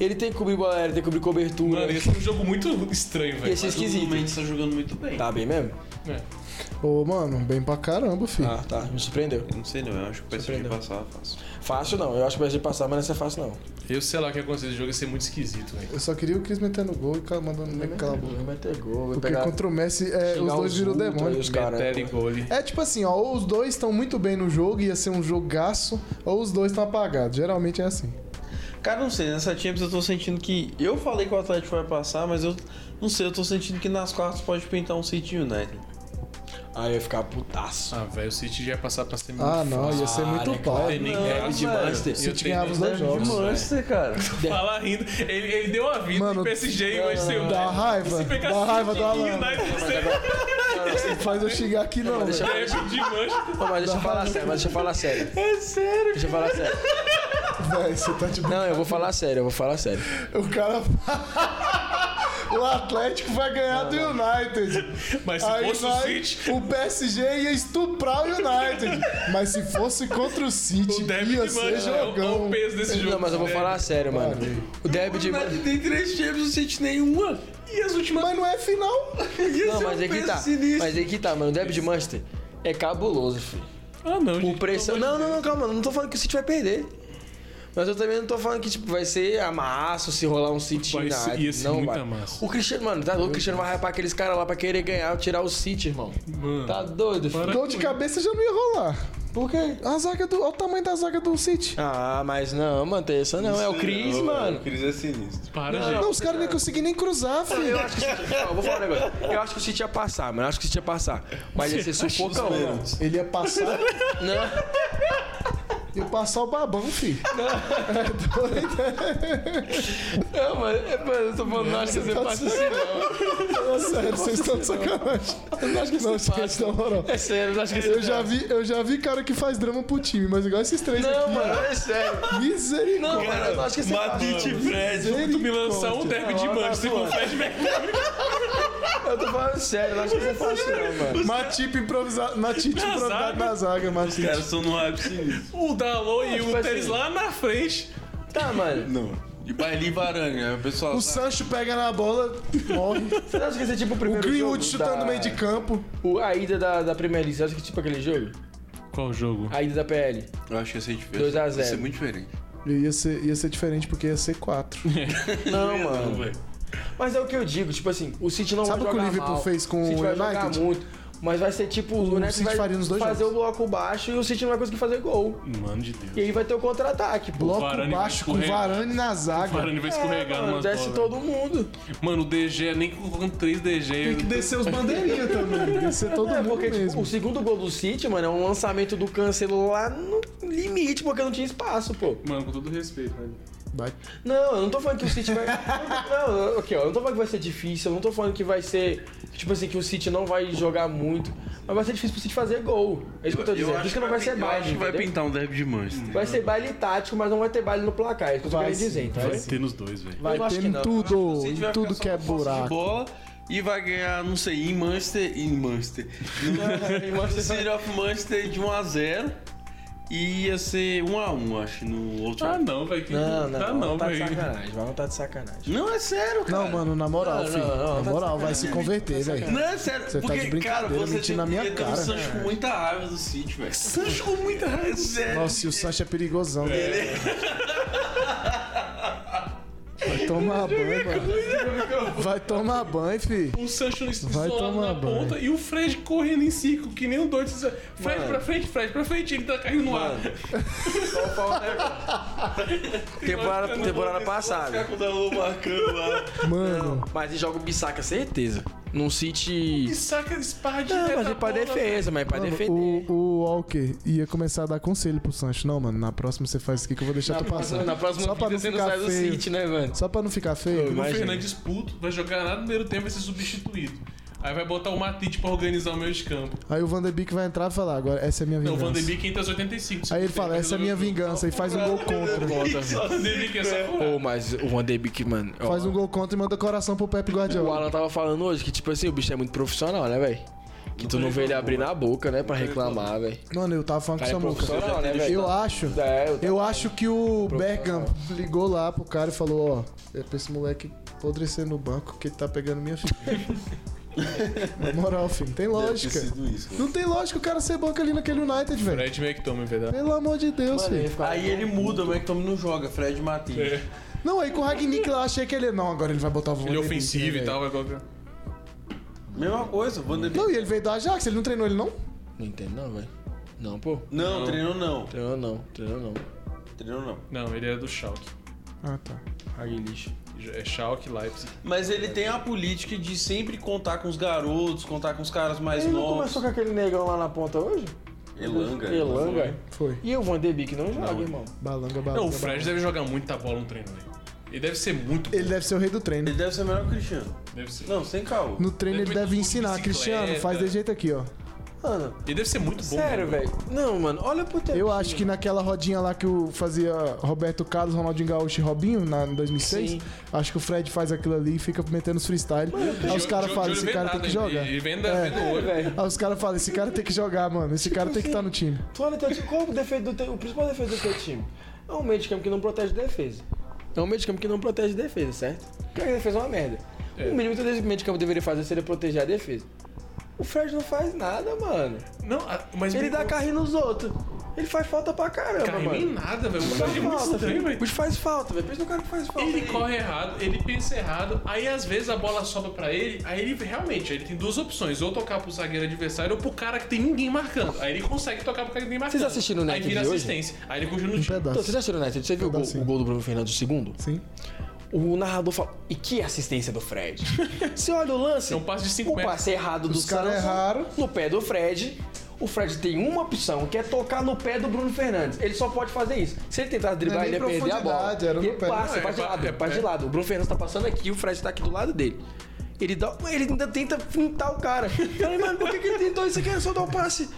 E: Ele tem que cobrir bola aérea, tem que cobrir
A: todo.
E: cobertura.
A: Mano, esse é um jogo muito estranho, velho.
E: Ia ser
D: O
E: esquisito.
D: Mendes tá jogando muito bem.
E: Tá bem mesmo?
A: É.
B: Ô, mano, bem pra caramba, filho.
E: Ah, tá. Me surpreendeu.
D: Eu não sei não, eu acho que o PSG passar fácil.
E: Fácil não. Eu acho que vai ser passar, mas não é fácil não.
A: Eu sei lá o que aconteceu, esse jogo ia ser muito esquisito, velho.
B: Eu só queria o Cris metendo gol e ca- mandando meio que cala a boca.
E: Vai ter gol, vai
B: Porque
E: pegar...
B: contra o Messi, é, os
E: xingar
B: dois
E: os
B: viram
E: vultos aí,
B: demônio.
E: os caras.
A: Metelli Gole.
B: É tipo assim, ó, ou os dois estão muito bem no jogo, ia ser um jogaço, ou os dois estão apagados. Geralmente é assim.
D: Cara, não sei, nessa Champions eu tô sentindo que... Eu falei que o Atlético vai passar, mas eu não sei, eu tô sentindo que nas quartas pode pintar um City United.
E: Aí eu ia ficar putaço.
A: Ah, velho, o City já ia passar pra ser
B: Ah, não, ia ser
E: Ah, né,
B: muito
A: Não
B: pau.
A: tem nem
D: Não,
A: rap de
D: velho.
A: Manchester.
B: Se
A: Eu
B: te
A: tenho
B: ganhava os dois
A: nem-
B: jogos.
D: Manchester, cara.
A: Fala rindo. Ele, ele deu a vida
B: Mano,
A: de PSG e vai ser o
B: Dá raiva,
A: Se pegar
B: dá raiva, dá
A: City e
B: raiva.
A: United, você
B: Faz eu xingar aqui não,
E: Mas deixa,
B: velho.
A: rap de Manchester.
E: não, mas deixa eu falar sério, mas deixa eu falar sério.
A: É sério,
E: Deixa eu falar sério.
B: Véi, Você tá de
E: Não, eu vou falar sério, eu vou falar sério.
B: O cara. o Atlético vai ganhar do United.
A: Mas se
B: Aí
A: fosse o
B: vai-
A: City,
B: o PSG ia estuprar o United. Mas se fosse contra o City,
A: o Derby de
B: ia ser
A: Manchester é o- é
B: jogão.
A: o peso desse jogo.
E: Não, mas eu vou
A: velho.
E: falar sério, mano. O Deb de...
D: Mas tem três Champions, o City nenhuma.
A: E as últimas...
B: Mas não é final.
E: Não, mas aí que tá. Mas aí que tá, mano. O Deb de Manchester é cabuloso, filho.
A: Ah, não,
E: Por
A: gente.
E: pressão. Não, não, não, calma. Não tô falando que o City vai perder. Mas eu também não tô falando que tipo, vai ser amasso se rolar um City
A: Vai ser-
E: United.
A: ia ser
E: não
A: muito
E: vai.
A: amasso.
E: O Cristiano, mano, tá louco? O Cristiano vai rapar aqueles caras lá pra querer ganhar, tirar o City, irmão.
A: Mano.
E: Tá doido, filho.
A: Para-
B: Gol de cabeça já não ia rolar.
E: Por quê?
B: A zaga do. Olha o tamanho da zaga do City.
E: Ah, mas não, mano, tem essa não. É o Cris, mano.
D: O Cris é sinistro.
A: Para,
E: Não,
A: gente.
B: Não, os caras não iam conseguir nem cruzar, filho.
E: Eu acho que o City. Ó, eu vou falar um negócio. Eu acho que o City ia passar, mano. Eu acho que o City ia passar. Mas ia ser sufocão. mano.
B: Ele ia passar,
E: Não,
B: ia passar o babão, filho.
E: não, mano. é, mano, Eu tô falando, não acho que você passa assim, não.
B: Fala Tá Sério, vocês estão de sacanagem.
E: Não acho que
B: Não,
E: você
B: esquece,
E: passa.
B: na moral.
E: É sério, não acho que você
B: Eu já, vi, eu já vi cara que faz drama pro time, mas igual esses três
E: Não,
B: aqui.
E: mano, é sério.
B: ó. Misericórdia.
E: Não, mano, eu não acho que você passa.
D: Matite e Fred.
A: Tu me lançar um
B: Misericórdia.
A: derby de Manchester com o Fred McTominay.
E: Eu tô falando sério, eu não acho que você passa, não, mano.
B: Matip improvisado, Matip
A: Na
B: improvisado
A: zaga.
B: na zaga, Matip.
D: Os caras são num hype sinistro.
A: O Dalot e
E: Tipo
A: o
E: assim.
A: Teres lá na frente.
E: Tá, mano.
D: Não. E Bailey e Varane, né? o pessoal...
B: O Sancho pega na bola, morre.
E: Você não acha que esse é tipo o
B: O
E: primeiro jogo?
B: Greenwood chutando no meio de campo.
E: campo. A ida da, da Premier League, você acha que é tipo aquele jogo?
A: Qual jogo?
E: A ida da PL.
D: Eu acho que ia ser diferente.
E: 2 a 0.
D: Ia ser muito diferente.
B: E Ia ser, ia ser diferente porque ia ser 4.
E: Não, mano. Mas é o que eu digo, tipo assim, o City não
B: Sabe
E: vai
B: o que o
E: jogar
B: Liverpool
E: mal,
B: fez com
E: City
B: o
E: vai jogar
B: United?
E: muito, mas vai ser tipo, o, Neto
B: City
E: vai
B: faria nos dois
E: fazer
B: jogos.
E: o bloco baixo e o City não vai conseguir fazer gol.
A: Mano de Deus.
E: E aí vai ter o contra-ataque, pô.
B: Bloco
A: Varane vai
B: baixo com
A: escorregar.
B: Varane na
A: O
B: zaga.
A: Varane vai escorregar
E: É, mano,
A: numa
E: desce
A: bola.
E: todo mundo.
A: Mano, o DG, nem com três DG.
B: Tem que descer os bandeirinhas também. Descer todo
E: É,
B: mundo
E: porque tipo,
B: mesmo.
E: o segundo gol do City, mano, é um lançamento do Cancelo lá no limite, porque não tinha espaço, pô.
A: Mano, com todo respeito, velho.
B: Vai.
E: Não, eu não tô falando que o City vai. não, ok, ó, eu não tô falando que vai ser difícil, eu não tô falando que vai ser. Tipo assim, que o City não vai jogar muito. Mas vai ser difícil pro City fazer gol. É isso que eu tô dizendo. Por
D: acho
E: isso que não vai
D: pin-
E: ser
D: eu
E: baile.
D: acho que vai
E: entendeu?
D: pintar um derby de Manchester.
E: Vai ser baile tático, mas não vai ter baile no placar. É isso que eu tô
B: então, Vai
E: querendo
B: sim,
E: dizer, tá?
A: Vai ter nos dois, velho.
B: Vai
E: acho que
B: ter em
E: não.
D: O
B: tudo,
D: City
B: em
D: vai
B: tudo
D: ficar só
B: que é
D: com
E: um
D: posse de
B: buraco.
D: bola e vai ganhar, não sei, em Manchester, em Manchester. No City of Manchester de 1 a 0 e ia ser 1 a 1, acho, no Old
A: Ah,
D: Trafford.
A: não, velho. que-
E: Não, não,
A: Tá
E: não,
A: não,
E: tá de
A: velho.
E: sacanagem. Vai, não tá de sacanagem.
D: Não é sério, cara.
B: Não, mano, na moral,
E: Não,
B: filho.
E: não, não,
B: Na
E: tá
B: moral, vai se converter,
D: Não
B: velho.
D: é sério,
B: Você tá
D: porque,
B: de brincadeira,
D: cara, você
B: mentindo na minha
D: devia ter
B: cara. né?
D: o Sancho com muita raiva do City, velho. Sancho com muita raiva, sério.
B: Nossa, e o Sancho é perigosão. velho. Vai tomar banho, mano. Vai tomar banho, filho.
A: O Sancho
B: Vai
A: isolado
B: tomar
A: na
B: banho.
A: ponta e o Fred correndo em círculo, que nem um doido. Fred
E: Mano.
A: pra frente, Fred pra frente, ele tá caindo no ar.
E: Só falta- temporada, temporada passada.
D: Ficar com o Dalô marcando lá.
B: Mano,
E: Mas ele joga o Bissaca, certeza. Num City.
A: E saca espada de
E: Não, mas é pra defesa, mas é pra
B: mano,
E: defender.
B: o, o Walker ia começar a dar conselho pro Sancho. Não, mano, na próxima você faz isso aqui que eu vou deixar
E: Na
B: tu passar.
E: próxima, na próxima
B: Só pra não
E: vida você não
B: ficar
E: sai do
B: feio.
E: City, né, mano?
B: Só pra não ficar
E: Eu
B: feio.
E: imagino.
A: O
E: Imagina.
A: Fernandes é puto, vai jogar nada no primeiro tempo, vai ser substituído. Aí vai botar o Matite pra organizar o meio de campo.
B: Aí o Van de Beek vai entrar e falar, agora essa é a minha
A: Não, o
B: vingança.
A: Van de Beek entra aos 85.
B: Aí ele fala, essa é a minha vingança. E faz um gol
D: né?
B: contra.
A: O Van de Beek é só furar.
E: Pô, mas o Van de Beek, mano. ó,
B: Faz um gol contra e manda coração pro Pepe
E: O
B: Guardiola.
E: Alan tava falando hoje que, tipo assim, o bicho é muito profissional, né, velho? Que tu não vê ele abrir na boca, né, pra reclamar, velho.
B: Mano, eu tava falando com o
E: Cara, é
B: Samuca.
E: profissional, né,
B: Eu
E: velho?
B: acho.
E: É, eu
B: Eu acho que o Bergam ligou lá pro cara e falou, ó, é pra esse moleque apodrecer no banco que ele tá pegando minha filha. Na moral, filho, não tem lógica. Não tem lógica o cara ser banco ali naquele United,
E: É.
B: velho.
A: Fred McTominay, verdade.
B: Pelo amor de Deus, filho.
D: Aí ele muda, o McTominay não joga, Fred Matins.
A: é
B: É. Não, aí com o Ragnick lá, achei que ele... Não, agora ele vai botar o
A: Ele é
B: Van de Beek,
A: ofensivo
B: né,
A: e
B: velho?
A: tal, é vai colocar.
D: Mesma coisa, o Van de Beek.
B: Não, e ele veio do Ajax, ele não treinou ele não?
E: Não entendo, não, velho. Não, pô.
D: Não, treinou não.
E: Treinou não, treinou não.
D: Treinou não.
A: Não, ele é do Schalke.
B: Ah, tá.
E: Rague lixo.
A: É Schalke, Leipzig.
D: Mas ele tem a política de sempre contar com os garotos, contar com os caras mais
E: Ele não
D: novos.
E: começou com aquele negão lá na ponta hoje?
D: Elanga.
E: Elanga.
B: Foi.
E: E o Van de Beek não joga, irmão.
B: Balanga, balanga.
E: é
A: Não, o Fred deve jogar muita bola no treino, velho. Ele deve ser muito bom.
B: Ele deve ser o rei do treino.
D: Ele deve ser melhor que o Cristiano.
E: é-
A: Deve ser.
D: Não, sem
E: Hum,
D: caô.
B: No treino ele
A: Ele
B: deve
A: fez
B: ensinar.
A: bicicleta.
B: Cristiano, faz desse jeito aqui, ó.
E: Mano,
A: Ele deve ser muito bom.
E: sério,
A: mano.
E: velho. Não, mano, olha pro teu.
B: Eu acho que naquela rodinha lá que o fazia Roberto Carlos, Ronaldinho Gaúcho e Robinho na, em 2006,
E: Sim.
B: acho que o Fred faz aquilo ali e fica metendo os freestyle. Aí Ah, os
A: Jo-
B: caras
A: Jo-
B: falam,
A: Júlio
B: esse cara tem
A: Bernardo,
B: que jogar. É.
A: Ele ele vem da- vem do olho.
E: velho.
B: Aí os caras falam, esse cara tem que jogar, mano. Esse cara tem que estar no time.
E: Tu olha teu time, então, tipo, qual o defeito do teu, o principal defeito do teu time? É um meio de campo que não protege defesa. É um meio de campo que não protege defesa, certo? Porque a defesa é uma merda.
A: É.
E: O mínimo que o meio de campo deveria fazer seria proteger a defesa. O Fred não faz nada, mano.
A: Não, ah, mas
E: Ele
A: me-
E: dá carrinho nos outros. Ele faz falta pra caramba,
A: Cara, nem
E: mano. tá
A: nada, velho. O
E: Faz
A: Fred é muito
E: falta,
A: estranho,
E: filho. O
A: velho.
E: bicho faz falta, velho. Pensa no cara que faz falta.
A: Ele
E: aí.
A: corre errado, ele pensa errado, aí às vezes a bola sobra pra ele, aí ele realmente ele tem duas opções, ou tocar pro zagueiro adversário ou pro cara que tem ninguém marcando. Aí ele consegue tocar pro cara que tem ninguém marcando.
E: Vocês assistiram o
A: Aí
E: United
A: vira
E: de hoje?
A: assistência. Aí ele continua no
B: Um
A: time.
E: Então,
B: pedaço.
E: vocês assistiram, né? Você viu o
B: Tá,
E: gol,
B: sim.
E: o gol do Bruno Fernandes, o segundo?
B: Sim.
E: O narrador fala, e que assistência do Fred? Você olha o lance.
A: É um passe de cinco
E: O
A: metros.
E: passe errado do
B: Os caras
E: Santos
B: erraram.
E: no pé do Fred. O Fred tem uma opção, que é tocar no pé do Bruno Fernandes. Ele só pode fazer isso. Se ele tentar driblar,
B: Não é
E: ele
B: nem
E: ia perder a bola.
B: profundidade, era no
E: Ele
B: pé.
E: passa,
A: Não, é
E: faz de
A: pa-
E: lado,
A: é
E: faz de
A: pé.
E: lado. O Bruno Fernandes tá passando aqui, o Fred tá aqui do lado dele. Ele, dá, ele ainda tenta fintar o cara. Eu Falei, mano, por que, que ele tentou isso aqui? É só dar um passe.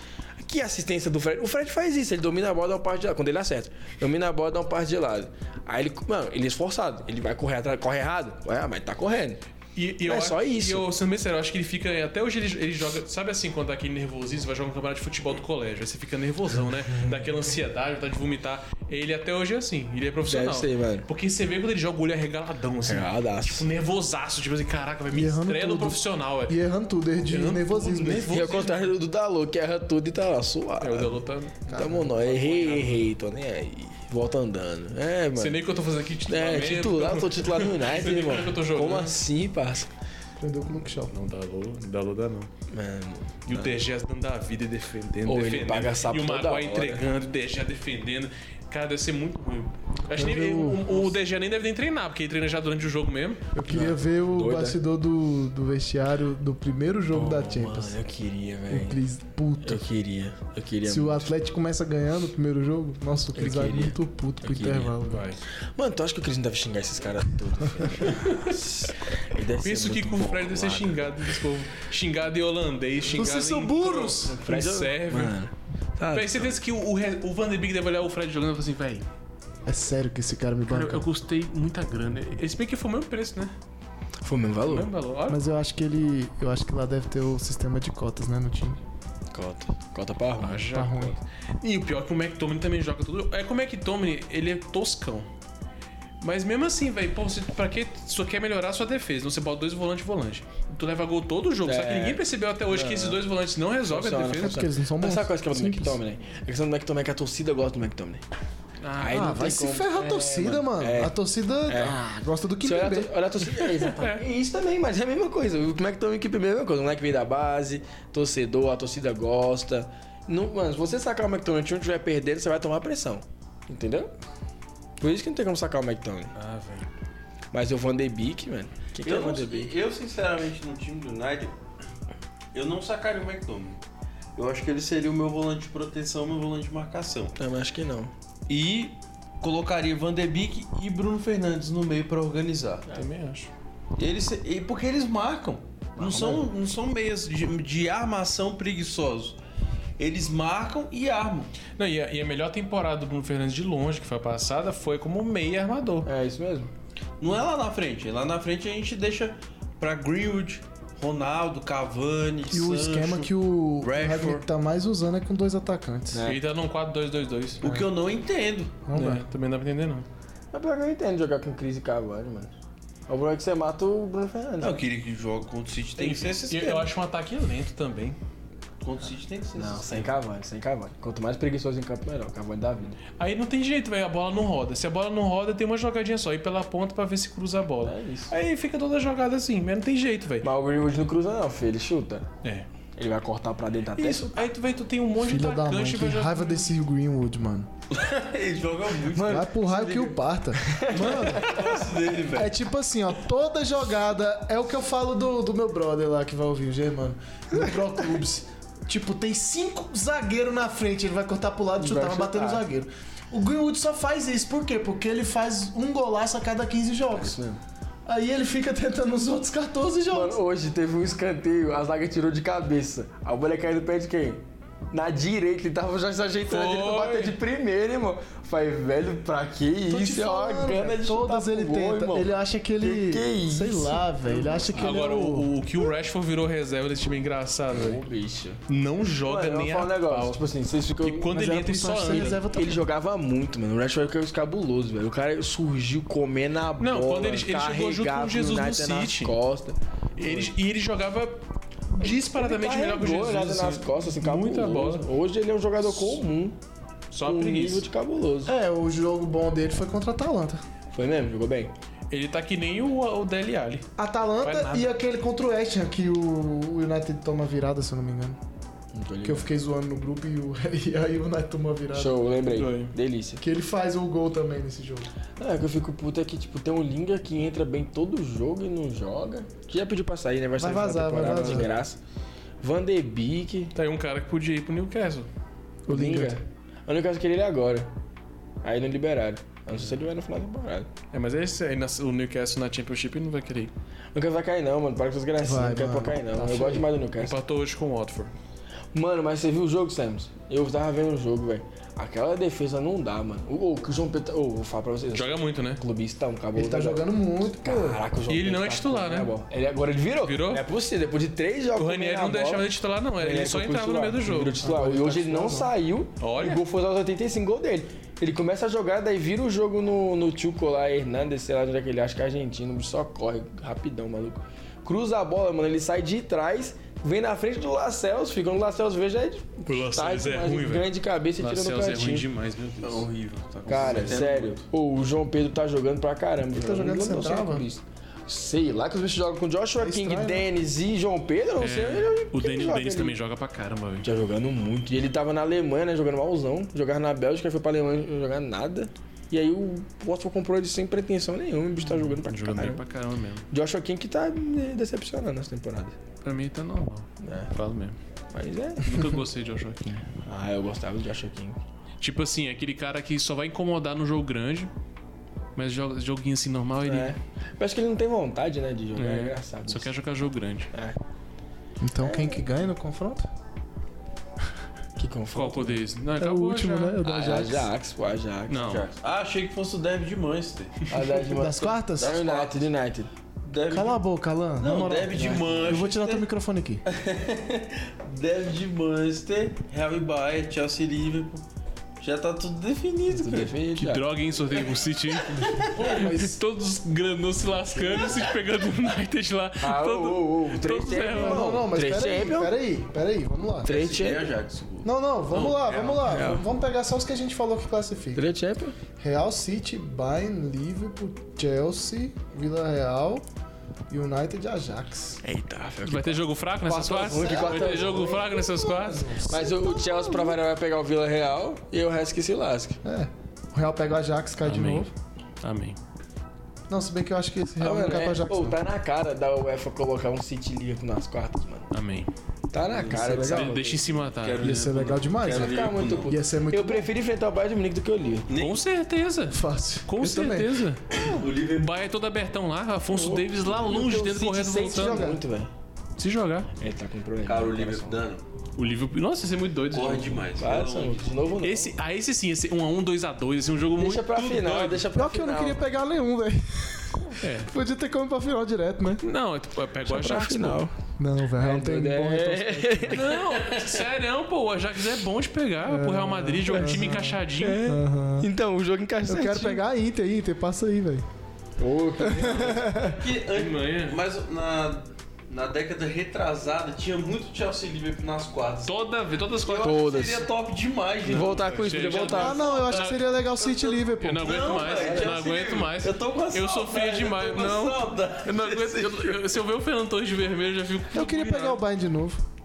E: Que assistência do Fred. O Fred faz isso, ele domina a bola, dá um passe de lado. Quando ele acerta, domina a bola, dá um passe de lado. Aí ele, mano, ele é esforçado. Ele vai correr atrás, corre errado. Ué, mas tá correndo.
A: E, e
E: É
A: eu,
E: só
A: acho-
E: isso.
A: E eu, sendo bem sério, eu acho que ele fica. Até hoje ele, ele joga. Sabe assim, quando dá aquele nervosismo, você vai jogar um campeonato de futebol do colégio. Aí você fica nervosão, né? Daquela ansiedade, vontade de vomitar. Ele até hoje é assim. Ele é profissional.
E: Deve ser, velho. É.
A: Porque você vê quando ele joga o olho arregaladão, assim.
E: Arregaladaço.
A: Tipo, nervosaço. Tipo assim, caraca, vai me
B: E errando
A: estrela
B: tudo.
A: o profissional, é.
B: E errando tudo, erro de
A: Errando
B: nervosismo.
A: tudo,
B: né?
A: nervosismo.
E: E ao tá
A: É tá-
E: contrário Volta andando. É, mano.
A: Sei nem o que eu tô fazendo aqui titular.
E: É,
A: mesmo.
E: titular, eu tô titular no United,
A: Sei nem
E: irmão.
A: como é que eu tô jogando.
E: Como assim, parça?
B: Aprendeu com o Luke Shaw.
D: Não dá Lula, não dá Lula não.
E: Mano,
A: E o DG dando a vida e defendendo.
E: Ou né? ele
A: defendendo.
E: paga sapo
A: né? E o
E: toda hora. né?
A: Maguire entregando, o DG entregando. Cara, deve ser muito ruim. Acho que
B: Eu
A: nem-
B: vi
A: o, o DG nem deve nem treinar, porque ele treina já durante o jogo mesmo.
B: Eu queria ver o
E: Doido,
B: bastidor do, do vestiário do primeiro jogo da Champions.
E: mano, eu queria,
B: O
E: velho.
B: Cris, puto.
E: Eu queria, eu queria
B: Se o
E: muito.
B: Atlético começa ganhando o primeiro jogo, nossa, o Cris vai
E: queria.
B: muito puto pro
E: Eu queria.
B: intervalo. velho.
A: Vai.
E: Mano, tu acha que o Cris não deve xingar esses caras todos? velho? Ele deve ser
A: Penso que
E: é muito
A: com o Fred deve ser
E: bolado.
A: né? xingado desse povo. Xingado em holandês, xingado
B: Vocês são
A: em-
B: burros!
A: em sérvio.
E: Mano, tá,
A: Véi, você pensa que o, o, Re- o Van de Beek deve olhar o Fred jogando e falar assim, véi,
B: É sério que esse cara me
A: cara,
B: banca.
A: eu gostei muita grana. Esse bem que foi o mesmo preço, né?
E: foi o mesmo
A: O
E: valor.
A: mesmo valor. Olha,
B: Mas eu acho que ele. Eu acho que lá deve ter o sistema de cotas, né, no time.
E: Cota. Cota pra
A: Ah,
E: arrumar.
A: já
B: Tá ruim.
A: E o pior é que o McTominay também joga tudo. É que o McTominay, ele é toscão. Mas mesmo assim, velho, pô, você, pra que só quer melhorar a sua defesa? Não, você bota dois volantes e volante. Tu leva gol todo o jogo. Só que
E: É.
A: ninguém percebeu até hoje que esses dois volantes não resolvem a
E: Funciona,
A: defesa.
B: É porque eles não são bons.
E: Mas sabe qual é o esquema do
B: Simples.
E: McTominay? A questão do McTominay é que a torcida gosta do McTominay.
A: Ah,
E: Aí
B: Ah,
E: não
B: vai
E: tem
B: se
E: como.
B: ferrar a
E: É,
B: torcida, mano.
E: É.
B: A torcida ah, gosta do que
E: Se olhar, a
B: beber.
E: tor- olhar a torcida. É, exatamente. E Isso também, mas é a mesma coisa. O McTominay que primeiro é a mesma coisa. O moleque veio da base, torcedor, a torcida gosta. Não, mano, se você sacar o McTominay e o time estiver perdendo, você vai tomar pressão. Entendeu? Por isso que não tem como sacar o McTominay.
A: Ah, velho.
E: Mas o Van de Beek, mano. O que, que é
D: Eu,
E: o Van
D: não-
E: de Beek?
D: eu, sinceramente, no time do United, eu não sacaria o McDominay. Eu acho que ele seria o meu volante de proteção, meu volante de marcação.
E: Não, mas acho que não.
D: E colocaria Van de Beek e Bruno Fernandes no meio pra organizar.
A: Também acho.
D: Eles, se- e porque eles marcam. Não são, não são meias de, de armação preguiçosos. Eles marcam e armam.
A: Não, e a, e a melhor temporada do Bruno Fernandes de longe, que foi a passada, foi como meia armador.
E: É isso mesmo.
D: Não é lá na frente. Lá na frente a gente deixa pra Greenwood, Ronaldo, Cavani,
B: E o esquema que o o
D: Rashford.
B: Ragnick tá mais usando é com dois atacantes.
A: Ele tá num 4-2-2-2.
D: O que eu não entendo.
B: Não
A: É,
B: dá.
A: também não dá pra entender, não.
E: Mas É pior que eu entendo jogar com Cris e Cavani, mano. O problema é que você mata o Bruno
B: É.
E: Fernandes.
D: Não, eu queria que jogue contra o City tem que ser esse
A: eu,
D: esquema.
A: eu acho um ataque lento também.
D: Contra o City tem que ser esse
E: Não, sem
D: esquema.
E: Cavani, sem Cavani. Quanto mais preguiçoso em campo, melhor. Cavani da vida.
A: Aí não tem jeito, velho. A bola não roda. Se a bola não roda, tem uma jogadinha só. Ir pela ponta pra ver se cruza a bola.
E: É isso.
A: Aí fica toda jogada assim, mas não tem jeito, velho.
E: Mas o Greenwood não cruza, não, filho. Ele chuta.
A: É.
E: Ele vai cortar pra dentro até.
A: Isso. Aí tu, véi, tu tem um monte
B: Filha da
A: de
B: mãe,
A: atacante e
B: que
A: vai jogar.
B: raiva desse Greenwood, mano.
D: Ele joga muito
B: Vai pro raio que o parta. Mano,
D: passe dele, velho.
B: é tipo assim, ó, toda jogada é o que eu falo do, do meu brother lá que vai ouvir o Germano. No Pro Clubes. Tipo, tem cinco zagueiros na frente, ele vai cortar pro lado e chutar,
E: Vai
B: vai bater no
E: chutar.
B: zagueiro. O Greenwood só faz isso, por quê? Porque ele faz um golaço a cada 15 jogos.
E: mesmo.
B: Aí ele fica tentando os outros 14 jogos.
E: Mano, hoje teve um escanteio, a zaga tirou de cabeça. A bola caiu no pé de quem? Na direita, ele tava já se ajeitando ele pra
A: Foi.
E: bater de primeira, irmão. Falei, velho, pra que
B: Tô te
E: isso? É uma
B: falando,
E: gana de
B: Todas
E: chutar
B: ele
E: pro gol,
B: tenta.
E: irmão.
B: Ele acha que ele.
E: Que que é isso?
B: sei lá, velho. Ele acha que
A: Agora,
B: ele. é o-
A: o, o que o Rashford virou reserva desse time é engraçado, velho.
E: Ô, bicho.
A: Não joga
E: Mano, eu vou
A: nem
E: falar um
A: a
E: negócio.
A: pau.
E: Tipo assim, vocês ficam...
A: Porque quando
B: Mas
A: ele
B: era
A: entra, ele
B: pro
A: só
B: Sancho ser
A: anda.
B: reserva também.
E: Ele jogava muito, mano. O Rashford ficou escabuloso, velho. O cara surgiu comendo a bola.
A: Não, quando ele- ele chegou
E: carregava
A: junto com o
E: o
A: Jesus no
E: United nas
A: City.
E: costas.
A: Ele- e ele jogava disparadamente melhor que o
E: Carregou o United
A: Jesus.
E: nas
A: assim.
E: costas, assim,
A: Muita
E: cabuloso.
A: bola.
E: Hoje ele é um jogador comum.
A: Só
E: um nível
A: preguiça.
E: de cabuloso.
B: É, o jogo bom dele foi contra a Atalanta.
E: Foi mesmo? Jogou bem?
A: Ele tá que nem o, o Dele Alli. Vai
B: Atalanta
A: nada.
B: e aquele contra o West Ham, que o o United toma virada, se eu não me engano.
E: Não tô
B: Que eu fiquei zoando no grupo e, o, e aí o United toma virada.
E: Show, lembrei.
A: Ganho.
E: Delícia.
B: Que ele faz o gol também nesse jogo.
E: Ah, o que eu fico puto é que, tipo, tem um Linga que entra bem todo jogo e não joga. Que já pediu pra sair, né? Vai, sair no final da
B: vazar, vai
E: temporada,
B: vazar.
E: De graça. Van de Beek.
A: Tá aí um cara que podia ir pro Newcastle.
B: O Lingard.
E: A única coisa que ele é agora. Aí não liberaram. A não ser se ele vai no final da temporada.
A: É, mas esse aí na- o Newcastle na Championship não vai querer ir.
E: Não quero pra cair não, mano. Para com essas gracinhas.
B: Vai,
E: não quero pra
B: mano.
E: cair não.
B: Tá
E: eu
B: feio.
E: gosto demais do Newcastle.
A: Empatou hoje com o Watford.
E: Mano, mas você viu o jogo, Samus? Eu tava vendo o jogo, velho. Aquela defesa não dá, mano. Ô, ô, que o João Pedro... Ô, vou falar pra vocês.
A: Joga muito, né?
E: O clubista é um cabelo.
B: Ele tá jogando muito, pô.
E: Caraca, o João
A: E ele
E: Pedro
A: não é
E: tá
A: titular,
E: comendo
A: né?
E: a bola. Ele agora ele virou.
A: Virou?
E: Não é possível. Depois de três jogos.
A: O Ranieri não deixava ele titular, não. Ele é só entrava no meio do jogo.
E: é Virou titular.
B: Agora
E: e
B: ele tá
E: hoje ele não
B: titular,
E: saiu.
A: Olha.
E: O gol foi aos 85 gol dele. Ele começa a jogar, daí vira o jogo no, no Chuco lá, Hernandes, sei lá onde é que ele acha que é argentino, só corre rapidão, maluco. Cruza a bola, mano, ele sai de trás, vem na frente do Lacels, fica no Lacels veja aí.
A: O Lacelles é ruim, velho.
E: Tá Grande cabeça e tira no
D: Marcelo é ruim
E: cantinho.
D: demais, meu Deus. É horrível. Tá
E: Cara,
A: É
D: comprometendo
E: sério.
D: muito.
E: Pô, o João Pedro tá jogando pra caramba. Ele
B: tá jogando central, mano?
E: é Sei lá que os bichos jogam com Joshua
B: É
E: King,
B: estranho, né?
E: Dennis e João Pedro, eu não sei. eu-
A: É, O
E: quem
A: Denis, o
E: joga
A: Denis
E: ali?
A: também joga pra caramba, velho.
E: Tá jogando muito. E ele tava na Alemanha, né? Jogando malzão. Jogava na Bélgica, foi pra Alemanha não jogar nada. E aí o Watford comprou ele sem pretensão nenhuma. O bicho tá jogando pra
A: Jogando bem
E: caramba.
A: pra caramba mesmo.
E: Joshua King que tá me decepcionando essa temporada.
A: Pra mim tá normal.
E: É.
A: Falo mesmo.
E: Mas é.
A: Nunca gostei de Joshua King.
E: Ah, eu gostava do Joshua King.
A: Tipo assim, aquele cara que só vai incomodar no jogo grande, mas joga- joguinho assim normal, ele
E: É. Parece que ele não tem vontade, né, de jogar. É,
A: É.
E: engraçado.
A: só
E: isso.
A: quer jogar jogo grande.
B: Então quem que ganha no confronto?
E: Que
A: Qual
E: confronto.
A: o deles? Não,
B: É
A: acabou
B: o último,
A: já.
B: né? O da
E: Ah, é
B: Ajax.
E: Ajax, pô, Ajax.
A: Não.
E: Ajax.
D: Ah, achei que fosse o derby de Manchester.
E: Ah, Ajax de
B: Das quartas?
E: Da United, United.
D: Derby
B: Cala a boca, Alan. Na
D: Não,
B: moral.
D: deve de Manchester.
B: Eu vou tirar teu microfone aqui.
D: de, derby de Manchester, Real e Bayern, Chelsea e Liverpool. Já tá tudo definido,
E: Tudo
D: cara.
E: definido,
A: Que
E: já.
A: droga, hein, sorteio com o City. hein?
B: mas-
A: Todos os granos se lascando, o City pegando o United lá.
E: Ah, ô,
A: Todo-
E: ô, ô, três
A: todo
E: Champions,
A: ferrado.
B: Não, não, mas
E: Três
B: peraí,
E: Champions.
B: peraí, peraí, vamos lá.
E: Três
D: Esse é
E: Champions.
D: Ajax.
B: Não, não, vamos lá,
D: Real,
B: vamos lá.
E: Real.
B: Vamos- Vamos pegar só os que a gente falou que classifica.
E: Três Champions.
B: Real City, Bayern, Liverpool, Chelsea, Vila Real, United e Ajax.
E: Eita, foi
A: Vai ter jogo fraco nessas
E: Quartas
A: quartas?
E: ruim, que
A: Vai ter
E: quartas
A: jogo fraco nessas quartas?
E: Mas o, o Chelsea pra variar vai pegar o Vila Real e o resto que se lasca.
B: É. O Real pega o Ajax, cai de
A: Amém.
B: novo.
A: Amém.
B: Não, se bem que eu acho que esse
E: Ah,
B: Real não
E: mano,
B: cai
E: é,
B: pra Ajax.
E: pô,
B: não.
E: tá na cara da UEFA colocar um City Liverpool nas quartas, mano.
A: Amém.
E: Tá na cara disso.
B: é legal.
E: aí.
A: Deixa em tá? se matar.
D: Quero
B: Ia ser
D: Liverpool,
B: legal
D: não.
B: demais,
D: Quero
B: né?
E: Ficar
D: Liverpool,
E: muito
D: não.
E: puto.
B: Ia ser muito
E: Eu prefiro enfrentar o Bayern de Munique do que o Liverpool.
A: Com certeza.
B: fácil.
A: Com
B: Eu também.
A: certeza.
D: O Liverpool
A: O Bahia é todo abertão lá, Afonso Davis lá
E: Porque
A: longe,
E: o
A: dentro
E: City
A: correndo
E: sente
A: voltando.
E: jogar muito, velho.
A: Se jogar.
E: Ele tá com problema.
D: Cara, o Liverpool dano.
A: O Liverpool. Nossa, ia ser muito doido. esse
D: Corre
A: jogo.
D: demais.
E: Para,
D: Pelo
E: Samu,
D: amor de
E: de novo não.
A: Esse, ah, esse sim, esse 1x1, 2x2, esse é um jogo
E: deixa
A: muito
E: pra final,
A: doido.
E: deixa pra
B: Pior
E: final.
B: que eu não queria pegar nenhum, velho.
A: É.
B: Podia ter como pra final direto, né?
A: Não, é, tipo, é, pegou a
E: pra
A: Ajax,
E: final.
A: pô.
B: Não, velho, não tem
E: doido,
B: bom
E: é.
B: retorno.
A: Não, sério, pô, o Ajax é bom de pegar pro Real Madrid, jogar um time
E: É,
A: encaixadinho.
B: Aham.
E: Então, o jogo
B: É, Eu
E: encaixou.
B: quero pegar a Inter, Inter, passa aí, velho.
D: Que
A: Que manha.
D: an- Mas na, na década retrasada tinha muito Chelsea e Liverpool nas quartas.
A: Toda vez, todas as
D: Eu
A: né?
D: acho
A: quartas.
D: que
E: Todas.
D: Seria top demais, né?
E: Voltar com isso,
A: Gente,
E: podia
A: já
E: voltar.
B: Ah, não, eu acho que seria legal City e Liverpool.
A: Eu não aguento
D: Não,
A: mais,
D: velho,
A: eu não
D: Chelsea e
A: aguento
D: Liverpool.
A: mais.
D: Eu tô com saudade,
A: Eu sofria demais,
D: Eu tô com
A: não.
D: saudade.
A: Eu não aguento. eu- eu- se eu ver o Fernando Torres de vermelho, eu já fico.
B: Eu queria pegar o Bayern de novo.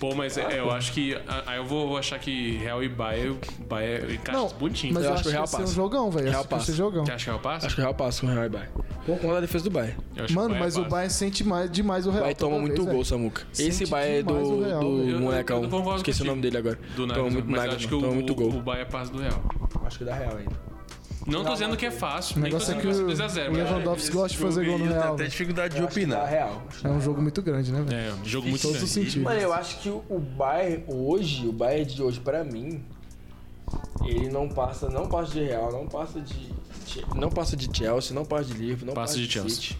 A: Pô, mas é, eu acho que. a- Aí eu vou achar que Real e Bayern, Bayern encaixam
B: Não,
A: bonitinho.
B: Mas
E: Eu
B: eu
E: acho
B: acho que
E: que o
B: ia
E: Real
B: ser um
E: passa.
B: jogão, velho.
E: Real
B: Acho que ia ser
E: passa.
B: jogão.
A: Você acha que é o passo?
E: Acho que o Real passa com o Real e Bayern. Por conta da defesa do Bayern.
A: Eu acho que é
B: Mano,
A: Bayern
B: mas o
A: passa.
B: Bayern sente mais, demais o
E: O
B: Real.
E: Bayern toma
B: toda
E: muito
B: vez,
E: gol,
B: velho.
E: Samuca.
B: Sente
E: Esse Bayern é do,
B: demais o Real,
E: do
A: velho. Eu-
E: molecão.
A: eu concordo
E: Esqueci o
A: contigo.
E: nome dele agora.
A: do Nagelsmann,
E: toma muito,
A: mas
E: Nagelsmann,
A: acho que
E: toma
A: o,
E: muito gol.
A: o Bayern é passo do Real.
E: Acho que dá Real ainda.
A: Não tô dizendo que é fácil,
B: O
A: nem tô
B: negócio é
A: dizendo
B: que
A: que
B: o
A: vai ser 2x0.
B: o Lewandowski gosta de fazer gol no Real.
D: até
B: velho.
D: dificuldade de
E: Eu acho que dá
D: opinar.
E: Real.
B: É um jogo muito grande, né, velho?
A: É, um jogo muito
B: Todos os
A: grande.
B: sentidos.
E: Mano, eu acho que o Bayern hoje, o Bayern de hoje, pra mim, ele não passa, não passa de Real, não passa de. Che- Não passa de Chelsea, não passa de Liverpool, não
A: Passa
E: passa,
A: de Chelsea.
E: City.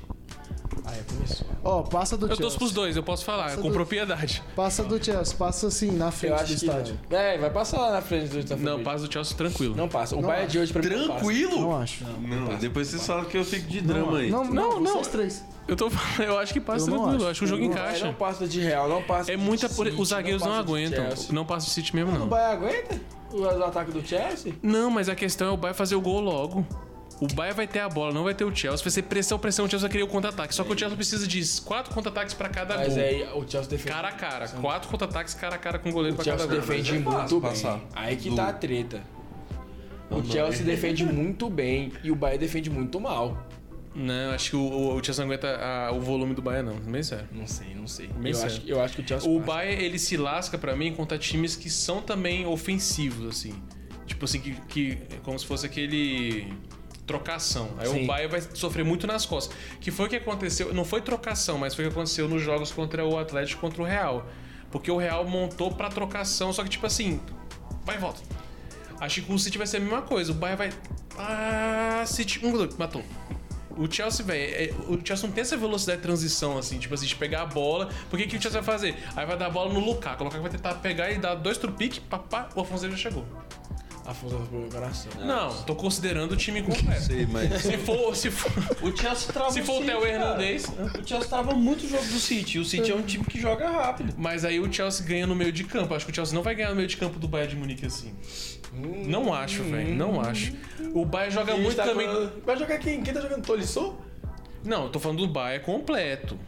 E: Ah, é começou.
B: Ó, passa do
A: Eu
B: Chelsea.
A: torço pros dois, eu posso falar, é
B: Passa
A: com
B: do-
A: propriedade.
B: Passa do Chelsea, passa assim, na
E: Eu
B: frente do
E: acho que.
B: estádio.
E: Não. É, vai passar lá na frente do Stamford
A: Não,
E: Bridge.
A: passa do Chelsea tranquilo.
E: Não passa. O
B: Não
E: Bayern
B: acho.
E: de hoje pra mim não passa.
D: Tranquilo?
B: Não acho.
D: Não, depois vocês falam que eu fico de drama aí.
B: Não, não,
A: Não, não.
B: não. Os três.
A: Eu tô falando, eu acho que passa
B: Eu não
A: tranquilo,
B: acho.
A: eu acho que o jogo
E: Não,
A: encaixa.
E: É, Não passa de Real, não passa
A: É
E: de
A: muita pura...
E: City,
A: Os zagueiros não,
E: passa de
A: aguentam.
E: Chelsea.
A: Não passa o City mesmo,
E: O
A: não.
E: Bayern aguenta o, o ataque do Chelsea?
A: Não, mas a questão é o Bayern fazer o gol logo. O Bayern vai ter a bola, não vai ter o Chelsea. Vai ser pressão, pressão. O Chelsea vai querer o contra-ataque. Só que o Chelsea precisa de quatro contra-ataques pra cada
E: Mas é
A: gol.
E: aí o Chelsea defende.
A: É Cara a cara. Quatro contra-ataques cara a cara com o goleiro
E: O
A: pra cada
E: Chelsea
A: gol.
E: defende
D: mas é
E: muito
D: fácil
E: bem.
D: passar.
E: Aí que
D: Do-
E: tá a treta. O
D: Não,
E: Chelsea
D: não.
E: defende muito bem e o Bahia defende muito mal.
A: Não, acho que o, o- o Chelsea não aguenta ah, o volume do Bayern, não. é. Bem sério.
E: Não sei, não sei.
A: Bem
E: Eu
A: sério.
E: acho, que- eu acho que o Chelsea
A: O
E: passa.
A: Bayern, ele se lasca pra mim contra times que são também ofensivos, assim. Tipo assim, que, que é como se fosse aquele trocação. Aí
E: Sim.
A: o Bayern vai sofrer muito nas costas. Que foi o que aconteceu, não foi trocação, mas foi o que aconteceu nos jogos contra o Atlético contra o Real. Porque o Real montou pra trocação, só que tipo assim, vai e volta. Acho que com o City vai ser a mesma coisa. O Bayern vai. Ah, City. Um, dois, matou. O Chelsea, velho, é- o Chelsea não tem essa velocidade de transição, assim, tipo assim, de pegar a bola. Por que, que o Chelsea vai fazer? Aí vai dar a bola no Lukaku. O Lukaku vai tentar pegar e dar dois trupiques, papá, o Afonso Davies já chegou.
E: Afonso Alves no coração.
A: Não, tô considerando o time completo.
D: Ah. Sei, mas.
A: Se for, se for,
D: O Chelsea trava
A: se for o
D: City,
A: Theo
D: cara.
A: Hernandez.
D: O Chelsea trava muito o jogo do City. O City é um time que joga rápido.
A: Mas aí o Chelsea ganha no meio de campo. Acho que o Chelsea não vai ganhar no meio de campo do Bayern de Munique assim.
E: Hum,
A: Não acho, velho. Não acho. O Bayern joga muito também.
E: tá Vai jogar quem? Quem tá jogando? Tolisso?
A: Não, eu tô falando do Bayern completo.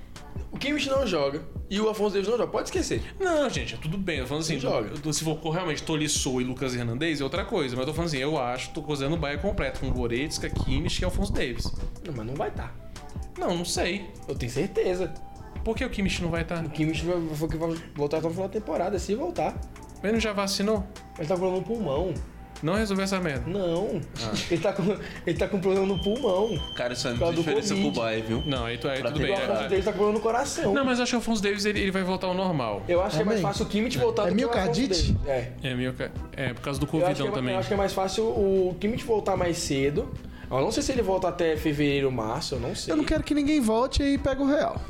E: O Kimmich não joga. E o Afonso Davis não joga. Pode esquecer.
A: Não, gente, é tudo bem. Eu tô falando assim,
E: Sim, joga.
A: do- se for realmente Tolisso e Lucas Hernandes é outra coisa. Mas eu tô falando assim, eu acho, tô cozinhando o Bayern completo com Goretzka, Kimmich e Alfonso Davis.
E: Não, mas não vai estar.
A: Não, não sei.
E: Eu tenho certeza.
A: Por que o Kimmich não vai tá? estar?
E: O Kimmich vai, foi que vai voltar até o final da temporada, se voltar.
A: Ele não já vacinou?
E: Ele tá com problema no pulmão.
A: Não resolveu essa merda.
E: Não. Ele, tá com, ele tá com problema no pulmão.
D: Cara, isso é muita
E: Por causa do
D: diferença pro
E: Covid.
D: Bayern, viu?
A: Não, aí, tu- aí tudo
E: E
A: bem. é
E: o Afonso Davis tá com problema no coração.
A: Não, mas eu acho que o Alfonso Davis ele, ele vai voltar ao normal.
E: Eu acho que é mais
B: Amém.
E: fácil o Kimmich voltar
B: É
E: do que o
B: miocardite?
E: Afonso Davis. É.
A: É, meio que- é por causa do
E: Eu acho, que
A: Covidão
E: é,
A: também.
E: eu acho que é mais fácil o Kimmich voltar mais cedo. Eu não sei se ele volta até fevereiro, março, eu não sei.
B: Eu não quero que ninguém volte e pegue o real.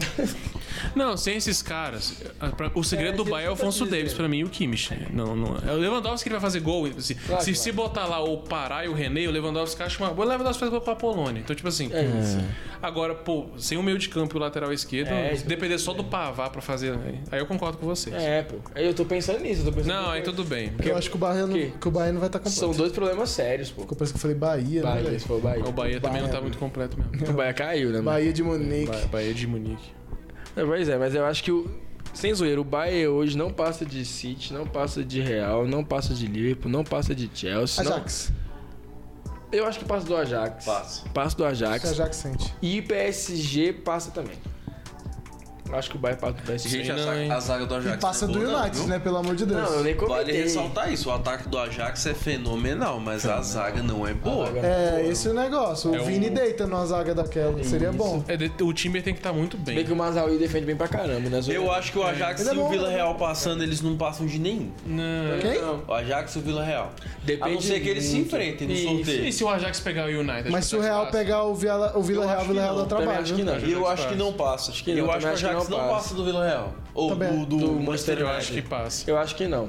A: Não, sem esses caras, a- pra- o segredo do
E: isso
A: Bayern é o
E: que eu tô
A: Alfonso
E: dizendo.
A: Davis, pra mim, e o Kimmich. Não, não, é o Lewandowski que vai fazer gol. assim,
E: Claro
A: se,
E: que
A: se botar lá o Pará e o René, o Lewandowski acha uma boa. O Lewandowski faz gol com a Polônia. Então, tipo assim.
E: É isso.
A: Agora, pô, sem o meio de campo e o lateral esquerdo,
E: É, isso que eu
A: depender só do Pavá pra fazer. aí- Aí eu concordo com vocês.
E: É, pô. Aí Eu tô pensando nisso, eu tô pensando.
A: Não, aí tudo bem.
B: Porque eu acho que o Bahia não,
E: Que?
B: que o Bahia não vai estar completo.
E: São dois problemas sérios, pô.
B: Ficou parece que eu falei Bahia, né?
E: Bahia,
B: velho?
E: se for o Bahia. é
A: O Bahia também não tá muito completo mesmo.
E: O Bahia caiu, né? mano?
B: Bahia de Munique.
A: Bahia de Munique.
E: É, pois é, mas eu acho que o. Sem zoeira, o Bahia hoje não passa de City, não passa de Real, não passa de Liverpool, não passa de Chelsea. não-
B: Ajax.
E: Eu acho que passa do Ajax.
D: Passa.
E: Passa do
B: Acho que
E: Ajax.
B: Ajax sente.
E: E PSG passa também. Eu acho que o Bahia passa do PSG.
D: Gente, a
A: não, hein?
D: zaga, a zaga do Ajax.
B: E passa
D: é
B: do
D: boa, não,
B: United,
D: viu?
B: né? Pelo amor de Deus.
E: Não, eu nem comentei.
D: Vale ressaltar isso, o ataque do Ajax é fenomenal, mas a zaga não é boa.
B: É, esse é o negócio. O
A: É
B: Vini
A: o-
B: deita numa zaga daquela. Seria bom.
A: É, de- o time tem que estar muito
E: Bem
A: bem.
E: que o Mazaui defende bem pra caramba, né? Zoeira?
D: Eu acho que o Ajax
B: Ele é
D: e o
B: bom,
D: Vila
B: né?
D: Real passando, eles não passam de nenhum.
A: Não.
B: Quem?
D: O Ajax e o Vila Real.
E: Depende
D: a não ser que eles se
E: muito.
D: enfrentem no
E: Isso,
D: sorteio.
A: E se o Ajax pegar o United?
B: Mas se o
A: Ajax
B: Real
A: passa?
B: pegar o Vila, o Vila
E: Eu
B: Real,
E: acho
B: o
E: que
B: Vila Real tá
E: não,
B: dá
E: também
B: trabalho. né?
E: acho que
B: viu?
E: não.
D: E eu acho que não passa.
E: que
D: eu
E: não,
D: acho que o
E: também acho que
D: Ajax
E: não
D: não
E: passa.
D: passa do Vila Real. Ou
B: Também.
D: do, do,
E: Do
D: Manchester
A: Eu
D: United.
A: acho que passa.
E: Eu acho que não.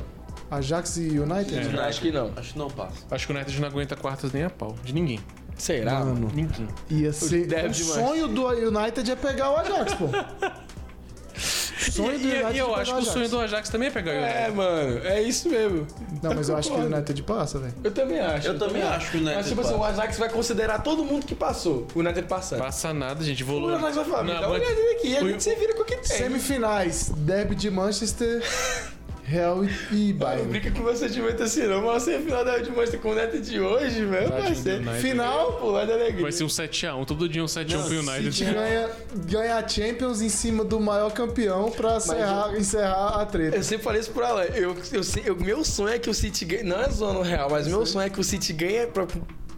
B: Ajax e
D: É.
B: United?
E: Eu acho que não.
D: Acho que não passa.
A: Acho que o United não aguenta quartas nem a pau. De ninguém.
E: Será? mano?
A: Ninguém.
B: Ia ser.
E: É. Deve
B: o
E: demais.
B: sonho do United é pegar o Ajax, pô. sonho do
A: E,
B: United
A: e
B: é
A: eu
B: pegar
A: acho que o sonho do Ajax também é pegar o
E: É,
A: United.
E: mano, é isso mesmo.
B: Não, mas eu acho que o United passa, velho.
E: Eu também acho.
D: Eu também acho que o United
E: Mas tipo assim, o
D: passa.
E: Ajax vai considerar todo mundo que passou. O United passando.
A: Passa nada, gente.
E: O
A: Volume.
E: Ajax vai falar, me
A: Não,
E: dá uma
A: mas-
E: olhadinha aqui, a
A: o-
E: gente se vira com o que tem.
B: Semifinais: Derby de Manchester, Real e, e
E: Não
B: Bayern.
E: brinca com meu sentimento assim não, mas você final da de Manchester com o Neto de hoje, velho,
A: Tadinho
E: vai
A: do
E: ser.
A: United.
E: Final, pô, lá da alegria.
A: Vai ser um 7x1. Todo dia um 7x1 pro United.
B: City ganha, ganha a Champions em cima do maior campeão pra encerrar, encerrar a treta.
E: Eu sempre falei isso por ela. Eu, eu, sei- eu- meu sonho é que o City ganhe. Não é zona real, mas meu sonho é que o City ganhe pro-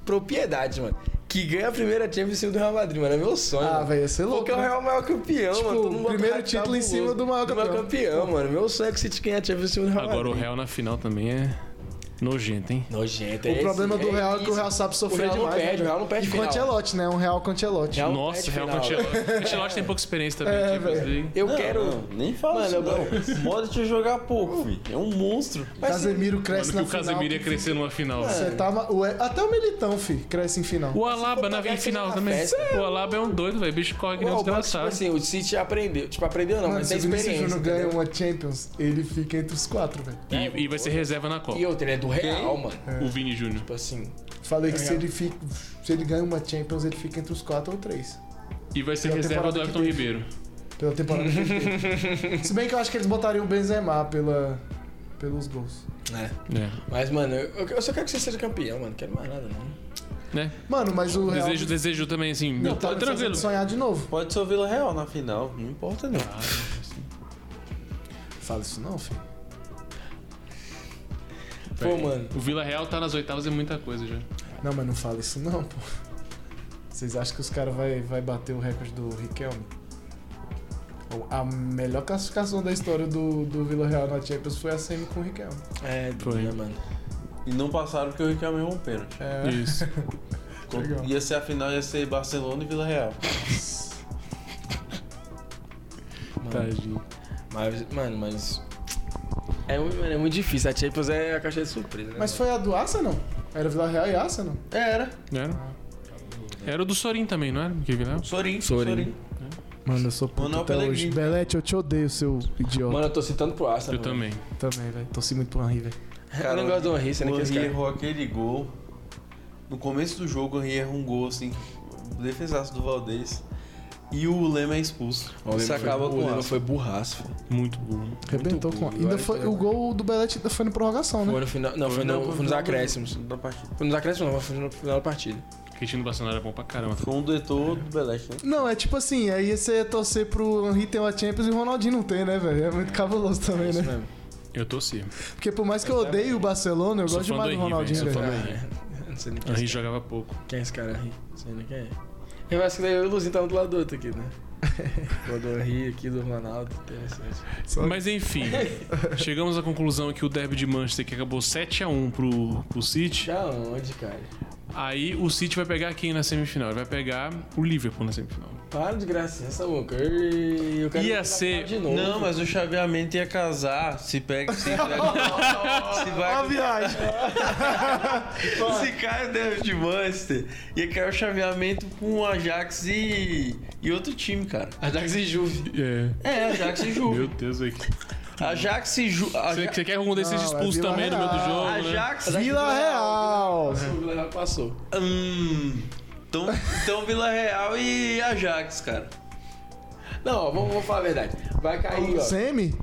E: propriedade, mano. Que ganhe a primeira Champions em cima do Real Madrid, mano. É meu sonho.
B: Ah,
E: mano.
B: velho, ia ser louco.
E: Porque é o
B: né?
E: Real é o maior campeão,
B: Tipo,
E: mano. Todo mundo
B: primeiro
E: bota-
B: título em cima do maior campeão.
E: campeão, mano. Meu sonho é que o City ganhe a Champions em cima do Real
A: Agora o
E: Madrid.
A: Real na final também é nojento, hein?
E: Nojento, é
B: O
E: esse-
B: problema do Real é que o
E: isso.
B: Real sabe
E: O
B: sofrer
E: Real não
B: demais.
E: perde, o
B: né?
E: Real não perde
B: E com
E: final.
B: Ancelote, né? Um Real com Ancelote.
E: Real não
A: Nossa,
E: perde
A: Real com
E: final.
A: Ancelotti. Ancelotti tem pouca experiência também.
B: É,
A: Champions
B: velho.
A: League.
E: Eu quero.
D: Não, nem fala
E: Mano,
D: isso,
E: eu-
D: não. Modo de jogar pouco, filho. É um monstro.
B: Casemiro
A: Mano,
B: cresce
A: que
B: na
A: o
B: final.
A: Casemiro ia crescer numa final.
B: Você tá ma- ué, até o Militão, fi, cresce em final.
A: O Alaba na em
E: Pega
A: final
E: na
A: também.
E: festa.
A: O Alaba é um doido, velho. Bicho corre que nem um
E: Ué, o Bucks, tipo
A: desgraçado.
E: assim, o City aprendeu. Tipo, aprendeu não,
B: Mano,
E: mas
B: se
E: tem
B: o Vinícius
E: experiência.
B: Júnior ganha
E: entendeu?
B: uma Champions, ele fica entre os quatro, velho.
A: E, e vai ser reserva na
E: E
A: Copa.
E: outra, ele é do Real, mano.
A: O Vini Júnior.
E: Tipo assim.
B: Falei
A: Tá
B: que se ele, fica, se ele ganha uma Champions, ele fica entre os quatro ou três.
A: E vai ser
B: Pela
A: reserva do
B: temporada que
A: Everton Ribeiro.
B: Pela temporada que ele teve. Se bem que eu acho que eles botariam o Benzema pela, pelos gols.
E: né?
A: É.
E: Mas, mano, eu, eu só quero que você seja campeão, mano. Não quero mais nada, não.
A: Né?
B: Mano, mas o Real...
A: Desejo, desejo também, assim.
B: Não, tá
A: tá
B: me fazendo
A: tranquilo.
B: sonhar de novo.
D: Pode ser o Vila Real na final, não importa não.
B: Fala isso não, filho.
E: Pô, mano.
A: O Vila Real tá nas oitavas é muita coisa já.
B: Não, mas não fala isso não, pô. Vocês acham que os caras vai, vai bater o recorde do Riquelme? O- A melhor classificação da história do, do Vila Real na Champions foi a semi com o Riquelme.
E: É,
A: Foi.
E: né, mano.
D: E não passaram porque o Riquelme errou um pênalti.
B: É,
A: Isso.
B: Legal.
D: Ia ser a final, ia ser Barcelona e Vila Real.
A: Tadinho. tá,
E: Mas, mano, mas. É É, mano, é muito difícil. A Champions é a caixa de surpresa, né?
B: Mas foi a do Arsenal? Era Vila Real e Arsenal?
D: É, era.
A: Era? Era o do Sorin também, não era? Que
B: Tá
A: virava?
D: Sorin.
E: Sorin.
B: Mano, eu sou puto
D: Manoel
B: até
D: Pellegrini.
B: hoje. Belete, eu te odeio, seu idiota.
E: Mano, eu tô citando pro Arsenal.
A: Eu também.
B: Também, velho. Torci muito pro Henry, velho.
E: Cara, eu não gosto do Henry, você
D: O
E: nem quer
D: Henry
E: esse cara.
D: errou aquele gol. No começo do jogo, o Henry errou um gol, assim, defesaço do Valdez. E o Lema é expulso.
E: O
D: Isso
E: Lema foi-
D: acaba
E: o
D: com o
E: Lema
D: Arsenal.
E: foi burraço, filho.
A: Muito bom.
B: Arrebentou
E: bom,
B: com. Ainda
E: agora
B: foi,
E: tá-
B: o gol do Belete ainda foi na prorrogação, né?
E: Foi no final. Não, foi, no-
D: no-
E: foi nos acréscimos.
D: Da partida.
E: Foi nos acréscimos, não, foi no final da partida.
A: Cristiano Barcelona era bom pra caramba.
D: Foi um detor do Belete, né?
B: Não, é tipo assim, aí você ia torcer pro Henry ter uma Champions e o Ronaldinho não tem, né, velho? É muito cabuloso também,
E: Isso
B: né?
E: mesmo.
A: Eu torci.
B: Porque por mais que eu odeie o Barcelona, eu
A: Sou
B: gosto
A: fã
B: demais
A: do
B: do
A: Henry,
B: Ronaldinho,
A: velho. Sou fã
B: velho.
A: do Henry.
E: Ah, Não sei nem quem é
A: Henry
E: esse cara.
A: jogava pouco.
E: Quem é esse cara, Henry? Não sei nem quem é. Eu acho que daí eu e o Luzinho tá um do lado do outro aqui, né? O do Henry aqui, do Ronaldo. Interessante.
B: Tá.
A: Mas enfim, chegamos à conclusão que o derby de Manchester que acabou 7x1 pro, pro City.
E: Já onde, cara?
A: Aí o City vai pegar quem na semifinal? Ele vai pegar o Liverpool na semifinal.
E: Para de gracinha, Samuca. E eu quero
A: Ia
E: voltar
A: ser-
E: de novo.
D: Não, mas o chaveamento ia casar. Se pega, se entrega. se
B: Ó a
D: vai.
B: viagem.
D: Se cai o Derby de Manchester, ia cair o chaveamento com o Ajax e. e outro time, cara.
E: Ajax e Juve.
A: É.
D: É, Ajax e
A: Meu
D: Juve.
A: Deus, velho.
D: Ajax e Juve.
A: Você você quer que algum desses
B: Não, é
A: expulso
B: Vila
A: também no meio do
B: Real.
A: jogo? né?
D: Ajax
B: Vila
A: um
B: Real.
E: O Guilherme passou.
D: Hum. Então, então Vila Real e Ajax, cara.
E: Não, ó, vamos, vamos falar a verdade. Vai cair,
A: tá
E: ó.
B: Semi?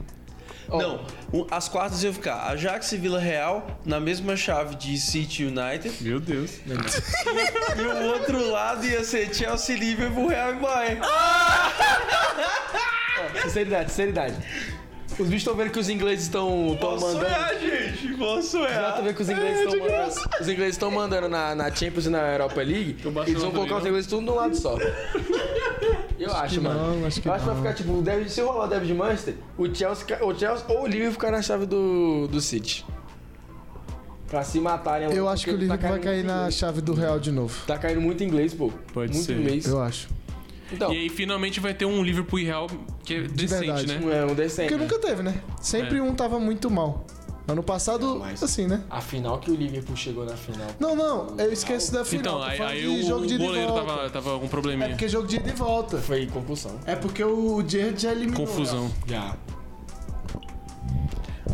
E: Ó,
D: Não, o- as quartas iam ficar Ajax e Vila Real na mesma chave de City e United.
A: Meu Deus.
D: E o outro lado ia ser Chelsea, Liverpool, Real e Bayern.
E: Ah, Sinceridade, sinceridade. Os bichos estão vendo que os ingleses estão tão
D: Posso
E: mandando.
A: é,
D: sonhar, gente. É, Posso
E: Já tô
D: sonhar.
E: vendo que os ingleses estão mandando. Os ingleses estão mandando na, na Champions e na Europa League.
A: o Barcelona
E: Eles vão
A: também
E: colocar os
A: não.
E: ingleses tudo de um lado só. Eu acho, mano.
B: Não, acho que
E: Eu acho que vai
B: não.
E: ficar tipo, o Derby- se rolar o Derby de Manchester, o Chelsea, ca- o Chelsea ou o Liverpool ficar na chave do, do City. Pra se matarem.
B: Eu
E: porque tá
B: acho que o Liverpool vai
E: caindo
B: cair
E: muito
B: na
E: inglês.
B: chave do Real de novo.
E: Tá caindo muito inglês, pô.
A: Pode
E: muito
A: ser.
E: inglês.
B: Eu acho.
E: Então,
A: E aí finalmente vai ter um Liverpool e Real que é decente,
B: verdade.
A: né?
E: não é um decente.
B: Porque nunca teve, né? Sempre
A: É.
B: um tava muito mal. Ano passado,
E: mas-
B: assim, né?
E: A final que o Liverpool chegou na final.
B: Não, não, eu esqueço da final.
A: Então,
B: tô
A: aí,
B: falando
A: aí
B: de
A: o,
B: jogo de
A: o
B: ida e
A: goleiro
B: volta.
A: tava, tava com
B: É
A: probleminha.
B: porque jogo de ida e volta.
E: Foi compulsão.
B: É porque o Jared já eliminou. né?
A: Confusão.
E: Já.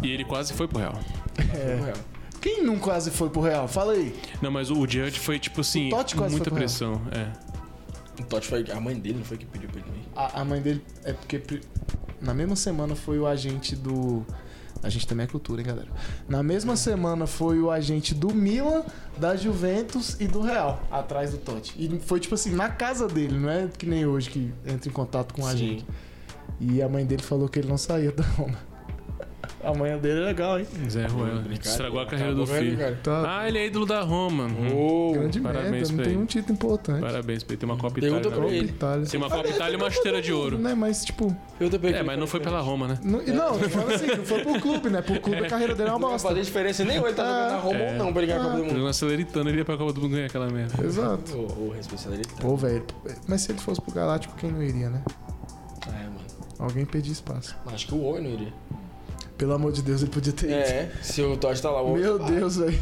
A: E ele quase foi pro Real.
B: É. Quem não quase foi pro Real? Fala aí.
A: Não, mas o Judge foi tipo assim,
B: O Totti quase foi
A: muita
B: pro
A: pressão. É.
E: O Totti foi. Então, tipo, A mãe dele não foi que pediu pra ele ir.
B: A, a mãe dele é porque pri- na mesma semana foi o agente do a gente também é cultura, hein, galera. Na mesma semana foi o agente do Milan, da Juventus e do Real, atrás do Totti. E foi tipo assim, na casa dele, não é que nem hoje que entra em contato com a gente. E a mãe dele falou que ele não saía da Roma. A mãe dele é legal, hein?
A: Zé Ruela.
E: né? Brincadeira.
A: Estragou a carreira do
E: Acabou
A: filho.
E: velho, cara.
B: Tá.
A: Ah, ele é ídolo da Roma. Hum.
E: Ô,
B: grande
A: parabéns
B: merda, não
A: pra
B: tem
A: ele.
B: um título importante.
A: Parabéns, Pedro. Tem uma Copa Itália.
E: Pergunta pra
A: velho.
E: ele.
B: Itália.
A: Tem uma Copa Itália e uma chuteira de ouro.
B: Né, mas tipo,
E: Eu também.
A: É, mas não foi pela Roma, né?
B: não, e não, eu falo assim, não foi pro clube, né? Pro clube a carreira dele é uma
E: Não vai
B: bosta.
E: fazer diferença nenhuma ele tá
B: Ah,
E: jogando na Roma
A: É.
E: ou não pra ligar a Copa do
A: Ele
E: Mundo.
A: na Seleritana, ele ia pra Copa do Mundo ganhar aquela merda.
B: Exato.
E: Ô, ô, responsabilidade.
B: Pô, velho, mas se ele fosse pro Galáctico, quem não iria, né?
E: Ah, é, mano.
B: Alguém perdia espaço.
E: Acho que o Oi não iria.
B: Pelo amor de Deus, ele podia ter ido.
E: É, se o Totti tá lá, o Oi-
B: Meu
E: Ah,
B: Deus, velho.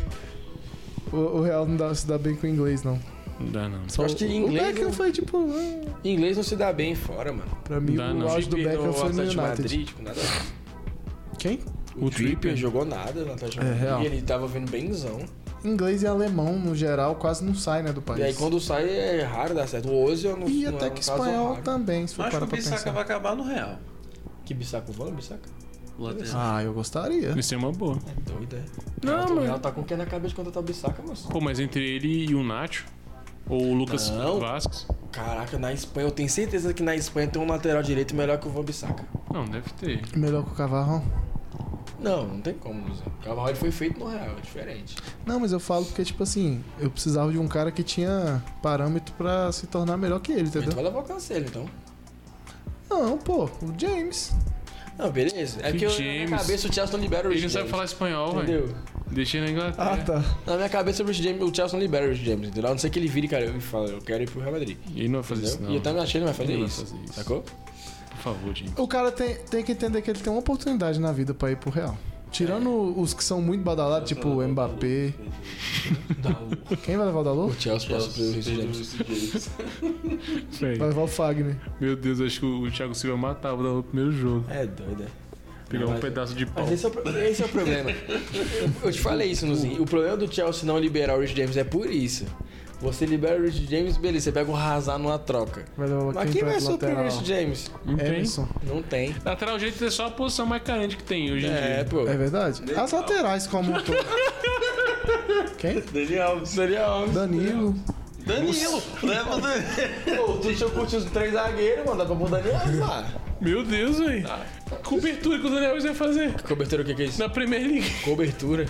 B: O, o Real não dá, se dá bem com o inglês, não.
A: Não dá, não.
E: Eu acho que
B: O-
E: inglês- é um
B: O Beckham foi, tipo... ah,
E: Inglês não se dá bem fora, mano.
B: Pra mim,
A: Dá,
B: o
A: não.
B: auge do
E: Trippier
B: Beckham foi no
E: Atlético de
B: United.
E: Madrid, tipo, nada.
B: Quem?
A: O Trippier.
E: jogou nada no Atlético de
B: É, real.
E: Madrid. Ele tava vindo bemzão.
B: Inglês e alemão, no geral, quase não sai, né, do país.
E: E aí quando sai é raro dar certo. O Ozil não
B: E
E: não
B: até
E: é um
B: que
E: caso
B: espanhol
E: raro.
B: também, se for
D: Acho que
B: parar
D: o
B: pra
D: Bissaka vai
B: pensar.
D: acabar no Real.
E: Que bisaco bom, bisaco.
D: O lateral.
B: Ah, eu gostaria.
A: Isso é uma boa.
E: É doido, é.
A: Não,
E: Ela tá-
A: mano.
E: Ela tá com o que na cabeça de contratar o bisaca, moço?
A: Pô, mas entre ele e o Nacho? Ou o Lucas
E: Não.
A: Vasquez?
E: Caraca, na Espanha, eu tenho certeza que na Espanha tem um lateral direito melhor que o Van Bissaka.
A: Não, deve ter.
B: Melhor que o Cavarrão?
E: Não, não tem como, Luizão. O Cavalho foi feito no Real, é diferente.
B: Não, mas eu falo porque, tipo assim, eu precisava de um cara que tinha parâmetro pra se tornar melhor que ele,
E: Mas
B: entendeu?
E: tu vai levar o cancelo, então.
B: Não, pô, o James.
E: Não, beleza. É
A: Que
E: que eu, na
A: James.
E: minha cabeça o Chelsea não libera o
A: Ele
E: Rich
A: não sabe
E: James.
A: falar espanhol, velho.
E: entendeu?
A: Deixei na Inglaterra.
E: É.
B: tá.
E: Na minha cabeça o Rich James, o Chelsea não libera o Rich James, entendeu? A não ser que ele vire, cara, e fala, eu quero ir pro Real Madrid.
A: Ele não vai fazer
E: Ah, Entendeu?
A: isso, não.
E: E tá eu também achei que ele vai fazer,
A: Ele vai
E: isso,
A: fazer isso.
E: Sacou?
A: Por favor, gente.
B: O cara tem, tem que entender que ele tem uma oportunidade na vida pra ir pro Real. Tirando
E: É.
B: os que são muito badalados, tipo o Mbappé. Quem vai levar o Dalô?
E: O Chelsea passa pelo Reece James.
A: Véi,
B: Vai levar o Fagner.
A: Meu Deus, acho que o Thiago Silva matava no primeiro jogo.
E: É doido, é.
A: Pegar
E: Não,
A: um
E: mas-
A: pedaço de pau.
E: Mas esse é, o, pro- esse é o problema. Eu- Eu te falei isso, Nuzinho. O problema do Chelsea não liberar o Rich James é por isso. Você libera o Rich James, beleza, você pega o Hazard numa troca.
B: Vai levar
E: Mas
B: quem
E: quem vai
B: pra
E: suprir o
B: lateral?
E: Rich James?
A: Não tem.
B: Emerson.
E: Não tem.
A: Lateral direito é só a posição mais carente que tem hoje em
E: É,
A: dia.
E: pô.
B: É verdade? As laterais como um todo. Quem?
D: Daniel Alves.
E: Seria óbvio.
B: Danilo.
E: é
D: Danilo! Leva o Danilo.
E: Pô, o Tuchel curte os três zagueiros, mano. Dá pra pôr o Daniel Alves lá.
A: Meu Deus, velho.
E: Tá.
A: Cobertura que o Daniel Alves vai fazer
E: Cobertura, o que que é isso?
A: na Premier League.
E: Cobertura.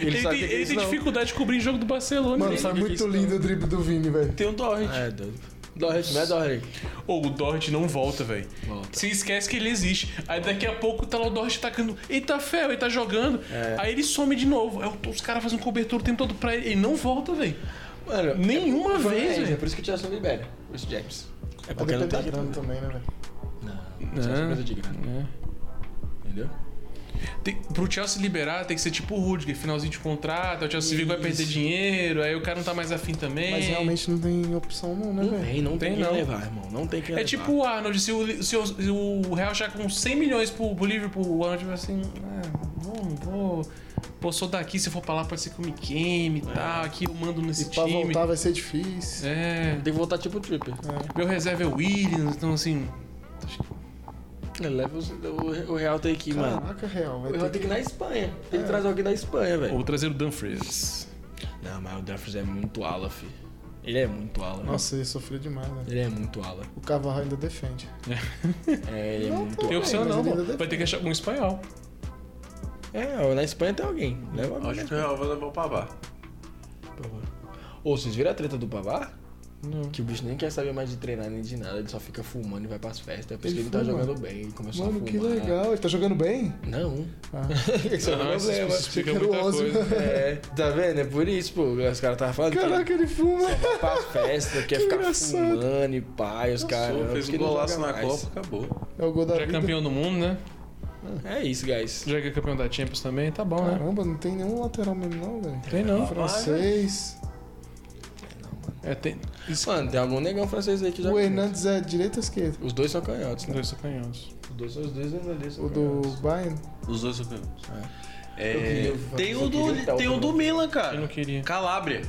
A: Ele,
E: sabe
A: tem,
E: que é
A: ele
E: isso,
A: tem
E: não.
A: dificuldade de cobrir jogo do Barcelona.
B: Mano,
A: Ele-
B: tá
E: que que é
B: muito
E: isso,
B: lindo o drible do Vini, velho.
D: Tem o Dorrit.
E: É doido. Dorrit, não é Dorrit.
A: Ou o Dort não volta, velho. Se esquece que ele existe. Aí daqui a pouco tá lá o Dort tacando. Eita ferro, ele tá jogando.
B: É.
A: Aí ele some de novo. Aí os caras fazem cobertura o tempo todo pra ele. Ele não volta, velho.
E: Mano,
A: Nenhuma
E: é por-
A: vez,
E: É,
A: velho.
E: é por isso que o Chelsea não libera o Rich James. É
B: Vai
E: porque não
B: depender
E: tá
B: de grana também, né, velho? É.
E: Chelsea precisa de grana. Entendeu?
A: Tem, pro Chelsea liberar, tem que ser tipo o Rudiger, finalzinho de contrato, aí o Chelsea Vigo vai perder dinheiro, aí o cara não tá mais afim também.
B: Mas realmente não tem opção não, né,
E: Não
B: velho?
E: tem, não um, tem,
A: Tem
E: quem
A: não.
E: levar, irmão. Não tem quem levar.
A: É tipo o Arnold, se o, se o, se o Real chegar com 100 milhões pro, pro Liverpool, o Arnold vai assim, ah, vou, vou, pô, sou daqui, se eu for pra lá pode ser que eu me queime e tal, aqui eu mando nesse
B: É. E pra
A: time.
B: voltar vai ser difícil.
A: É,
E: Tem que voltar tipo o Tripper.
A: meu reserva é o Williams, então assim, acho que-
E: É, Leva os- o, o Real tem que ir, mano.
B: Caraca, real.
E: O
B: Vai
E: Real
B: ter É.
E: tem que ir na Espanha. Tem que trazer alguém da Espanha, velho.
A: ou trazer o Dumfries.
E: Não, mas o Duffers é muito ala, fi. Ele é muito ala. velho.
B: Nossa, ele sofreu demais, velho.
E: Ele é muito ala.
B: O Cavarro ainda defende.
E: É, ele é muito
A: Tem opção
B: mas
A: não,
B: ele
A: pô.
B: ainda
A: vai ter que achar algum espanhol.
E: É, ó, na Espanha tem alguém. Leva alguém. né?
D: Acho que o Real vai levar o Pavá.
E: Ô, vocês viram a treta do Pavá?
B: Não.
E: Que o bicho nem quer saber mais de treinar nem de nada, ele só fica fumando e vai pras festas. É por isso que
B: Ele
E: ele tá
B: fuma?
E: jogando bem, ele começou a
B: Mano,
E: fumar. né?
B: que legal. Ele tá jogando bem?
E: Não.
B: Ah.
E: Esse é o
A: Não, isso
E: problema.
A: explica
B: Achei que era
A: muita
B: o Ozzy.
A: coisa.
E: É, tá vendo? É por isso, pô. Os caras estavam falando
B: Caraca, ele fuma.
E: que vai pra festa, quer
B: Que
E: ficar
B: engraçado.
E: fumando e pai, os caras.
D: Fez um
E: que não
D: golaço
E: joga
D: na
E: mais.
D: Copa, acabou.
B: É o gol da
A: Já é
B: vida.
A: campeão do mundo, né?
E: É isso, guys.
A: Já que é campeão da Champions também, tá bom, né?
B: Caramba, não tem nenhum lateral mesmo não, velho.
A: Tem não.
B: Francês.
E: né?
A: É, tem
E: Mano, tem algum negão francês aí que joga.
B: O
E: muito.
B: Hernandes é direita ou esquerda?
E: Os dois são canhotos, né?
A: dois sacanhosos.
E: Os dois são os dois ali.
B: O do Bayern?
D: Os dois são campeões. É,
E: Eu queria- eu
D: tem o
E: queria
D: do,
E: gritar o
D: tem o
E: nome.
D: do Milan,
A: Eu não
D: cara.
A: queria.
D: Calabria.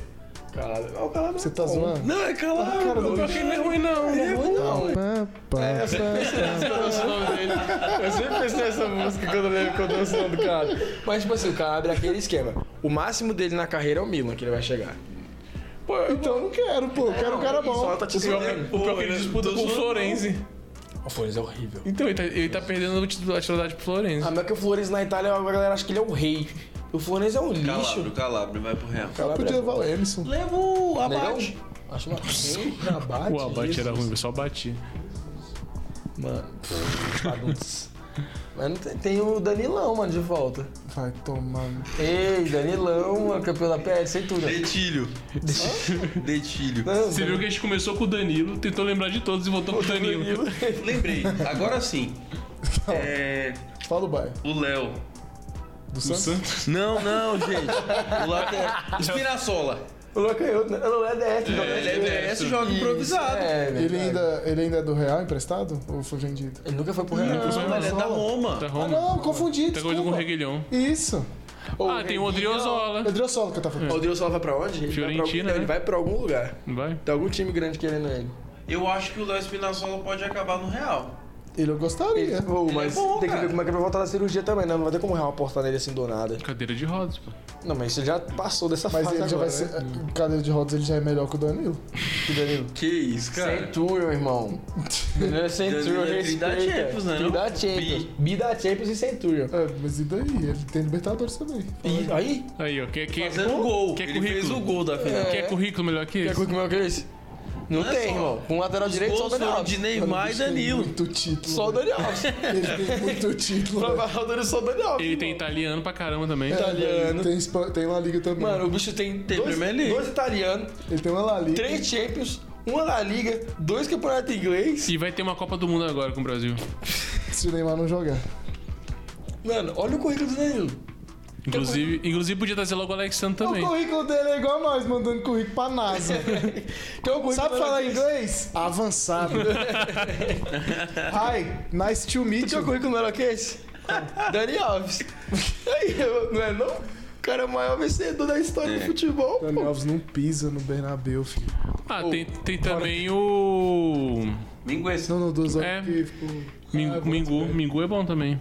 E: Caralho. Ah, O cara
B: Você tá zoando?
D: Não, é Calabria.
B: Cara do
A: Porque não é ruim, não.
E: é ruim, não.
B: Pá, pá, pá, pá.
E: o nome dele. Eu sempre pensei nessa música quando eu lembro quando eu ouço o nome do cara. Mas, tipo assim, o cara abre aquele esquema. O máximo dele na carreira é o Milan, que ele vai chegar.
B: Então eu não quero, pô. Eu quero um cara bom.
E: Só tá te
A: O pior, o
B: é
A: pior que ele é disputa com o Florenzi.
E: O Flores é horrível.
A: Então, ele tá, ele tá perdendo a titularidade pro Florenzi.
E: Ah, mas que o Flores na Itália, a galera acha que ele é o rei. O Flores é um lixo.
D: Calabria, Calabria vai pro Real.
E: é.
B: Eu podia levar o Emerson.
D: Leva o
E: Negão?
D: Abate.
E: Acho uma... Quem? Abate?
A: O abate era
E: Jesus.
A: ruim, eu só bati.
E: Mano, pff, adultos. Mas não tem, tem o Danilão, mano, de volta.
B: Vai tomar. no-
E: Ei, Danilão, mano, campeão da PL, sem tudo. né?
D: Detilho. Detilho.
E: Não,
A: Você viu que a gente começou com o Danilo, tentou lembrar de todos e voltou com o Danilo.
D: Lembrei. Agora sim. É,
B: Fala o Bayern.
D: o Léo.
B: Do
A: O
B: Santos?
A: Santos.
D: Não, não, gente. O lateral. Espiraçola.
E: O Luan canhoto, né? Não é DF, não.
D: Ele é DS, joga improvisado.
E: É,
B: Ele
E: verdade.
B: ainda, ele ainda é do Real emprestado? Ou foi vendido?
E: Ele nunca foi pro Real.
D: Não, ele é da Roma.
A: Tá
B: Ah,
A: Roma.
B: não, confundi.
A: Tá coisa com o
B: desculpa.
A: Reguilhão.
B: Isso.
A: Ah,
B: é
A: tem o Odriozola.
B: Adriossolo que eu tava falando.
E: O Odriozola vai pra onde? Ele
A: Fiorentina,
E: vai pra...
A: né?
E: Ele vai pra algum lugar.
A: Não vai?
E: Tem algum time grande querendo ele.
D: Eu acho que o Léo Espinazola pode acabar no Real.
A: É.
B: Ele eu gostaria.
E: Pô, é mas
D: bom,
E: tem que
D: cara.
E: ver como é que ele vai voltar da cirurgia também, né? Não vai ter como o Real apostar nele assim do nada.
A: Cadeira de rodas, pô.
E: Não, mas ele já passou dessa
B: Mas
E: fase
B: ele já vai
E: agora,
B: ser. em Cadeira de rodas ele já é melhor que o Danilo.
E: né? Danilo.
D: Que isso,
E: Centurion, irmão. Danilo é Centurion,
D: Danilo é tri da
E: respeita.
D: Champions, né,
E: Tri
D: não?
E: da Champions. Bi da Champions e Centurion.
B: É, mas e daí? Ele tem Libertadores também.
E: E aí?
A: Aí, ó. Quer, quer,
D: Fazendo gol.
A: quer
D: Ele fez
A: currículo?
D: o gol da final.
A: quer
B: é.
A: currículo melhor que
E: Quer
A: esse?
E: curtir meu que é esse? Não,
D: Não é
E: tem,
D: só.
E: irmão. Com um lateral
D: Os
E: direito, só o
D: gols
E: Daniel
D: foram
E: Alves.
D: de Neymar e Danilo.
B: Muito título.
E: Só o Daniel Alves.
B: Ele tem muito título.
E: Pra
B: velho.
E: barrar o Daniel, só o Daniel Alves.
A: Ele tem
E: irmão.
A: italiano pra caramba também.
B: Tá.
E: italiano.
B: Tem, Espa- tem La Liga também.
E: Mano, o bicho tem,
D: Tem
E: dois,
D: Premier League.
E: dois italianos,
B: ele tem uma La Liga.
E: três Champions, uma La Liga, dois campeonatos inglês.
A: E vai ter uma Copa do Mundo agora com o Brasil.
B: Se o Neymar não jogar.
E: Mano, olha o currículo do Danilo.
A: Inclusive, inclusive podia trazer logo o Alexandre também.
B: O currículo dele é igual nós, mandando currículo pra NASA.
E: Tem o currículo
B: Sabe
E: do
B: falar
E: Alex-
B: inglês? Avançado. Hi, nice to meet
E: Seu
B: you.
E: um currículo não era o que esse? Dani Alves. Aí, eu- não é não? O cara é o maior vencedor da história do futebol, pô.
B: Dani Alves não pisa no Bernabeu, filho.
A: Ah, tem, tem também o.
D: Minguês.
B: Não, não, duas horas
A: É.
B: que ficou... Ah,
A: Mingu, Mingu, Mingu é bom também.
B: Hã?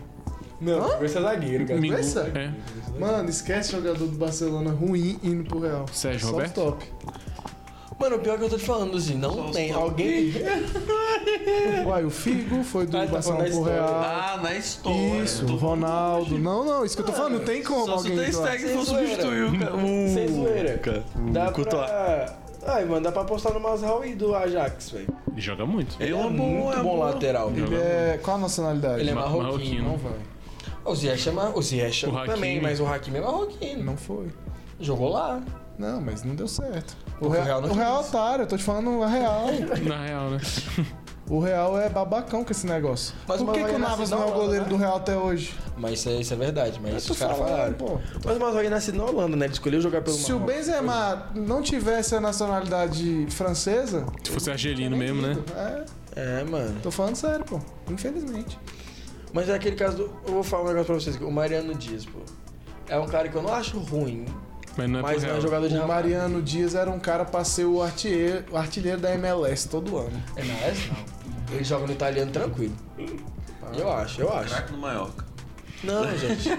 E: Não, esse é zagueiro, cara.
A: Mingu,
B: Essa?
A: é.
B: Mano, esquece jogador do Barcelona ruim indo pro Real.
A: Sérgio
B: Só
A: Roberto?
B: os top.
E: Mano, o pior que eu tô te falando, assim, não tem alguém...
B: Uai, o Figo foi do
E: Ah, tá
B: Barcelona
E: falando da
B: pro
E: história.
B: Real.
D: Ah, na história.
B: Isso,
D: Tô-
B: Ronaldo. Não, não, isso que eu tô falando, não tem como
D: Só se o
B: alguém.
D: Ter
B: lá.
D: Stegen for
E: Sem zoeira.
D: substituir o cara. o-
E: Sem zoeira.
D: Cara,
E: Dá
D: o Courtois.
E: pra... Ai, mano, dá pra apostar no Mazraoui do Ajax, velho.
A: Ele joga muito.
D: É
E: Ele é
D: uma boa,
E: muito
D: é uma
E: bom
D: boa.
E: lateral.
B: Ele é. Qual a nacionalidade?
E: Ele é
A: Ma-
E: marroquino.
B: Não vai.
E: O Ziyech é, mar... o Ziyech é
A: O Hakimi.
E: também, mas o Hakimi é marroquino.
B: Não foi.
E: Jogou lá.
B: Não, mas não deu certo. O
E: Porque
B: Real,
E: o Real não
B: o Real é
E: quis.
B: otário, eu tô te falando a real.
A: Na real, né?
B: o Real é babacão com esse negócio.
E: Mas
B: Por
E: o
B: que, que
E: Maguire
B: o Navas
E: nasceu
B: não é o
E: na Holanda,
B: goleiro
E: né?
B: do Real até hoje?
E: Mas isso é, isso é verdade, mas
B: Eu
E: isso
B: tô
E: os caras
B: falando,
E: falaram.
B: pô.
E: Mas o Mazraoui nasceu na Holanda, né? Ele escolheu jogar pelo
B: Se o
E: Marrocos.
B: Benzema não tivesse a nacionalidade francesa.
A: Se fosse argelino mesmo, né?
B: É,
E: É, mano.
B: tô falando sério, pô. Infelizmente.
E: Mas é aquele caso do... Eu vou falar um negócio pra vocês. aqui. O Mariano Dias, pô. É um cara que eu não acho ruim,
A: Mas não é pro
E: mas não é
A: Real.
E: jogador de...
B: O Mariano Dias era um cara pra ser o artilheiro, o artilheiro da MLS todo ano.
E: É na S, não. Ele joga no italiano tranquilo. Eu acho, eu acho.
D: Craque no Maiorca.
E: Não, gente.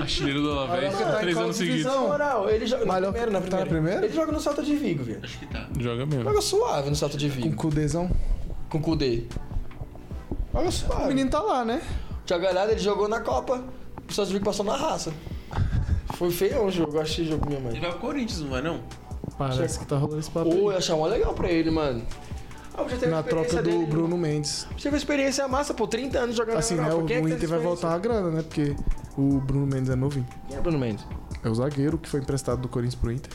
A: Artilheiro do Alavés,
B: Olha lá,
A: três
B: qual
A: anos seguidos.
B: divisão?
E: Na moral, ele joga na
B: Malhou-
E: primeira, na
B: tá
E: primeira.
B: na primeira?
E: Ele joga no Salto de Vigo, velho.
D: Acho que tá.
A: Joga mesmo.
E: Joga suave no Salto de
B: Com
E: Vigo.
B: Cudezão.
E: Com o Kudê. Joga
B: O
E: suave.
B: menino tá lá, né?
E: Thiago Galhardo, ele jogou na Copa. O Salto de Vigo passou na raça. Foi feio o jogo, eu achei o jogo com minha
D: Ele
E: mãe.
D: vai pro Corinthians, não vai não?
B: Parece que tá rolando esse papo.
E: Ô,
B: aí.
E: eu achei mó legal pra ele, mano. Ah, eu já é, teve a
B: Na
E: experiência
B: troca do
E: dele,
B: Bruno Mendes.
E: Tive uma experiência massa, pô. 30 anos jogando
B: Assim,
E: na
B: né? O,
E: Europa. Quem é que
B: o
E: tem
B: Inter vai
E: experiência?
B: voltar uma grana, né? Porque o Bruno Mendes é novinho.
E: Quem é Bruno Mendes?
B: É o zagueiro que foi emprestado do Corinthians pro Inter.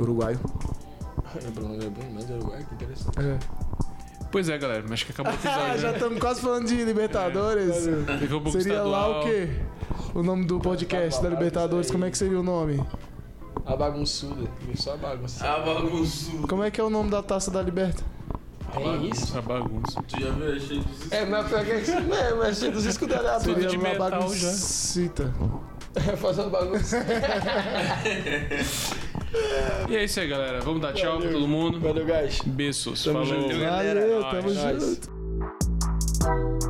B: Uruguaio.
E: É Bruno, é Bruno Mendes, é uruguaio, que interessante.
B: É.
A: Pois é, galera, mas acho que acabou o
B: Ah,
A: episódio.
B: já
A: né?
B: estamos quase falando
E: É,
B: de Libertadores.
A: Daqui a pouco
B: Seria lá o
A: estadual.
B: quê? O nome do podcast da Libertadores, como é que seria o nome?
E: A bagunçuda. viu? Só a bagunça.
D: Ah, bagunço.
B: Como é que é o nome da taça da Liberta?
E: é isso?
A: Essa bagunça.
D: Tu já viu? Achei dos
E: É, mas pior que é isso. Não é, mas dos escudados.
B: Seria
A: de
B: uma
A: metal já.
B: baguncita.
E: É fazer uma bagunça.
A: E é isso aí, galera. Vamos dar tchau pra todo mundo.
E: Valeu, guys.
A: Beijos.
E: Tamo
A: Falou.
E: junto.
D: galera.
B: Valeu, tamo
A: Nós.
B: junto.
E: Nós.